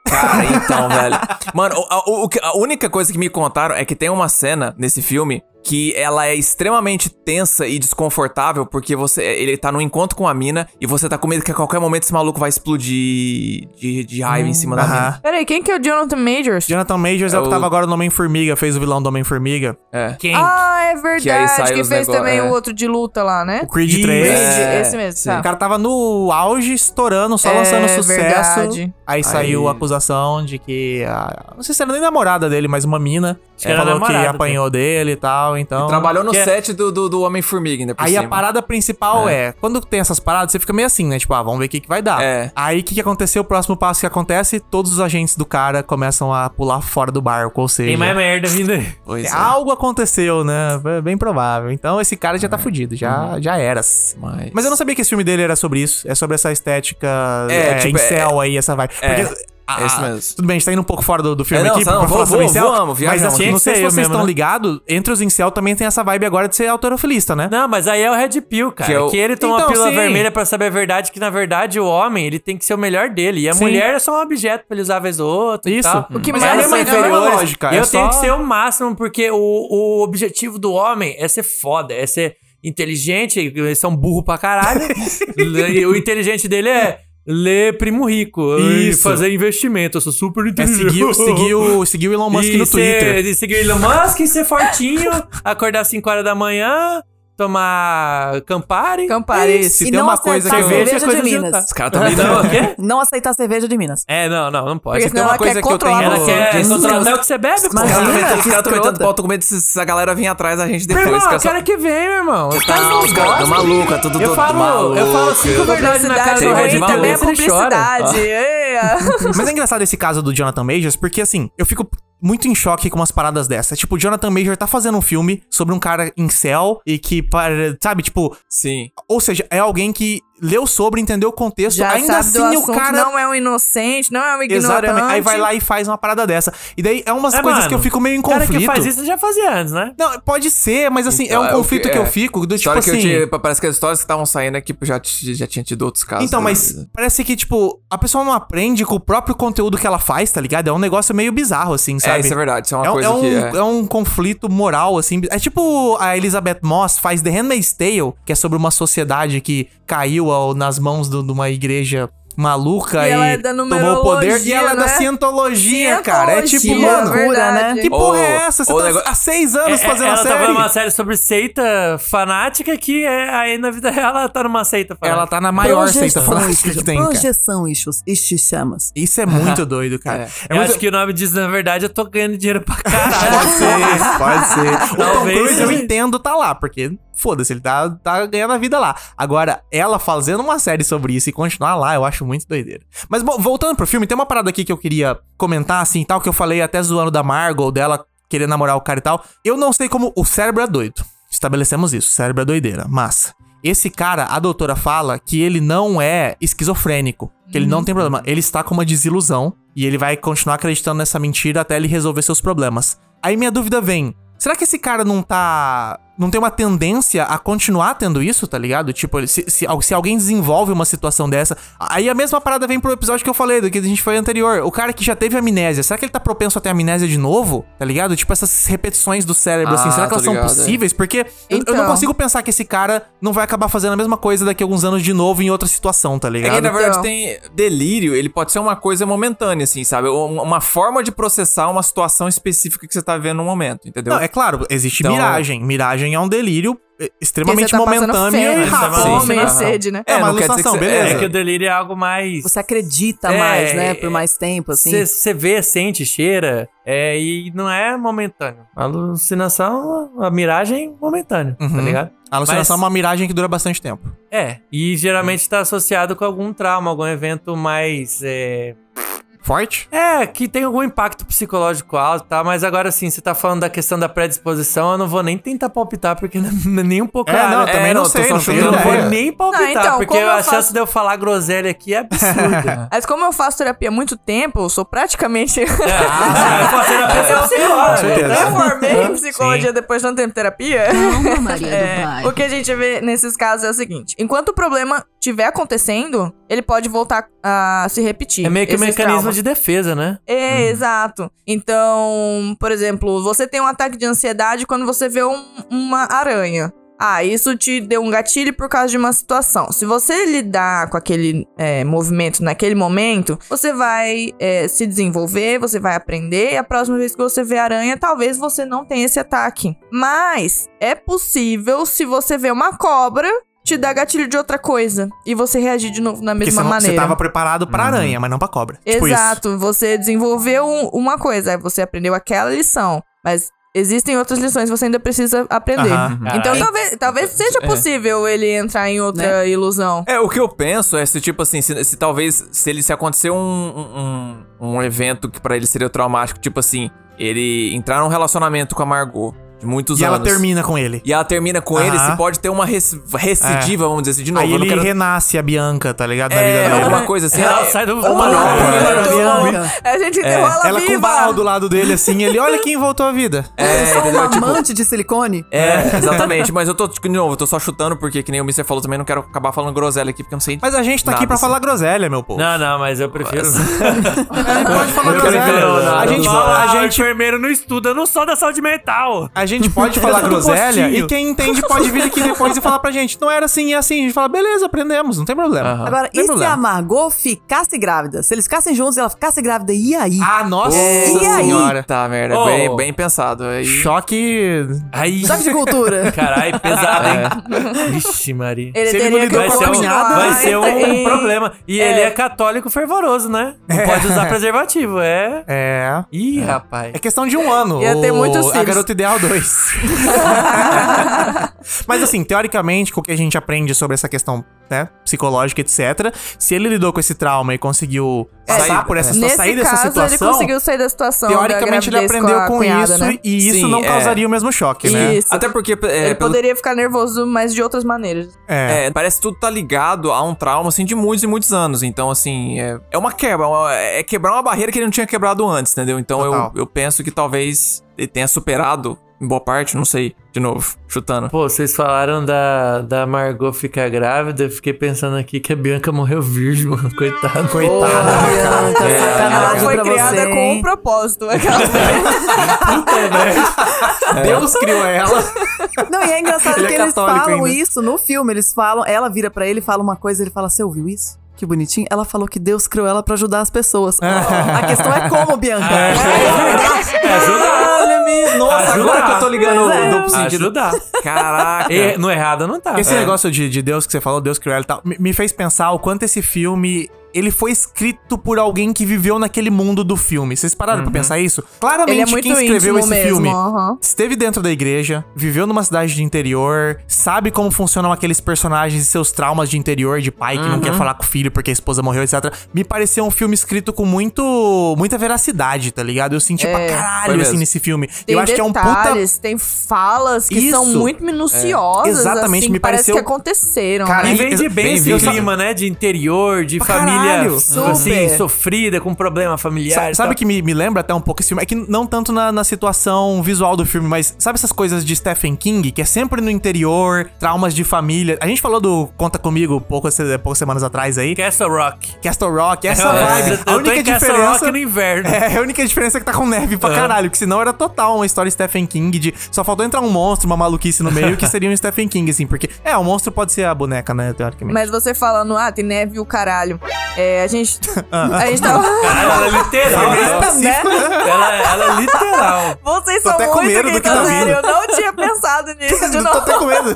S4: Cara, então, velho. Mano, o- a, o- o que- a única coisa que me contaram é que tem uma cena nesse filme que ela é extremamente tensa e desconfortável porque você ele tá num encontro com a mina e você tá com medo que a qualquer momento esse maluco vai explodir de, de raiva em cima
S3: Hum,
S4: da mina.
S2: Aham.
S5: Peraí, quem que é o Jonathan Majors?
S2: Jonathan Majors é,
S4: É
S2: o que
S4: o-
S2: tava agora no Homem-Formiga, fez o vilão do Homem-Formiga.
S4: É.
S3: Quem?
S5: Ah, é
S4: Que aí
S5: verdade,
S4: sai
S5: que,
S4: os
S5: fez
S4: negó-
S5: também
S4: é.
S5: o outro de luta lá, né?
S2: O Creed 3.
S5: Creed,
S4: É,
S5: esse mesmo,
S4: sim.
S5: tá.
S2: O cara tava no auge, estourando, só lançando
S5: É
S2: sucesso.
S5: verdade.
S2: Aí saiu a acusação de que. a- não sei se era nem namorada dele, mas uma mina
S3: que era
S2: falou que
S3: namorada, né?
S2: apanhou dele e tal. Então.
S4: Trabalhou no
S3: que é-
S4: set do, do, do Homem-Formiga ainda por
S2: Aí
S4: cima.
S2: a parada principal é. quando tem essas paradas, você fica meio assim, né? Tipo, ah, vamos ver o que, que vai dar.
S4: É.
S2: Aí o que, que aconteceu? O próximo passo que acontece, todos os agentes do cara começam a pular fora do barco, ou seja.
S3: Tem mais merda vindo aí.
S4: Pois é.
S2: Algo aconteceu, né? É Bem provável. Então esse cara
S4: É.
S2: já tá fudido, já,
S4: Uhum.
S2: já era.
S4: Mas-
S2: Mas eu não sabia que esse filme dele era sobre isso. É sobre essa estética
S4: É,
S2: é,
S4: tipo,
S2: incel aí, essa vibe.
S4: é,
S2: Porque,
S4: é isso mesmo.
S2: Tudo bem, a gente tá indo um pouco fora do, do filme
S4: É, não,
S2: aqui
S4: tá, não,
S2: pra falar
S4: vamos,
S2: sobre incel.
S4: vamos, vamos,
S2: mas
S4: viajamos.
S2: assim,
S3: Tinha
S2: não
S3: que
S2: sei
S3: ser
S2: se
S3: eu
S2: vocês
S3: mesmo,
S2: estão
S3: né?
S2: ligados, entre os incel também tem essa vibe agora de ser autorofilista, né?
S3: Não, mas aí é o Red Pill, cara.
S4: Que
S3: Que,
S4: é o-
S3: ele toma
S2: Então,
S3: a pílula
S2: sim.
S3: vermelha pra saber a verdade, que na verdade o homem, ele tem que ser o melhor dele. E a
S2: Sim.
S3: mulher é só um objeto pra ele usar vez ou outra e
S2: Isso.
S3: tal.
S2: O
S5: que
S3: Mas
S5: mais
S3: elas são
S2: assim,
S5: é
S3: inferiores.
S2: aquela lógica, é
S3: eu tenho
S2: só-
S3: que ser o máximo, porque o, o objetivo do homem é ser foda, é ser inteligente, eles são burro pra caralho. E o inteligente dele é ler Primo Rico, e
S2: Isso.
S3: fazer investimento, eu sou super
S2: É
S3: inteligente.
S2: seguir, o- seguir o, seguir o Elon Musk
S3: E
S2: no
S3: ser-
S2: Twitter.
S3: de seguir o Elon Musk, ser fortinho, acordar 5 horas da manhã, tomar Campari.
S5: Campari,
S2: É isso. Se
S6: e
S2: tem
S6: não
S2: uma coisa
S6: aceitar
S2: que eu-
S6: cerveja
S3: Cerveja é coisa
S6: de
S3: de
S6: Minas.
S4: Os caras também não.
S3: Não, o quê?
S6: Não aceitar cerveja de Minas.
S3: É, não, não, não pode. Você
S5: Porque senão
S4: uma
S5: ela
S4: coisa
S5: quer
S4: que eu
S5: controlar
S4: tenho-
S3: é Ela
S5: o-
S3: quer
S4: Gente,
S3: controlar
S4: os-
S3: até o que você bebe, pô.
S4: Os
S6: Imagina,
S4: caras
S6: que
S4: estão comentando
S6: escrota.
S4: pau, tô com medo se essa galera vir atrás da gente
S3: Meu
S4: depois.
S3: irmão,
S4: cara,
S3: o cara que vem, meu irmão. Os caras não
S4: Os caras tão
S3: gostam.
S4: malucos, é tudo
S3: Eu
S4: todo
S3: falo, assim, eu falo cinco verdades na cara do
S5: Publicidade
S4: Sim,
S3: Red
S5: ruim
S4: Red
S3: Bull,
S5: também é
S4: Maluco,
S3: ele chora.
S5: publicidade. é.
S2: Mas é engraçado esse caso do Jonathan Majors, porque assim, eu fico muito em choque com umas paradas dessas. Tipo, o Jonathan Major tá fazendo um filme sobre um cara em céu e que, para- sabe, tipo,
S4: Sim.
S2: ou seja, é alguém que leu sobre, entendeu o contexto,
S5: Já
S2: ainda
S5: sabe do
S2: assim o
S5: assunto,
S2: cara
S5: não é um inocente, não é um ignorante.
S2: Exatamente. Aí vai lá e faz uma parada dessa. E daí é umas
S3: É,
S2: coisas
S3: mano,
S2: que eu fico meio em
S3: O cara
S2: conflito.
S3: que faz isso já fazia antes, né?
S2: Não, pode ser, mas assim, é um
S4: Então, é o
S2: conflito
S4: que-
S2: que, eu
S4: é.
S2: fico do tipo
S4: História que eu
S2: assim.
S4: tinha- pa- parece que as histórias que estavam saindo aqui já, t- já tinha tido outros casos.
S2: Então,
S4: né?
S2: mas parece que, tipo, a pessoa não aprende com o próprio conteúdo que ela faz, tá ligado? É um negócio meio bizarro, assim, sabe?
S4: É, isso é verdade. Isso é uma
S2: É um,
S4: coisa
S2: é um-
S4: que.
S2: é um conflito moral, assim. É tipo a Elizabeth Moss faz The Handmaid's Tale, que é sobre uma sociedade que caiu ao- nas mãos do- de uma igreja maluca
S5: E
S2: e,
S5: ela é da
S2: tomou o poder. E ela é da
S5: numerologia, né?
S2: cientologia, cara. É tipo,
S5: Cientologia,
S2: mano,
S5: loucura, né?
S2: que
S4: Ou-
S2: porra é essa? Você
S4: ou
S2: tá
S4: negócio-
S2: há seis anos
S3: É, é,
S2: fazendo a
S3: ela tá
S2: série.
S3: fazendo uma série sobre seita fanática que é, aí na vida real ela tá numa seita fanática.
S2: Ela tá na maior seita fanática que tem, cara.
S6: Projeção, Ixos. Ixos chamas.
S2: Isso é muito doido, cara. É
S3: Eu
S2: muito-
S3: acho que o nome diz, na verdade, eu tô ganhando dinheiro pra caralho.
S2: Pode ser, pode ser. O Tom
S3: Talvez
S2: Cruise eu
S3: ele-
S2: entendo tá lá, porque foda-se, ele tá, tá ganhando a vida lá. Agora, ela fazendo uma série sobre isso e continuar lá, eu acho muito doideira. Mas bom, voltando pro filme, tem uma parada aqui que eu queria comentar, assim, tal, que eu falei até zoando da Margot, dela querer namorar o cara e tal. Eu não sei como o cérebro é doido. Estabelecemos isso, o cérebro é doideira, massa. Esse cara, a doutora fala que ele não é esquizofrênico, que ele não tem problema. Ele está com uma desilusão e ele vai continuar acreditando nessa mentira até ele resolver seus problemas. Aí minha dúvida vem: será que esse cara não tá não tem uma tendência a continuar tendo isso, tá ligado? Tipo, se, se, al- se alguém desenvolve uma situação dessa. Aí a mesma parada vem pro episódio que eu falei, do que a gente foi anterior. O cara que já teve amnésia, será que ele tá propenso a ter amnésia de novo? Tá ligado? Tipo, essas repetições do cérebro, assim,
S4: Ah,
S2: será que
S4: tô
S2: elas
S4: ligado, é.
S2: são possíveis? Porque eu- eu,
S5: Então.
S2: não consigo pensar que esse cara não vai acabar fazendo a mesma coisa daqui a alguns anos de novo em outra situação, tá
S4: É
S2: ligado?
S4: que, na verdade,
S5: Então.
S4: tem delírio, ele pode ser uma coisa momentânea, assim, sabe? Um- Uma forma de processar uma situação específica que você tá vivendo no momento, entendeu?
S2: Não, é claro, existe
S4: Então-
S2: miragem. Miragem é um delírio eh, extremamente
S5: Porque você tá passando
S2: momentâneo e
S5: fome,
S2: rápido.
S5: fome,
S2: Sim, sim.
S5: sede, né?
S2: É,
S4: É,
S2: uma
S4: não quer dizer que
S2: alucinação,
S4: você-
S2: beleza.
S4: É.
S3: É que o delírio é algo mais.
S6: Você acredita
S3: É,
S6: mais, né?
S3: é,
S6: Por mais
S2: tipo
S6: tempo, assim.
S3: Você você vê, sente, cheira, é, e não é momentâneo. A alucinação, a miragem, momentâneo, tá
S2: Uhum.
S3: ligado?
S2: A alucinação
S3: Mas-
S2: é uma miragem que dura bastante tempo.
S3: É, e geralmente tá associado com algum trauma, algum evento mais. É,
S2: Forte?
S3: é, que tem algum impacto psicológico alto, tá? Mas agora sim, você tá falando da questão da predisposição, eu não vou nem tentar palpitar, porque não- nem um pouco
S2: É,
S3: a
S2: não,
S3: área.
S2: eu também não
S4: não, tô
S2: sei. né?
S4: só
S2: Não tenho
S3: Eu
S4: chutando
S3: não
S2: ideia.
S3: vou nem palpitar,
S5: Não, então,
S3: porque
S5: como eu
S3: a
S5: faço-
S3: chance de eu falar groselha aqui é absurda.
S5: Mas como eu faço terapia há muito tempo, eu sou praticamente.
S3: Ah, eu faço terapia
S5: eu,
S3: pela pior,
S5: psicóloga. eu formei em
S3: Sim.
S5: psicologia depois de um tempo de terapia.
S9: Calma, Maria
S5: É, o que a gente vê nesses casos é o seguinte: enquanto o problema estiver acontecendo, ele pode voltar a se repetir.
S3: É meio que um
S5: esses
S3: mecanismo
S5: traumas.
S3: de defesa, né?
S2: Uhum.
S5: É, exato. Então, por exemplo, você tem um ataque de ansiedade quando você vê um- uma aranha. Ah, isso te deu um gatilho por causa de uma situação. Se você lidar com aquele é, movimento naquele momento, você vai é, se desenvolver, você vai aprender. E a próxima vez que você vê aranha, talvez você não tenha esse ataque. Mas é possível se você vê uma cobra te dar gatilho de outra coisa e você reagir de novo da
S2: Porque
S5: mesma
S2: você, não,
S5: maneira.
S2: você tava preparado pra
S4: Uhum.
S2: aranha, mas não pra cobra. Tipo isso.
S5: Exato, você desenvolveu um- uma coisa, aí você aprendeu aquela lição, mas existem outras lições que você ainda precisa aprender.
S2: Aham.
S5: Então
S3: Caralho.
S5: talvez, talvez seja
S4: É.
S5: possível ele entrar em outra
S2: Né?
S5: ilusão.
S4: É, o que eu penso é se, tipo assim, se, se talvez, se ele se acontecer um, um, um- um evento que pra ele seria traumático, tipo assim, ele entrar num relacionamento com a Margot de muitos
S2: E
S4: anos.
S2: ela termina com ele.
S4: E ela termina com ele,
S2: Aham.
S4: se pode ter uma res- recidiva, vamos dizer assim, de novo.
S2: Aí
S4: eu não
S2: ele
S4: quero...
S2: renasce a Bianca, tá ligado? Na
S4: É,
S2: vida dele.
S4: alguma coisa assim.
S3: Ela
S4: é-
S3: Ah, sai do É.
S5: Muito bom.
S3: mundo.
S5: A gente enterrou ela,
S2: É. Ela com o
S5: viva!
S2: barro do lado dele, assim, ele, olha quem voltou à vida.
S4: é,
S6: Sou um
S4: entendeu? Tipo,
S6: amante de silicone?
S4: É, exatamente. Mas eu tô, tipo, de novo, eu tô só chutando porque, que nem o Mr. falou também, não quero acabar falando groselha aqui, porque eu não sei.
S2: Mas a gente tá aqui
S4: Nada,
S2: pra
S4: assim.
S2: falar groselha, meu povo.
S3: Não, não, mas eu prefiro.
S2: Pode
S6: é um
S2: falar
S3: Eu prefiro
S2: groselha.
S3: nada.
S2: A gente,
S3: Fala,
S2: a
S3: "Ah,
S2: gente
S3: O enfermeiro não estuda, não só da saúde mental.
S2: A gente pode falar
S3: do
S2: groselha
S3: postinho.
S2: e quem entende pode vir aqui depois e falar pra gente. Não era assim e assim. A gente fala, beleza, aprendemos, não tem problema.
S4: Aham.
S6: Agora,
S2: Não
S6: e
S2: tem
S6: se a
S2: problema.
S6: Margot ficasse grávida? Se eles ficassem juntos e ela ficasse grávida, e aí?
S2: Ah, nossa
S6: E aí?
S2: senhora.
S4: Tá, merda.
S3: Ô.
S4: Bem, bem pensado. Aí...
S2: Choque.
S3: Aí.
S6: Choque de
S2: É,
S6: cultura.
S3: Carai, pesado, hein? Vixe, Maria.
S5: Ele
S2: Se ele
S5: teria
S2: não
S5: que
S2: ligar
S3: Vai ser, um,
S5: continuar
S3: vai ser um
S5: em-
S3: problema. E ele é católico fervoroso, né? Não pode usar preservativo, é.
S2: É.
S3: Ih, rapaz.
S2: É questão de um ano.
S5: Ia ter
S2: o-
S5: muitos
S2: A
S5: filhos.
S2: Garota Ideal 2. Mas assim, teoricamente, com o que a gente aprende sobre essa questão né, psicológica, etc. Se ele lidou com esse trauma e conseguiu passar
S4: Saída,
S2: por essa,
S5: É, Nesse
S2: sair dessa
S5: caso, ele
S2: situação,
S5: conseguiu sair da situação. da
S2: teoricamente ele
S5: gravidez
S2: aprendeu com,
S5: a cunhada,
S2: isso
S5: né?
S2: e isso
S4: Sim,
S2: não
S4: é.
S2: causaria o mesmo choque, né?
S5: Isso.
S4: Até porque. é,
S5: ele
S4: pelo-
S5: poderia ficar nervoso, mas de outras maneiras.
S2: É.
S4: É, parece que tudo tá ligado a um trauma, assim, de muitos e muitos anos. Então, assim, é, é uma quebra. é uma- é quebrar uma barreira que ele não tinha quebrado antes, entendeu? Então, eu,
S2: Total.
S4: eu penso que talvez ele tenha superado, em boa parte, não sei. De novo, chutando.
S3: Pô, vocês falaram da, da Margot ficar grávida. Eu fiquei pensando aqui que a Bianca morreu virgem, mano. Coitado.
S6: tá
S2: Coitada.
S6: Bianca,
S4: É,
S5: Ela
S6: sacanagem
S5: foi
S6: pra
S5: criada
S6: você,
S5: com um
S6: hein?
S5: propósito. Aquela...
S2: Deus criou ela.
S6: Não, e é engraçado
S2: Ele é
S6: que eles
S2: católico
S6: falam
S2: ainda.
S6: isso no filme. Eles falam, ela vira pra ele e fala uma coisa, ele fala: Você ouviu isso? Que bonitinho. Ela falou que Deus criou ela pra ajudar as pessoas. a questão é como, Bianca.
S4: Caralho, Nossa,
S3: Ajudar.
S4: agora que eu tô ligando
S6: Pois é.
S4: o duplo sentido.
S3: Ajudar.
S4: Caraca.
S3: E, no errado não tá.
S2: Esse
S3: É.
S2: negócio de, de Deus que você falou, Deus criou ela e tal, me, me fez pensar o quanto esse filme. Ele foi escrito por alguém que viveu naquele mundo do filme. Vocês pararam pra pensar isso?
S5: Uhum. ele é
S2: Claramente,
S5: muito
S2: quem escreveu
S5: íntimo
S2: esse
S5: mesmo.
S2: filme
S5: aham.
S2: esteve dentro da igreja, viveu numa cidade de interior, sabe como funcionam aqueles personagens e seus traumas de interior, de pai que não
S4: Uhum.
S2: quer falar com o filho porque a esposa morreu, etc. Me pareceu um filme escrito com muito muita veracidade, tá ligado? Eu senti pra
S4: É. Foi
S2: caralho assim
S4: mesmo.
S2: nesse filme.
S5: Tem
S2: Eu acho que é um puta
S5: detalhes, tem falas que são
S2: Isso.
S5: muito minuciosas.
S2: É. Exatamente,
S5: assim,
S2: me
S5: parece
S2: pareceu-
S5: que aconteceram.
S2: Cara,
S5: né?
S3: E vende bem
S4: Bem
S3: esse
S4: vindo.
S3: clima, né? De interior, de
S2: Pra
S3: família família
S2: Caralho,
S3: tipo assim, sofrida, com problema familiar.
S2: Sa-
S3: e tá.
S2: Sabe o
S3: tal.
S2: que me, me lembra até um pouco esse filme? É que não tanto na, na situação visual do filme, mas sabe essas coisas de Stephen King, que é sempre no interior, traumas de família. A gente falou do Conta Comigo poucas, se- poucas semanas atrás aí.
S3: Castle Rock.
S2: Castle Rock, essa
S3: É,
S2: vibe.
S3: eu tô
S2: a
S3: em
S2: única
S3: Castle
S2: diferença.
S3: Rock no inverno.
S2: É, a única diferença é que tá com neve pra caralho, que senão era total uma história Stephen King de só faltou entrar um monstro, uma maluquice no meio, que seria um Stephen King, assim, porque. É, o monstro pode ser a boneca, né, teoricamente.
S5: Mas você falando, ah, tem neve e o caralho. É, a gente.
S2: Ah.
S5: A gente tava.
S3: Ela, ela é literal. né? ela, ela é literal.
S5: Vocês
S2: Tô
S5: são
S2: até com
S5: muito
S2: medo do que tá
S5: gritadeiros,
S2: vindo.
S5: Eu não tinha pensado nisso de
S2: Eu tô
S5: novo.
S2: até com medo.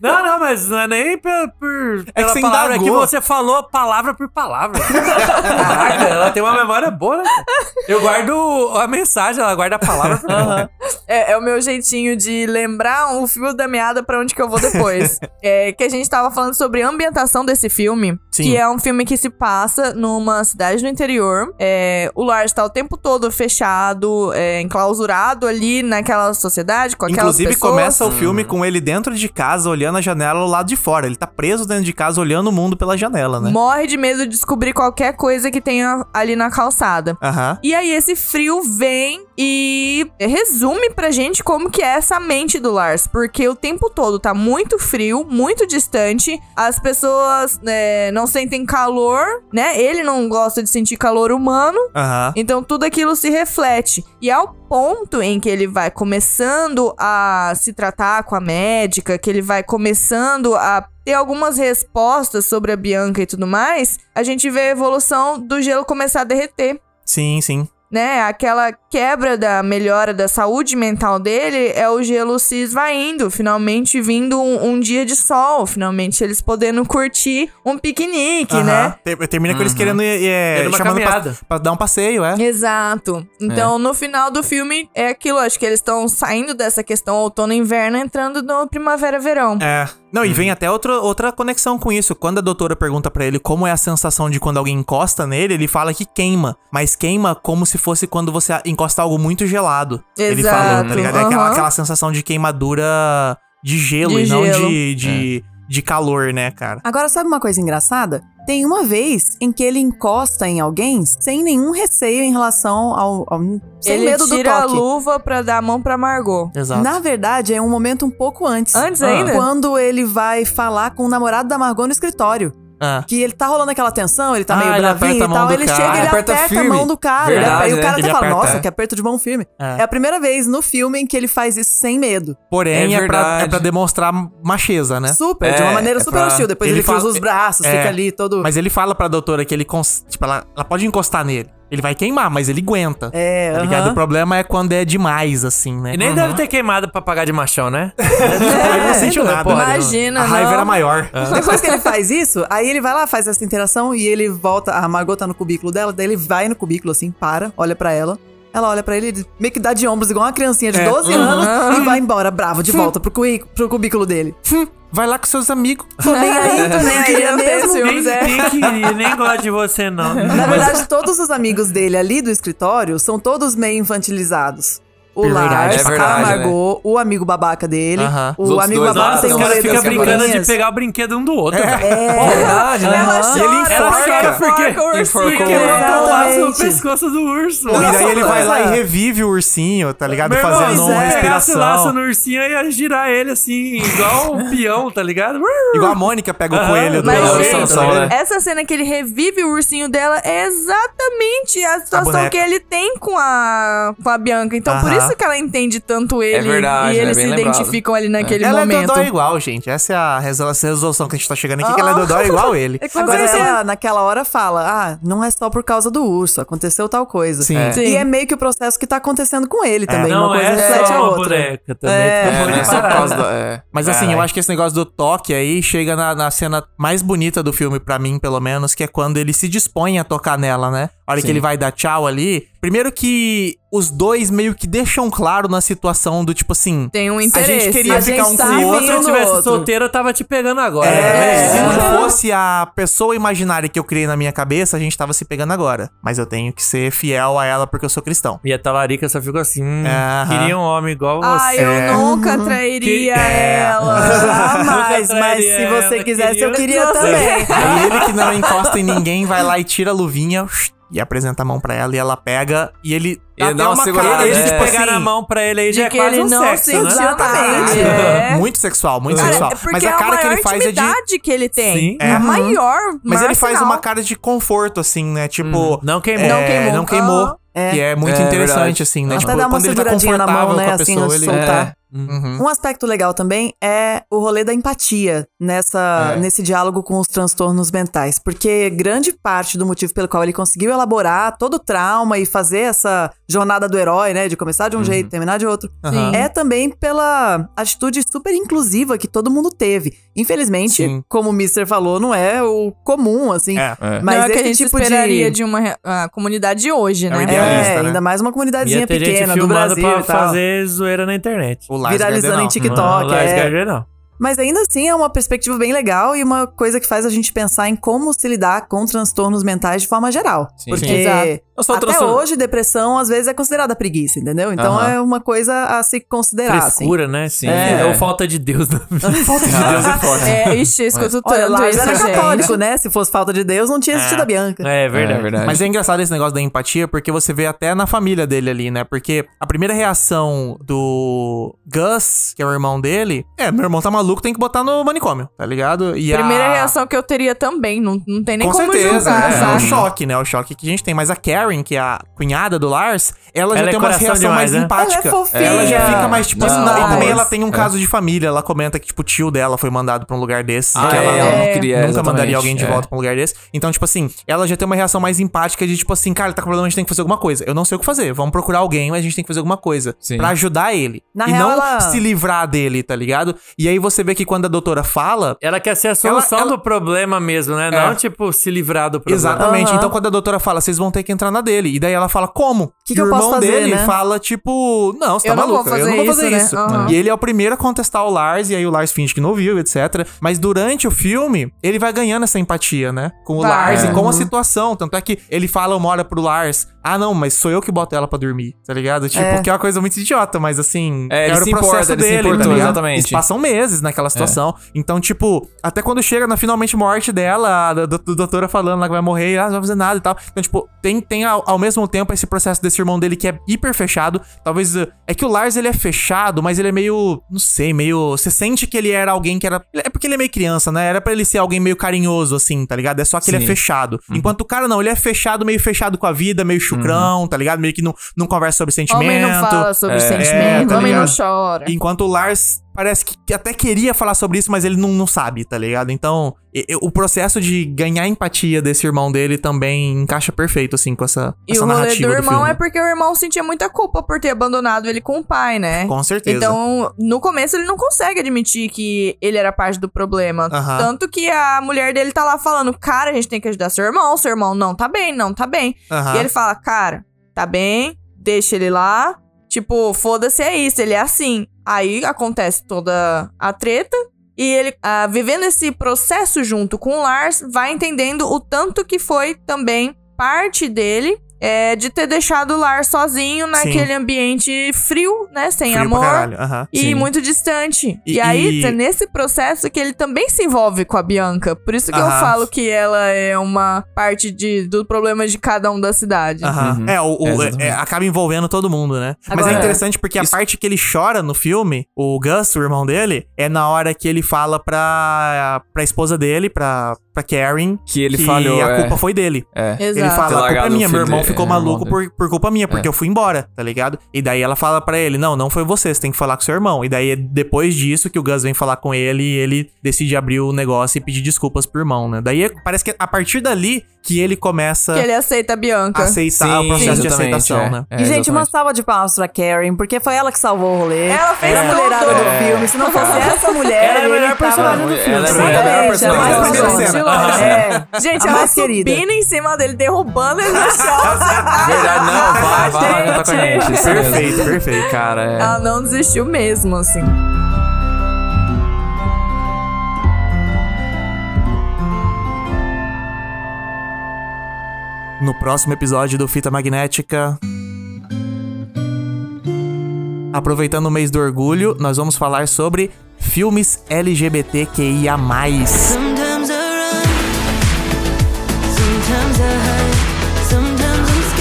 S3: Não, não, mas não é nem por, por
S2: É que
S3: pela
S2: você
S3: palavra, é que
S2: indagou.
S3: você falou palavra por palavra. Caraca, ela tem uma memória boa, né? cara? Eu guardo a mensagem, ela guarda a palavra por palavra.
S5: É, é o meu jeitinho de lembrar o fio da meada pra onde que eu vou depois. é que a gente tava falando sobre a ambientação desse filme,
S2: Sim.
S5: que é um filme que se passa numa cidade do interior. É, o Lars tá o tempo todo fechado, é, enclausurado ali naquela sociedade, com aquelas
S2: Inclusive,
S5: pessoas.
S2: começa o filme
S3: Uhum.
S2: com ele dentro de casa, olhando a janela do lado de fora. Ele tá preso dentro de casa, olhando o mundo pela janela, né?
S5: Morre de medo de descobrir qualquer coisa que tenha ali na calçada.
S2: Aham.
S5: E aí esse frio vem e resume pra gente como que é essa mente do Lars, porque o tempo todo tá muito frio, muito distante, as pessoas né, não sentem calor, né? Ele não gosta de sentir calor humano,
S2: Aham.
S5: então tudo aquilo se reflete. E ao ponto em que ele vai começando a se tratar com a médica, que ele vai começando a ter algumas respostas sobre a Bianca e tudo mais, a gente vê a evolução do gelo começar a derreter
S2: Sim, sim.
S5: né? Aquela quebra da melhora da saúde mental dele é o gelo se esvaindo, finalmente vindo um, um dia de sol, finalmente eles podendo curtir um piquenique,
S2: Aham.
S5: né?
S2: Ter- Termina com eles querendo é,
S3: Dando Uhum. uma
S2: chamando pra,
S3: caminhada.
S2: pra dar um passeio, é.
S5: Exato. Então, no final do filme, é aquilo. Acho que eles estão saindo dessa questão outono-inverno, entrando no primavera-verão.
S2: É. Não, e vem até outra, outra conexão com isso. Quando a doutora pergunta pra ele como é a sensação de quando alguém encosta nele, ele fala que queima. Mas queima como se fosse quando você a- encosta algo muito gelado. Ele
S5: Exato,
S2: falou, tá ligado? É aquela,
S5: aham.
S2: aquela sensação de queimadura de gelo
S5: De
S2: e não
S5: gelo.
S2: de, de,
S3: É.
S2: de calor, né, cara?
S6: Agora, sabe uma coisa engraçada? Tem uma vez em que ele encosta em alguém sem nenhum receio em relação ao. ao- sem
S5: Ele
S6: medo do
S5: tira a
S6: toque.
S5: luva pra dar a mão pra Margot.
S2: Exato.
S6: Na verdade, é um momento um pouco antes.
S5: Antes ainda?
S6: Quando ele vai falar com o namorado da Margot no escritório.
S2: Ah.
S6: Que ele tá rolando aquela tensão, ele tá
S2: Ah,
S6: meio
S2: ele
S6: bravinho
S2: aperta a
S6: e
S2: mão
S6: tal.
S2: do
S6: Ele
S2: cara.
S6: chega e ele
S3: Aperta
S6: aperta,
S3: firme.
S6: a mão do cara.
S3: Verdade,
S6: e o
S3: né?
S6: cara até
S2: Ele
S6: fala,
S2: aperta,
S6: nossa,
S2: é.
S6: que aperto de mão firme.
S2: É.
S6: É. a primeira vez no filme em que ele faz isso sem medo.
S2: Porém,
S4: É
S2: é, pra,
S4: verdade.
S2: é pra demonstrar macheza, né?
S4: É,
S6: Super, de uma maneira
S4: é
S6: super
S4: pra-
S6: hostil. Depois
S2: ele
S6: ele,
S2: fala-
S6: cruza os braços,
S2: é.
S6: fica ali todo.
S2: Mas ele fala pra doutora que ele. cons- Tipo, ela, ela pode encostar nele. Ele vai queimar, mas ele aguenta.
S6: É,
S2: Tá ligado?
S6: aham.
S2: O problema é quando é demais, assim, né?
S3: E nem deve ter queimado pra pagar de machão, né?
S6: É.
S2: Ele não sentiu
S3: não
S2: nada.
S3: pode, não.
S5: Imagina,
S2: A raiva
S5: não.
S2: era maior.
S6: Então, Depois que ele faz isso, aí ele vai lá, faz essa interação e ele volta. A Margot tá no cubículo dela, daí ele vai no cubículo assim, para, olha pra ela. Ela olha pra ele e meio que dá de ombros, igual uma criancinha
S4: É.
S6: de 12
S4: Uhum.
S6: anos, e vai embora, bravo, de volta pro, cuí- pro cubículo dele.
S2: Hum, Vai lá com seus amigos.
S6: Tô nem aí, tô nem aí,
S5: Eu
S6: é
S5: tenho
S6: mesmo.
S5: ciúme.
S3: Nem,
S5: Pois é.
S3: nem queria, nem gosto de você, não.
S6: Na verdade, todos os amigos dele ali do escritório são todos meio infantilizados. O
S2: Verdade,
S6: Lars,
S4: é verdade,
S6: a Margot, o amigo babaca dele.
S2: Aham.
S4: Os
S6: O
S4: outros
S6: amigo
S4: dois
S6: babaca
S4: lá,
S6: tem
S4: os
S6: um
S4: caras
S6: rolê
S4: ficam
S3: fica
S6: das
S3: brincando de
S6: figurinhas.
S3: pegar o brinquedo um do outro. velho.
S6: É.
S4: Verdade, né?
S5: Ela
S4: Aham.
S5: chora,
S3: Ele enforca porque-
S5: o ursinho.
S2: é,
S4: enforcou
S3: Porque ele tá
S6: Exatamente.
S3: lá no pescoço do urso.
S2: E daí
S6: só,
S2: ele vai
S6: cara.
S2: lá e revive o ursinho, tá ligado?
S3: Meu irmão,
S2: Fazendo
S6: pois
S2: uma
S6: é.
S3: pegasse o laço
S2: respiração.
S3: no ursinho e ia girar ele assim, igual um peão, tá ligado?
S2: Igual a Mônica pega o
S3: Aham.
S2: coelho do
S5: Mas,
S2: Lauro
S5: gente, é
S2: Sansão, né?
S5: Essa cena que ele revive o ursinho dela é exatamente a situação
S2: boneca.
S5: que ele tem com a, com a Bianca. Então, por
S2: Aham.
S5: isso que ela entende tanto ele
S4: verdade,
S5: e
S4: é
S5: eles
S4: bem
S5: se
S4: lembrado.
S5: identificam ali naquele
S2: Ela é
S5: momento.
S2: Dodó igual, gente. Essa é a resol- essa resolução que a gente tá chegando aqui, que ela é Dodó igual ele.
S5: É com
S6: Agora
S5: certeza.
S6: ela, naquela hora, fala: Ah, não é só por causa do urso, aconteceu tal coisa.
S2: Sim.
S6: É.
S2: Sim.
S6: E é meio que o processo que tá acontecendo com ele também.
S3: Não
S6: uma coisa
S2: assim.
S3: é
S6: reflete a
S3: só uma
S6: outra.
S3: boneca também.
S6: É.
S3: tá
S4: É,
S3: bom
S4: não é só por
S3: parar.
S4: causa da. É.
S2: Mas assim, eu acho que esse negócio do toque aí chega na, na cena mais bonita do filme, pra mim, pelo menos, que é quando ele se dispõe a tocar nela, né? A hora que ele vai dar tchau ali. Primeiro que os dois meio que deixam claro na situação do tipo assim.
S5: Tem um
S2: A
S5: interesse.
S2: gente queria
S5: A gente
S2: ficar um
S5: tá
S2: com o
S3: Se eu
S5: vendo
S2: outro.
S3: tivesse
S5: outro.
S3: solteiro, eu tava te pegando agora.
S2: É, se
S3: né?
S2: não fosse a pessoa imaginária que eu criei na minha cabeça, a gente tava se pegando agora. Mas eu tenho que ser fiel a ela porque eu sou cristão.
S3: E a talarica só ficou assim, hum,
S2: Aham.
S3: queria um homem igual
S5: Ai,
S3: você.
S5: eu
S2: É. Uhum.
S5: nunca trairia ela.
S6: Jamais,
S3: Nunca
S6: Ah, mas
S3: traria
S6: se você
S3: ela,
S6: quisesse, eu
S3: queria-
S6: queria também.
S2: Aí ele que não encosta em ninguém vai lá e tira a luvinha e apresenta a mão pra ela e ela pega e ele dá
S4: Ele
S2: até
S4: dá uma
S2: uma
S4: segurada,
S2: cara de,
S4: né?
S3: Eles
S2: tipo
S3: pegaram
S2: assim,
S3: a mão pra ele aí já é
S5: que
S3: quase
S5: ele
S3: um
S5: não
S3: sexo, né?
S5: sentiu Exatamente.
S2: É.
S5: É.
S2: Muito sexual, muito
S5: Cara,
S2: sexual.
S5: é porque
S2: Mas
S5: é
S2: a cara
S5: maior
S2: que ele faz é de.
S5: intimidade que ele tem.
S3: Sim.
S5: É a maior.
S2: Mas
S5: maior
S2: ele faz
S5: sinal.
S2: uma cara de conforto, assim, né? Tipo.
S3: Hum. Não queimou.
S2: é,
S5: Não queimou.
S2: Não queimou.
S6: É.
S2: Que é muito
S4: É,
S2: interessante,
S4: verdade.
S2: assim, né?
S6: Até
S2: tipo,
S6: dá uma
S2: quando ele tá
S6: seguradinha na
S2: confortável
S6: mão,
S2: com
S6: né?
S2: a
S6: Assim,
S2: pessoa,
S6: antes de
S2: ele.
S6: soltar.
S2: Uhum.
S6: Um aspecto legal também é o rolê da empatia nessa,
S2: É.
S6: nesse diálogo com os transtornos mentais. Porque grande parte do motivo pelo qual ele conseguiu elaborar todo o trauma e fazer essa jornada do herói, né? De começar de um jeito, terminar de outro,
S2: Uhum. Aham.
S6: é também pela atitude super inclusiva que todo mundo teve. Infelizmente,
S2: Sim.
S6: como o Mister falou, não é o comum, assim.
S2: É.
S4: É.
S6: Mas
S5: Não é o
S6: esse
S5: que a gente
S6: tipo
S5: esperaria
S6: de.
S5: de, uma re- a comunidade de hoje,
S2: o
S5: né?
S2: ideal. idealista,
S6: é,
S2: né?
S6: ainda mais uma comunidadezinha
S3: Ia ter gente
S6: pequena do
S3: filmando
S6: Brasil
S3: pra
S6: e tal.
S3: fazer zoeira na internet.
S2: O Lars
S6: Viralizando
S2: Gardner,
S6: em
S2: não.
S6: TikTok,
S3: Não, Lars
S6: é.
S3: Gardner não.
S6: Mas ainda assim é uma perspectiva bem legal e uma coisa que faz a gente pensar em como se lidar com transtornos mentais de forma geral.
S4: Sim.
S6: Porque
S5: Sim. Exato.
S4: Não só o
S6: até
S3: um
S4: transtorno-
S6: hoje depressão às vezes é considerada preguiça, entendeu? Então
S4: Aham.
S6: é uma coisa a se considerar. Assim.
S3: Frescura, né? Sim. É.
S4: É.
S3: Ou falta de Deus na vida.
S4: Falta de Deus é foda.
S5: É, ixi, eu escuto
S6: Olha,
S5: tanto
S6: Lars
S5: isso,
S6: era
S4: é
S5: gente.
S6: católico, né? Se fosse falta de Deus, não tinha existido a Bianca.
S3: É verdade.
S4: É verdade.
S2: Mas é engraçado esse negócio da empatia, porque você vê até na família dele ali, né? Porque a primeira reação do Gus, que é o irmão dele, é, meu irmão tá maluco, tem que botar no manicômio, tá ligado? E a-
S5: Primeira reação que eu teria também, não, não tem nem
S2: com
S5: como
S2: certeza,
S5: julgar,
S2: é, é o
S5: sabe?
S2: choque, né? O choque que a gente tem. Mas a Karen, que é a cunhada do Lars, ela já
S3: Ela é
S2: tem uma
S3: coração
S2: reação mais
S3: demais, né?
S2: empática.
S6: Ela é fofinha.
S2: Ela já fica mais tipo
S4: Não,
S2: assim, não, e também
S4: mas- é.
S2: ela tem um caso de família, ela comenta que tipo o tio dela foi mandado pra um lugar desse,
S4: Ah,
S2: que
S4: é,
S2: ela
S4: ela não
S2: não-
S4: queria,
S2: nunca
S4: exatamente,
S2: mandaria alguém de
S4: é.
S2: volta pra um lugar desse. Então, tipo assim, ela já tem uma reação mais empática de tipo assim, cara, ele tá com problema, a gente tem que fazer alguma coisa. Eu não sei o que fazer, vamos procurar alguém, mas a gente tem que fazer alguma coisa
S4: Sim.
S2: Pra ajudar ele
S6: Na
S2: e
S6: real,
S2: não
S6: ela-
S2: se livrar dele, tá ligado? E aí você vê que quando a doutora fala,
S3: Ela quer ser a solução
S2: ela-
S3: do problema mesmo, né? Não, tipo, se livrar do problema.
S2: Exatamente. Então, quando a doutora fala, vocês vão ter que entrar na dele. E daí ela fala, como?
S6: Que
S2: e
S6: que
S2: o
S6: eu
S2: irmão
S6: posso fazer,
S2: dele
S6: né?
S2: fala, tipo, não, você
S5: Eu
S2: tá
S5: não vou
S2: maluca, eu não vou
S5: fazer
S2: fazer isso.
S5: isso, né? Aham.
S2: E ele é o primeiro a contestar o Lars, e aí o Lars finge que não viu, etc. Mas durante o filme, ele vai ganhando essa empatia, né? Com o
S5: Vai.
S2: Lars e
S5: É.
S3: Uhum.
S2: com a situação. Tanto é que ele fala uma hora pro Lars, ah, não, mas sou eu que boto ela pra dormir, tá ligado? Tipo, que é uma coisa muito idiota, mas assim,
S4: É, ele
S2: era
S4: se
S2: o processo
S4: importa, ele se
S2: dele, tá
S4: importou,
S2: ligado?
S4: exatamente. É.
S2: Eles passam meses naquela situação. Então, tipo, até quando chega na finalmente morte dela, a do- do- doutora falando lá que vai morrer, e, ah, não vai fazer nada e tal. Então, tipo, tem, tem ao, ao mesmo tempo esse processo desse irmão dele que é hiper fechado. Talvez. eh, É que o Lars ele é fechado, mas ele é meio. Não sei, meio. Você sente que ele era alguém que era. É porque ele é meio criança, né? Era pra ele ser alguém meio carinhoso, assim, tá ligado? É só que ele é
S4: Sim. Uhum.
S2: fechado. Enquanto o cara não, ele é fechado, meio fechado com a vida, meio chucrão,
S4: Uhum.
S2: tá ligado? Meio que não, não conversa sobre um sentimento.
S5: Homem não fala sobre sentimento,
S2: é, tá
S5: homem não
S2: ligado?
S5: chora.
S2: Enquanto o Lars parece que que até queria falar sobre isso, mas ele não, não sabe, tá ligado? Então, e- e- o processo de ganhar empatia desse irmão dele também encaixa perfeito, assim, com essa,
S5: E
S2: essa
S5: o rolê do
S2: narrativa do,
S5: irmão
S2: filme.
S5: é porque o irmão sentia muita culpa por ter abandonado ele com o pai, né?
S2: Com certeza.
S5: Então, no começo, ele não consegue admitir que ele era parte do problema.
S2: Aham.
S5: Tanto que a mulher dele tá lá falando: Cara, a gente tem que ajudar seu irmão, seu irmão não tá bem, não tá bem.
S2: Aham.
S5: E ele fala: Cara, tá bem, deixa ele lá. Tipo, foda-se, é isso, ele é assim. Aí acontece toda a treta. E ele, ah, vivendo esse processo junto com o Lars, vai entendendo o tanto que foi também parte dele é, de ter deixado o Lars sozinho naquele ambiente frio, né? Sem
S2: Frio pra
S5: amor.
S2: caralho. aham.
S5: E
S2: Sim.
S5: muito distante. E,
S2: E-
S5: aí,
S2: e-
S5: é nesse processo que ele também se envolve com a Bianca. Por isso que eu
S2: Aham.
S5: falo que ela é uma parte de, do problema de cada um da cidade.
S2: Aham.
S4: Uhum.
S2: É, o, o-
S4: É,
S2: é,
S4: exatamente.
S2: é, acaba envolvendo todo mundo, né? Mas é
S5: Agora-
S2: interessante porque a parte que ele chora no filme, o Gus, o irmão dele, é na hora que ele fala pra, pra esposa dele, pra, pra Karen,
S4: Que ele
S2: que
S4: falou,
S2: a
S4: é.
S2: culpa foi dele.
S4: É.
S5: Exato.
S2: Ele
S4: Ter
S2: fala, a culpa é
S4: largado o
S2: minha, meu
S4: filho
S2: irmão
S4: dele,
S2: ficou
S4: é,
S2: maluco
S4: irmão
S2: por, por culpa minha, porque eu fui embora, tá ligado? E daí ela fala pra ele, não, não foi você, você tem que falar com seu irmão. E daí é depois disso que o Gus vem falar com ele e ele decide abrir o negócio e pedir desculpas pro irmão, né? Daí é- parece que é a partir dali que ele começa
S5: Que ele aceita a Bianca.
S2: a aceitar
S4: Sim,
S2: o processo de
S4: exatamente,
S2: aceitação,
S4: é.
S2: né?
S6: e, gente, uma salva de palmas pra Karen, porque foi ela que salvou o rolê.
S5: Ela fez
S6: Era a
S2: É.
S5: tudo.
S6: mulherada do filme. Se não fosse essa mulher,
S3: Ela é a
S6: ele
S3: melhor
S6: tava-
S3: personagem do filme,
S4: Ela é a
S6: Exatamente,
S4: melhor
S6: ela é
S4: personagem.
S6: mais
S2: Mas primeira
S6: personagem.
S2: cena.
S6: É.
S5: Gente,
S6: A
S5: ela
S6: mais querida.
S5: subindo em cima dele, derrubando ele no chão.
S4: Verdade, Ah, não, vai, vai, vai cantar com a gente. isso mesmo.
S2: Perfeito, perfeito.
S4: Cara, é.
S5: Ela não desistiu mesmo, assim.
S2: No próximo episódio do Fita Magnética. Aproveitando o mês do orgulho, nós vamos falar sobre filmes LGBTQIA.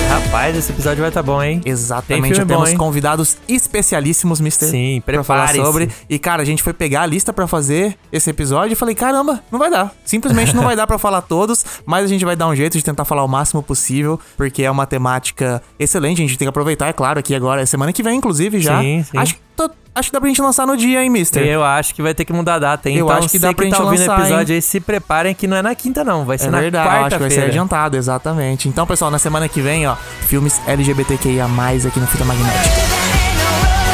S3: Rapaz, esse episódio vai tá bom, hein? Tem
S2: Exatamente,
S3: filme bom,
S2: temos
S3: hein?
S2: convidados especialíssimos, Mr.
S3: Sim,
S2: pra falar
S3: prepare-se.
S2: sobre. E cara, a gente foi pegar a lista pra fazer esse episódio e falei, caramba, não vai dar. Simplesmente não vai dar pra falar todos, mas a gente vai dar um jeito de tentar falar o máximo possível, porque é uma temática excelente, a gente tem que aproveitar, é claro, aqui agora, é semana que vem inclusive já.
S3: Sim, sim. É,
S2: Acho que tô- acho que dá pra gente lançar no dia, hein, Mister?
S3: Eu acho que vai ter que mudar a data, hein?
S2: Eu
S3: então,
S2: acho que
S3: você
S2: dá pra
S3: que
S2: gente
S3: tá ouvindo o
S2: lançar,
S3: episódio aí, se preparem que não é na quinta, não. Vai ser
S2: É
S3: na
S2: verdade, eu acho que vai ser
S3: quarta-feira.
S2: adiantado, exatamente. Então, pessoal, na semana que vem, ó, filmes LGBTQIA+, aqui no Fita Magnética.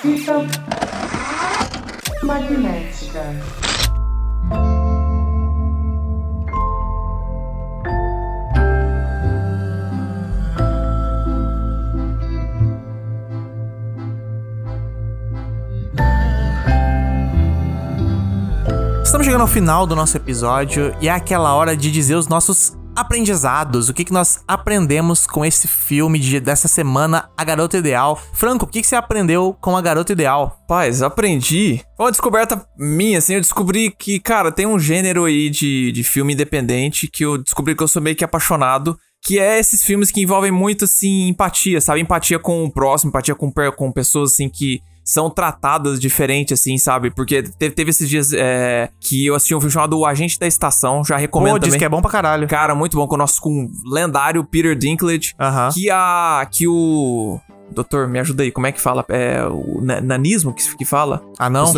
S1: Fita magnética.
S2: Estamos chegando ao final do nosso episódio e é aquela hora de dizer os nossos aprendizados, o que, que nós aprendemos com esse filme de- dessa semana, A Garota Ideal. Franco, o que, que você aprendeu com A Garota Ideal?
S4: Rapaz, aprendi. Foi uma descoberta minha, assim. Eu descobri que, cara, tem um gênero aí de, de filme independente que eu descobri que eu sou meio que apaixonado. Que é esses filmes que envolvem muito, assim, empatia, sabe? Empatia com o próximo, empatia com, per- com pessoas, assim, que são tratadas diferente, assim, sabe? Porque teve, teve esses dias é, que eu assisti um filme chamado O Agente da Estação, já recomendo
S2: Pô, diz
S4: também.
S2: que é bom pra caralho.
S4: Cara, muito bom com o nosso com o lendário Peter Dinklage.
S2: Aham.
S4: Que a. Que o. Doutor, me ajuda aí, como é que fala? É o na- nanismo que, se- que fala?
S2: Ah, não?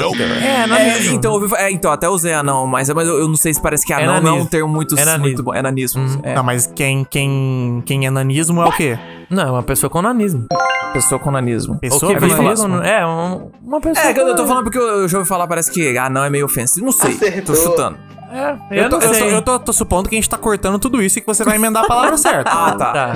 S2: É, não
S4: É, então, eu ouvi- é, então, até usei anão, mas, mas eu, eu não sei se parece que anão não é um
S3: nanismo.
S4: termo muito,
S3: É nanismo.
S4: muito bom. É nanismo. é.
S2: Não, Ah, mas quem, quem, quem é nanismo é o quê?
S3: Não, é uma pessoa com nanismo.
S4: Pessoa com nanismo.
S2: Pessoa
S3: Ou que
S2: com
S3: vive
S2: nanismo? né?
S3: com- É, um- uma pessoa.
S4: É, que eu, eu tô
S3: com-
S4: falando porque eu, eu já ouvi falar, parece que anão é meio ofensivo. Não sei, tô chutando. Assim.
S3: É, eu,
S2: Eu, tô,
S3: não
S2: eu, tô,
S3: sei.
S2: eu tô- tô supondo que a gente tá cortando tudo isso e que você vai emendar a palavra certa.
S4: Ah, tá.
S3: Tá.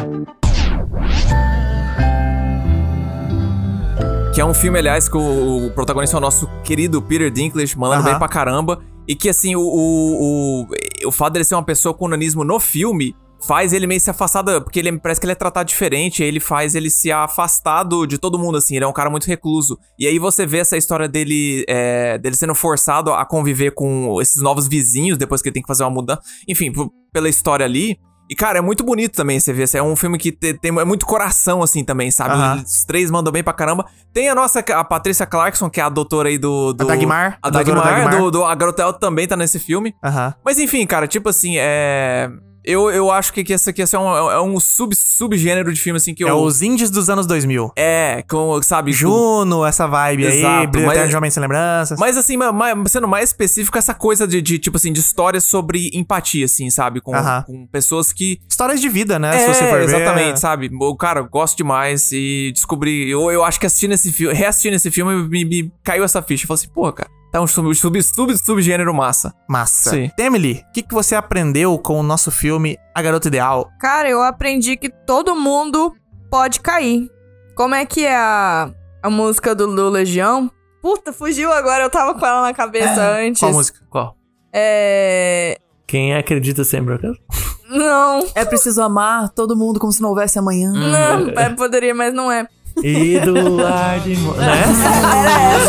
S4: Que é um filme, aliás, que o, o protagonista é o nosso querido Peter Dinklage, mandando
S2: Aham.
S4: bem pra caramba. E que, assim, o, o, o, o fato dele ser uma pessoa com nanismo no filme faz ele meio se afastado, porque ele parece que ele é tratado diferente, aí ele faz ele se afastado de todo mundo, assim, ele é um cara muito recluso. E aí você vê essa história dele, é, dele sendo forçado a conviver com esses novos vizinhos depois que ele tem que fazer uma mudança. Enfim, p- pela história ali. E, cara, é muito bonito também você ver. assim, É um filme que te- tem, é muito coração, assim, também, sabe?
S2: Aham.
S4: Os três mandam bem pra caramba. Tem a nossa, a Patrícia Clarkson, que é a doutora aí do... do
S2: Dagmar. é
S4: A
S2: A doutora
S4: Dagmar,
S2: Dagmar.
S4: Do, do, a Garota Elton também tá nesse filme.
S2: Aham.
S4: Mas, enfim, cara, tipo assim, é... Eu, eu acho que, que esse aqui assim, é um, é um sub, subgênero de filme, assim, que eu...
S2: É os indies dos anos 2000.
S4: É, com, sabe... com-
S2: Juno, essa vibe aí,
S4: Exato,
S2: Brilho
S4: mas-
S2: Eterno de Homem Sem Lembranças.
S4: Mas assim, ma- ma- sendo mais específico, essa coisa de, de, tipo assim, de histórias sobre empatia, assim, sabe? Com,
S2: Aham.
S4: com pessoas que
S2: Histórias de vida, né?
S4: É,
S2: se você for ver.
S4: exatamente, sabe? O cara, eu gosto demais e descobri. Eu, eu acho que assistindo esse filme, reassistindo esse filme, me, me caiu essa ficha. Eu falei assim, porra, cara, tá um sub, sub, sub, subgênero massa.
S2: Massa.
S4: Sim.
S2: Temily, o que, que você aprendeu com o nosso filme A Garota Ideal?
S5: Cara, eu aprendi que todo mundo pode cair. Como é que é a, a música do, do Legião? Puta, fugiu agora, eu tava com ela na cabeça antes.
S2: Qual música?
S3: Qual?
S5: É.
S3: Quem acredita sempre?
S5: Não,
S6: É preciso amar todo mundo como se não houvesse amanhã.
S5: não, é, poderia, mas não é.
S3: E do lar de... mo- Não é essa?
S6: Tá é
S5: Era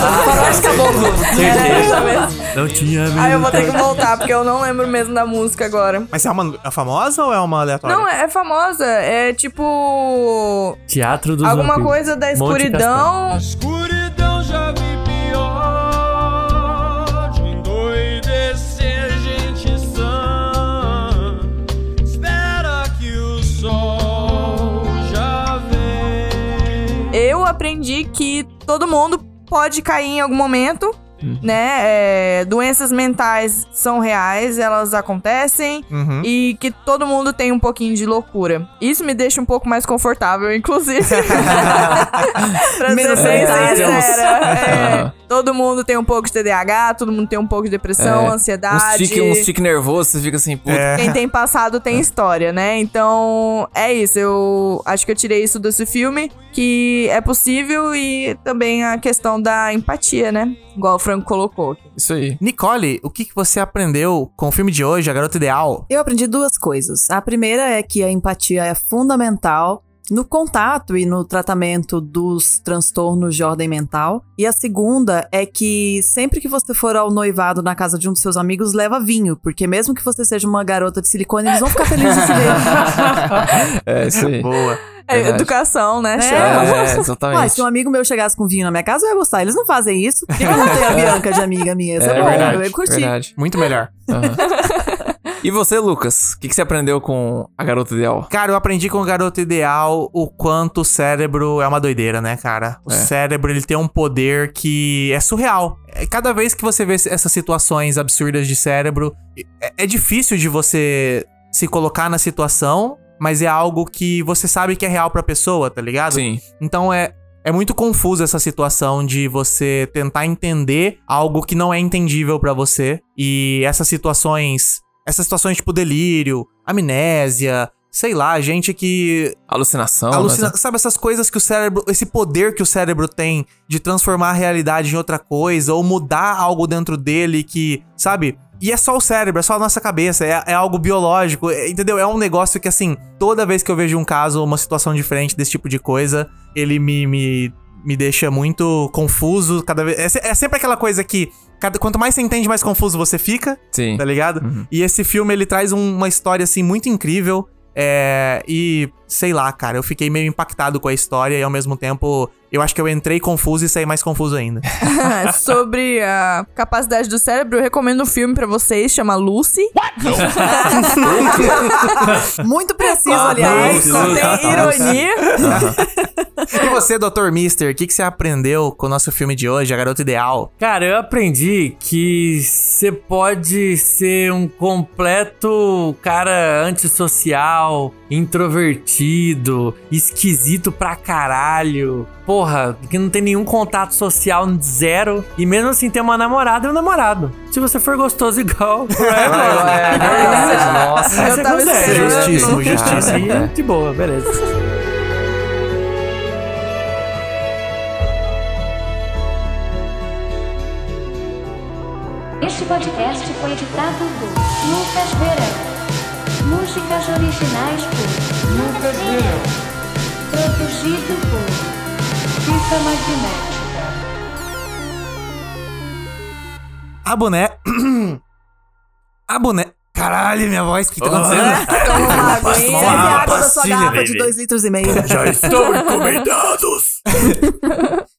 S4: um
S5: essa
S3: Certeza.
S5: mesmo.
S3: Não tinha
S5: Aí eu
S3: medo.
S5: vou ter que voltar, porque eu não lembro mesmo da música agora.
S2: Mas é uma é famosa ou é uma aleatória?
S5: Não, é, é famosa. É tipo.
S3: Teatro dos
S5: Alguma
S3: Vampiros.
S5: coisa da
S3: Monte
S5: escuridão.
S9: Escuridão já vi pior De endoidecer gente sã Espera que o
S5: todo mundo pode cair em algum momento, né? É, doenças mentais são reais, elas acontecem
S2: Uhum.
S5: e que todo mundo tem um pouquinho de loucura. Isso me deixa um pouco mais confortável, inclusive. pra
S6: Menos
S5: ser bem
S6: solitários.
S5: sincera. É, todo mundo tem um pouco de TDAH, todo mundo tem um pouco de depressão,
S4: Uns
S5: ansiedade.
S4: tique, uns tique nervoso, você fica assim, puta.
S5: Quem tem passado tem história, né? Então, é isso. Eu acho que eu tirei isso desse filme, que é possível e também a questão da empatia, né? Igual o Franco colocou.
S4: Isso aí.
S2: Nicole, o que, que você aprendeu com o filme de hoje, A Garota Ideal?
S6: Eu aprendi duas coisas. A primeira é que a empatia é fundamental no contato e no tratamento dos transtornos de ordem mental. E a segunda é que sempre que você for ao noivado na casa de um dos seus amigos, leva vinho, porque mesmo que você seja uma garota de silicone, eles vão ficar felizes de se ver.
S4: É, isso aí.
S2: Boa.
S5: É,
S4: Verdade.
S5: educação, né?
S4: É,
S6: Ué, se
S4: exatamente.
S6: um amigo meu chegasse com vinho na minha casa, eu ia gostar. Eles não fazem isso. Por que que eu não tenho a Bianca de amiga minha? Isso é,
S4: É
S6: bom,
S4: verdade,
S6: eu ia curtir.
S4: verdade.
S2: Muito melhor.
S4: E você, Lucas? O que, que você aprendeu com a garota ideal?
S2: Cara, eu aprendi com o Garoto Ideal o quanto o cérebro é uma doideira, né, cara? O
S4: É.
S2: cérebro, ele tem um poder que é surreal. É, Cada vez que você vê essas situações absurdas de cérebro, é, é difícil de você se colocar na situação, mas é algo que você sabe que é real pra pessoa, tá ligado?
S4: Sim.
S2: Então é, é muito confuso essa situação de você tentar entender algo que não é entendível pra você. E essas situações. Essas situações tipo delírio, amnésia, sei lá, gente que
S4: Alucinação. né?
S2: Alucina- Sabe essas coisas que o cérebro, esse poder que o cérebro tem de transformar a realidade em outra coisa ou mudar algo dentro dele que, sabe? E é só o cérebro, é só a nossa cabeça, é, é algo biológico, é- entendeu? É um negócio que, assim, toda vez que eu vejo um caso, uma situação diferente desse tipo de coisa, ele me, me, me deixa muito confuso. Cada vez, é, se- é sempre aquela coisa que, cada- quanto mais você entende, mais confuso você fica
S4: mas- Sim.
S2: tá ligado? E esse filme, ele traz um- uma história, assim, muito incrível. É, e, sei lá, cara, eu fiquei meio impactado com a história e ao mesmo tempo eu acho que eu entrei confuso e saí mais confuso ainda.
S5: Sobre a capacidade do cérebro, eu recomendo um filme pra vocês, chama Lucy.
S6: Muito preciso,
S5: Ah,
S6: aliás.
S5: Só tem ironia.
S2: e você, Dr. Mister, o que, que você aprendeu com o nosso filme de hoje, A Garota Ideal?
S3: Cara, eu aprendi que você pode ser um completo cara antissocial, introvertido, esquisito pra caralho. Porra, que não tem nenhum contato social zero. E mesmo assim ter uma namorada e um namorado. Se você for gostoso igual,
S4: É verdade. Nossa.
S3: aí
S5: Eu
S3: É, você
S5: tava
S3: consegue.
S5: esperando.
S2: Justíssimo, justíssimo.
S3: Justíssimo. Aí, de boa, beleza.
S10: Este podcast foi editado por Lucas Verão. Músicas originais por Lucas Verão. Produzido por
S1: Fita magnética.
S2: A boné. A boné. Caralho, minha voz, o que tá
S6: É.
S2: acontecendo?
S6: Toma uma
S2: tomar uma
S6: aguinha, bebe é água da sua
S2: pastilha,
S6: garrafa de
S2: baby.
S6: 2 litros e meio.
S3: Já estão encomendados!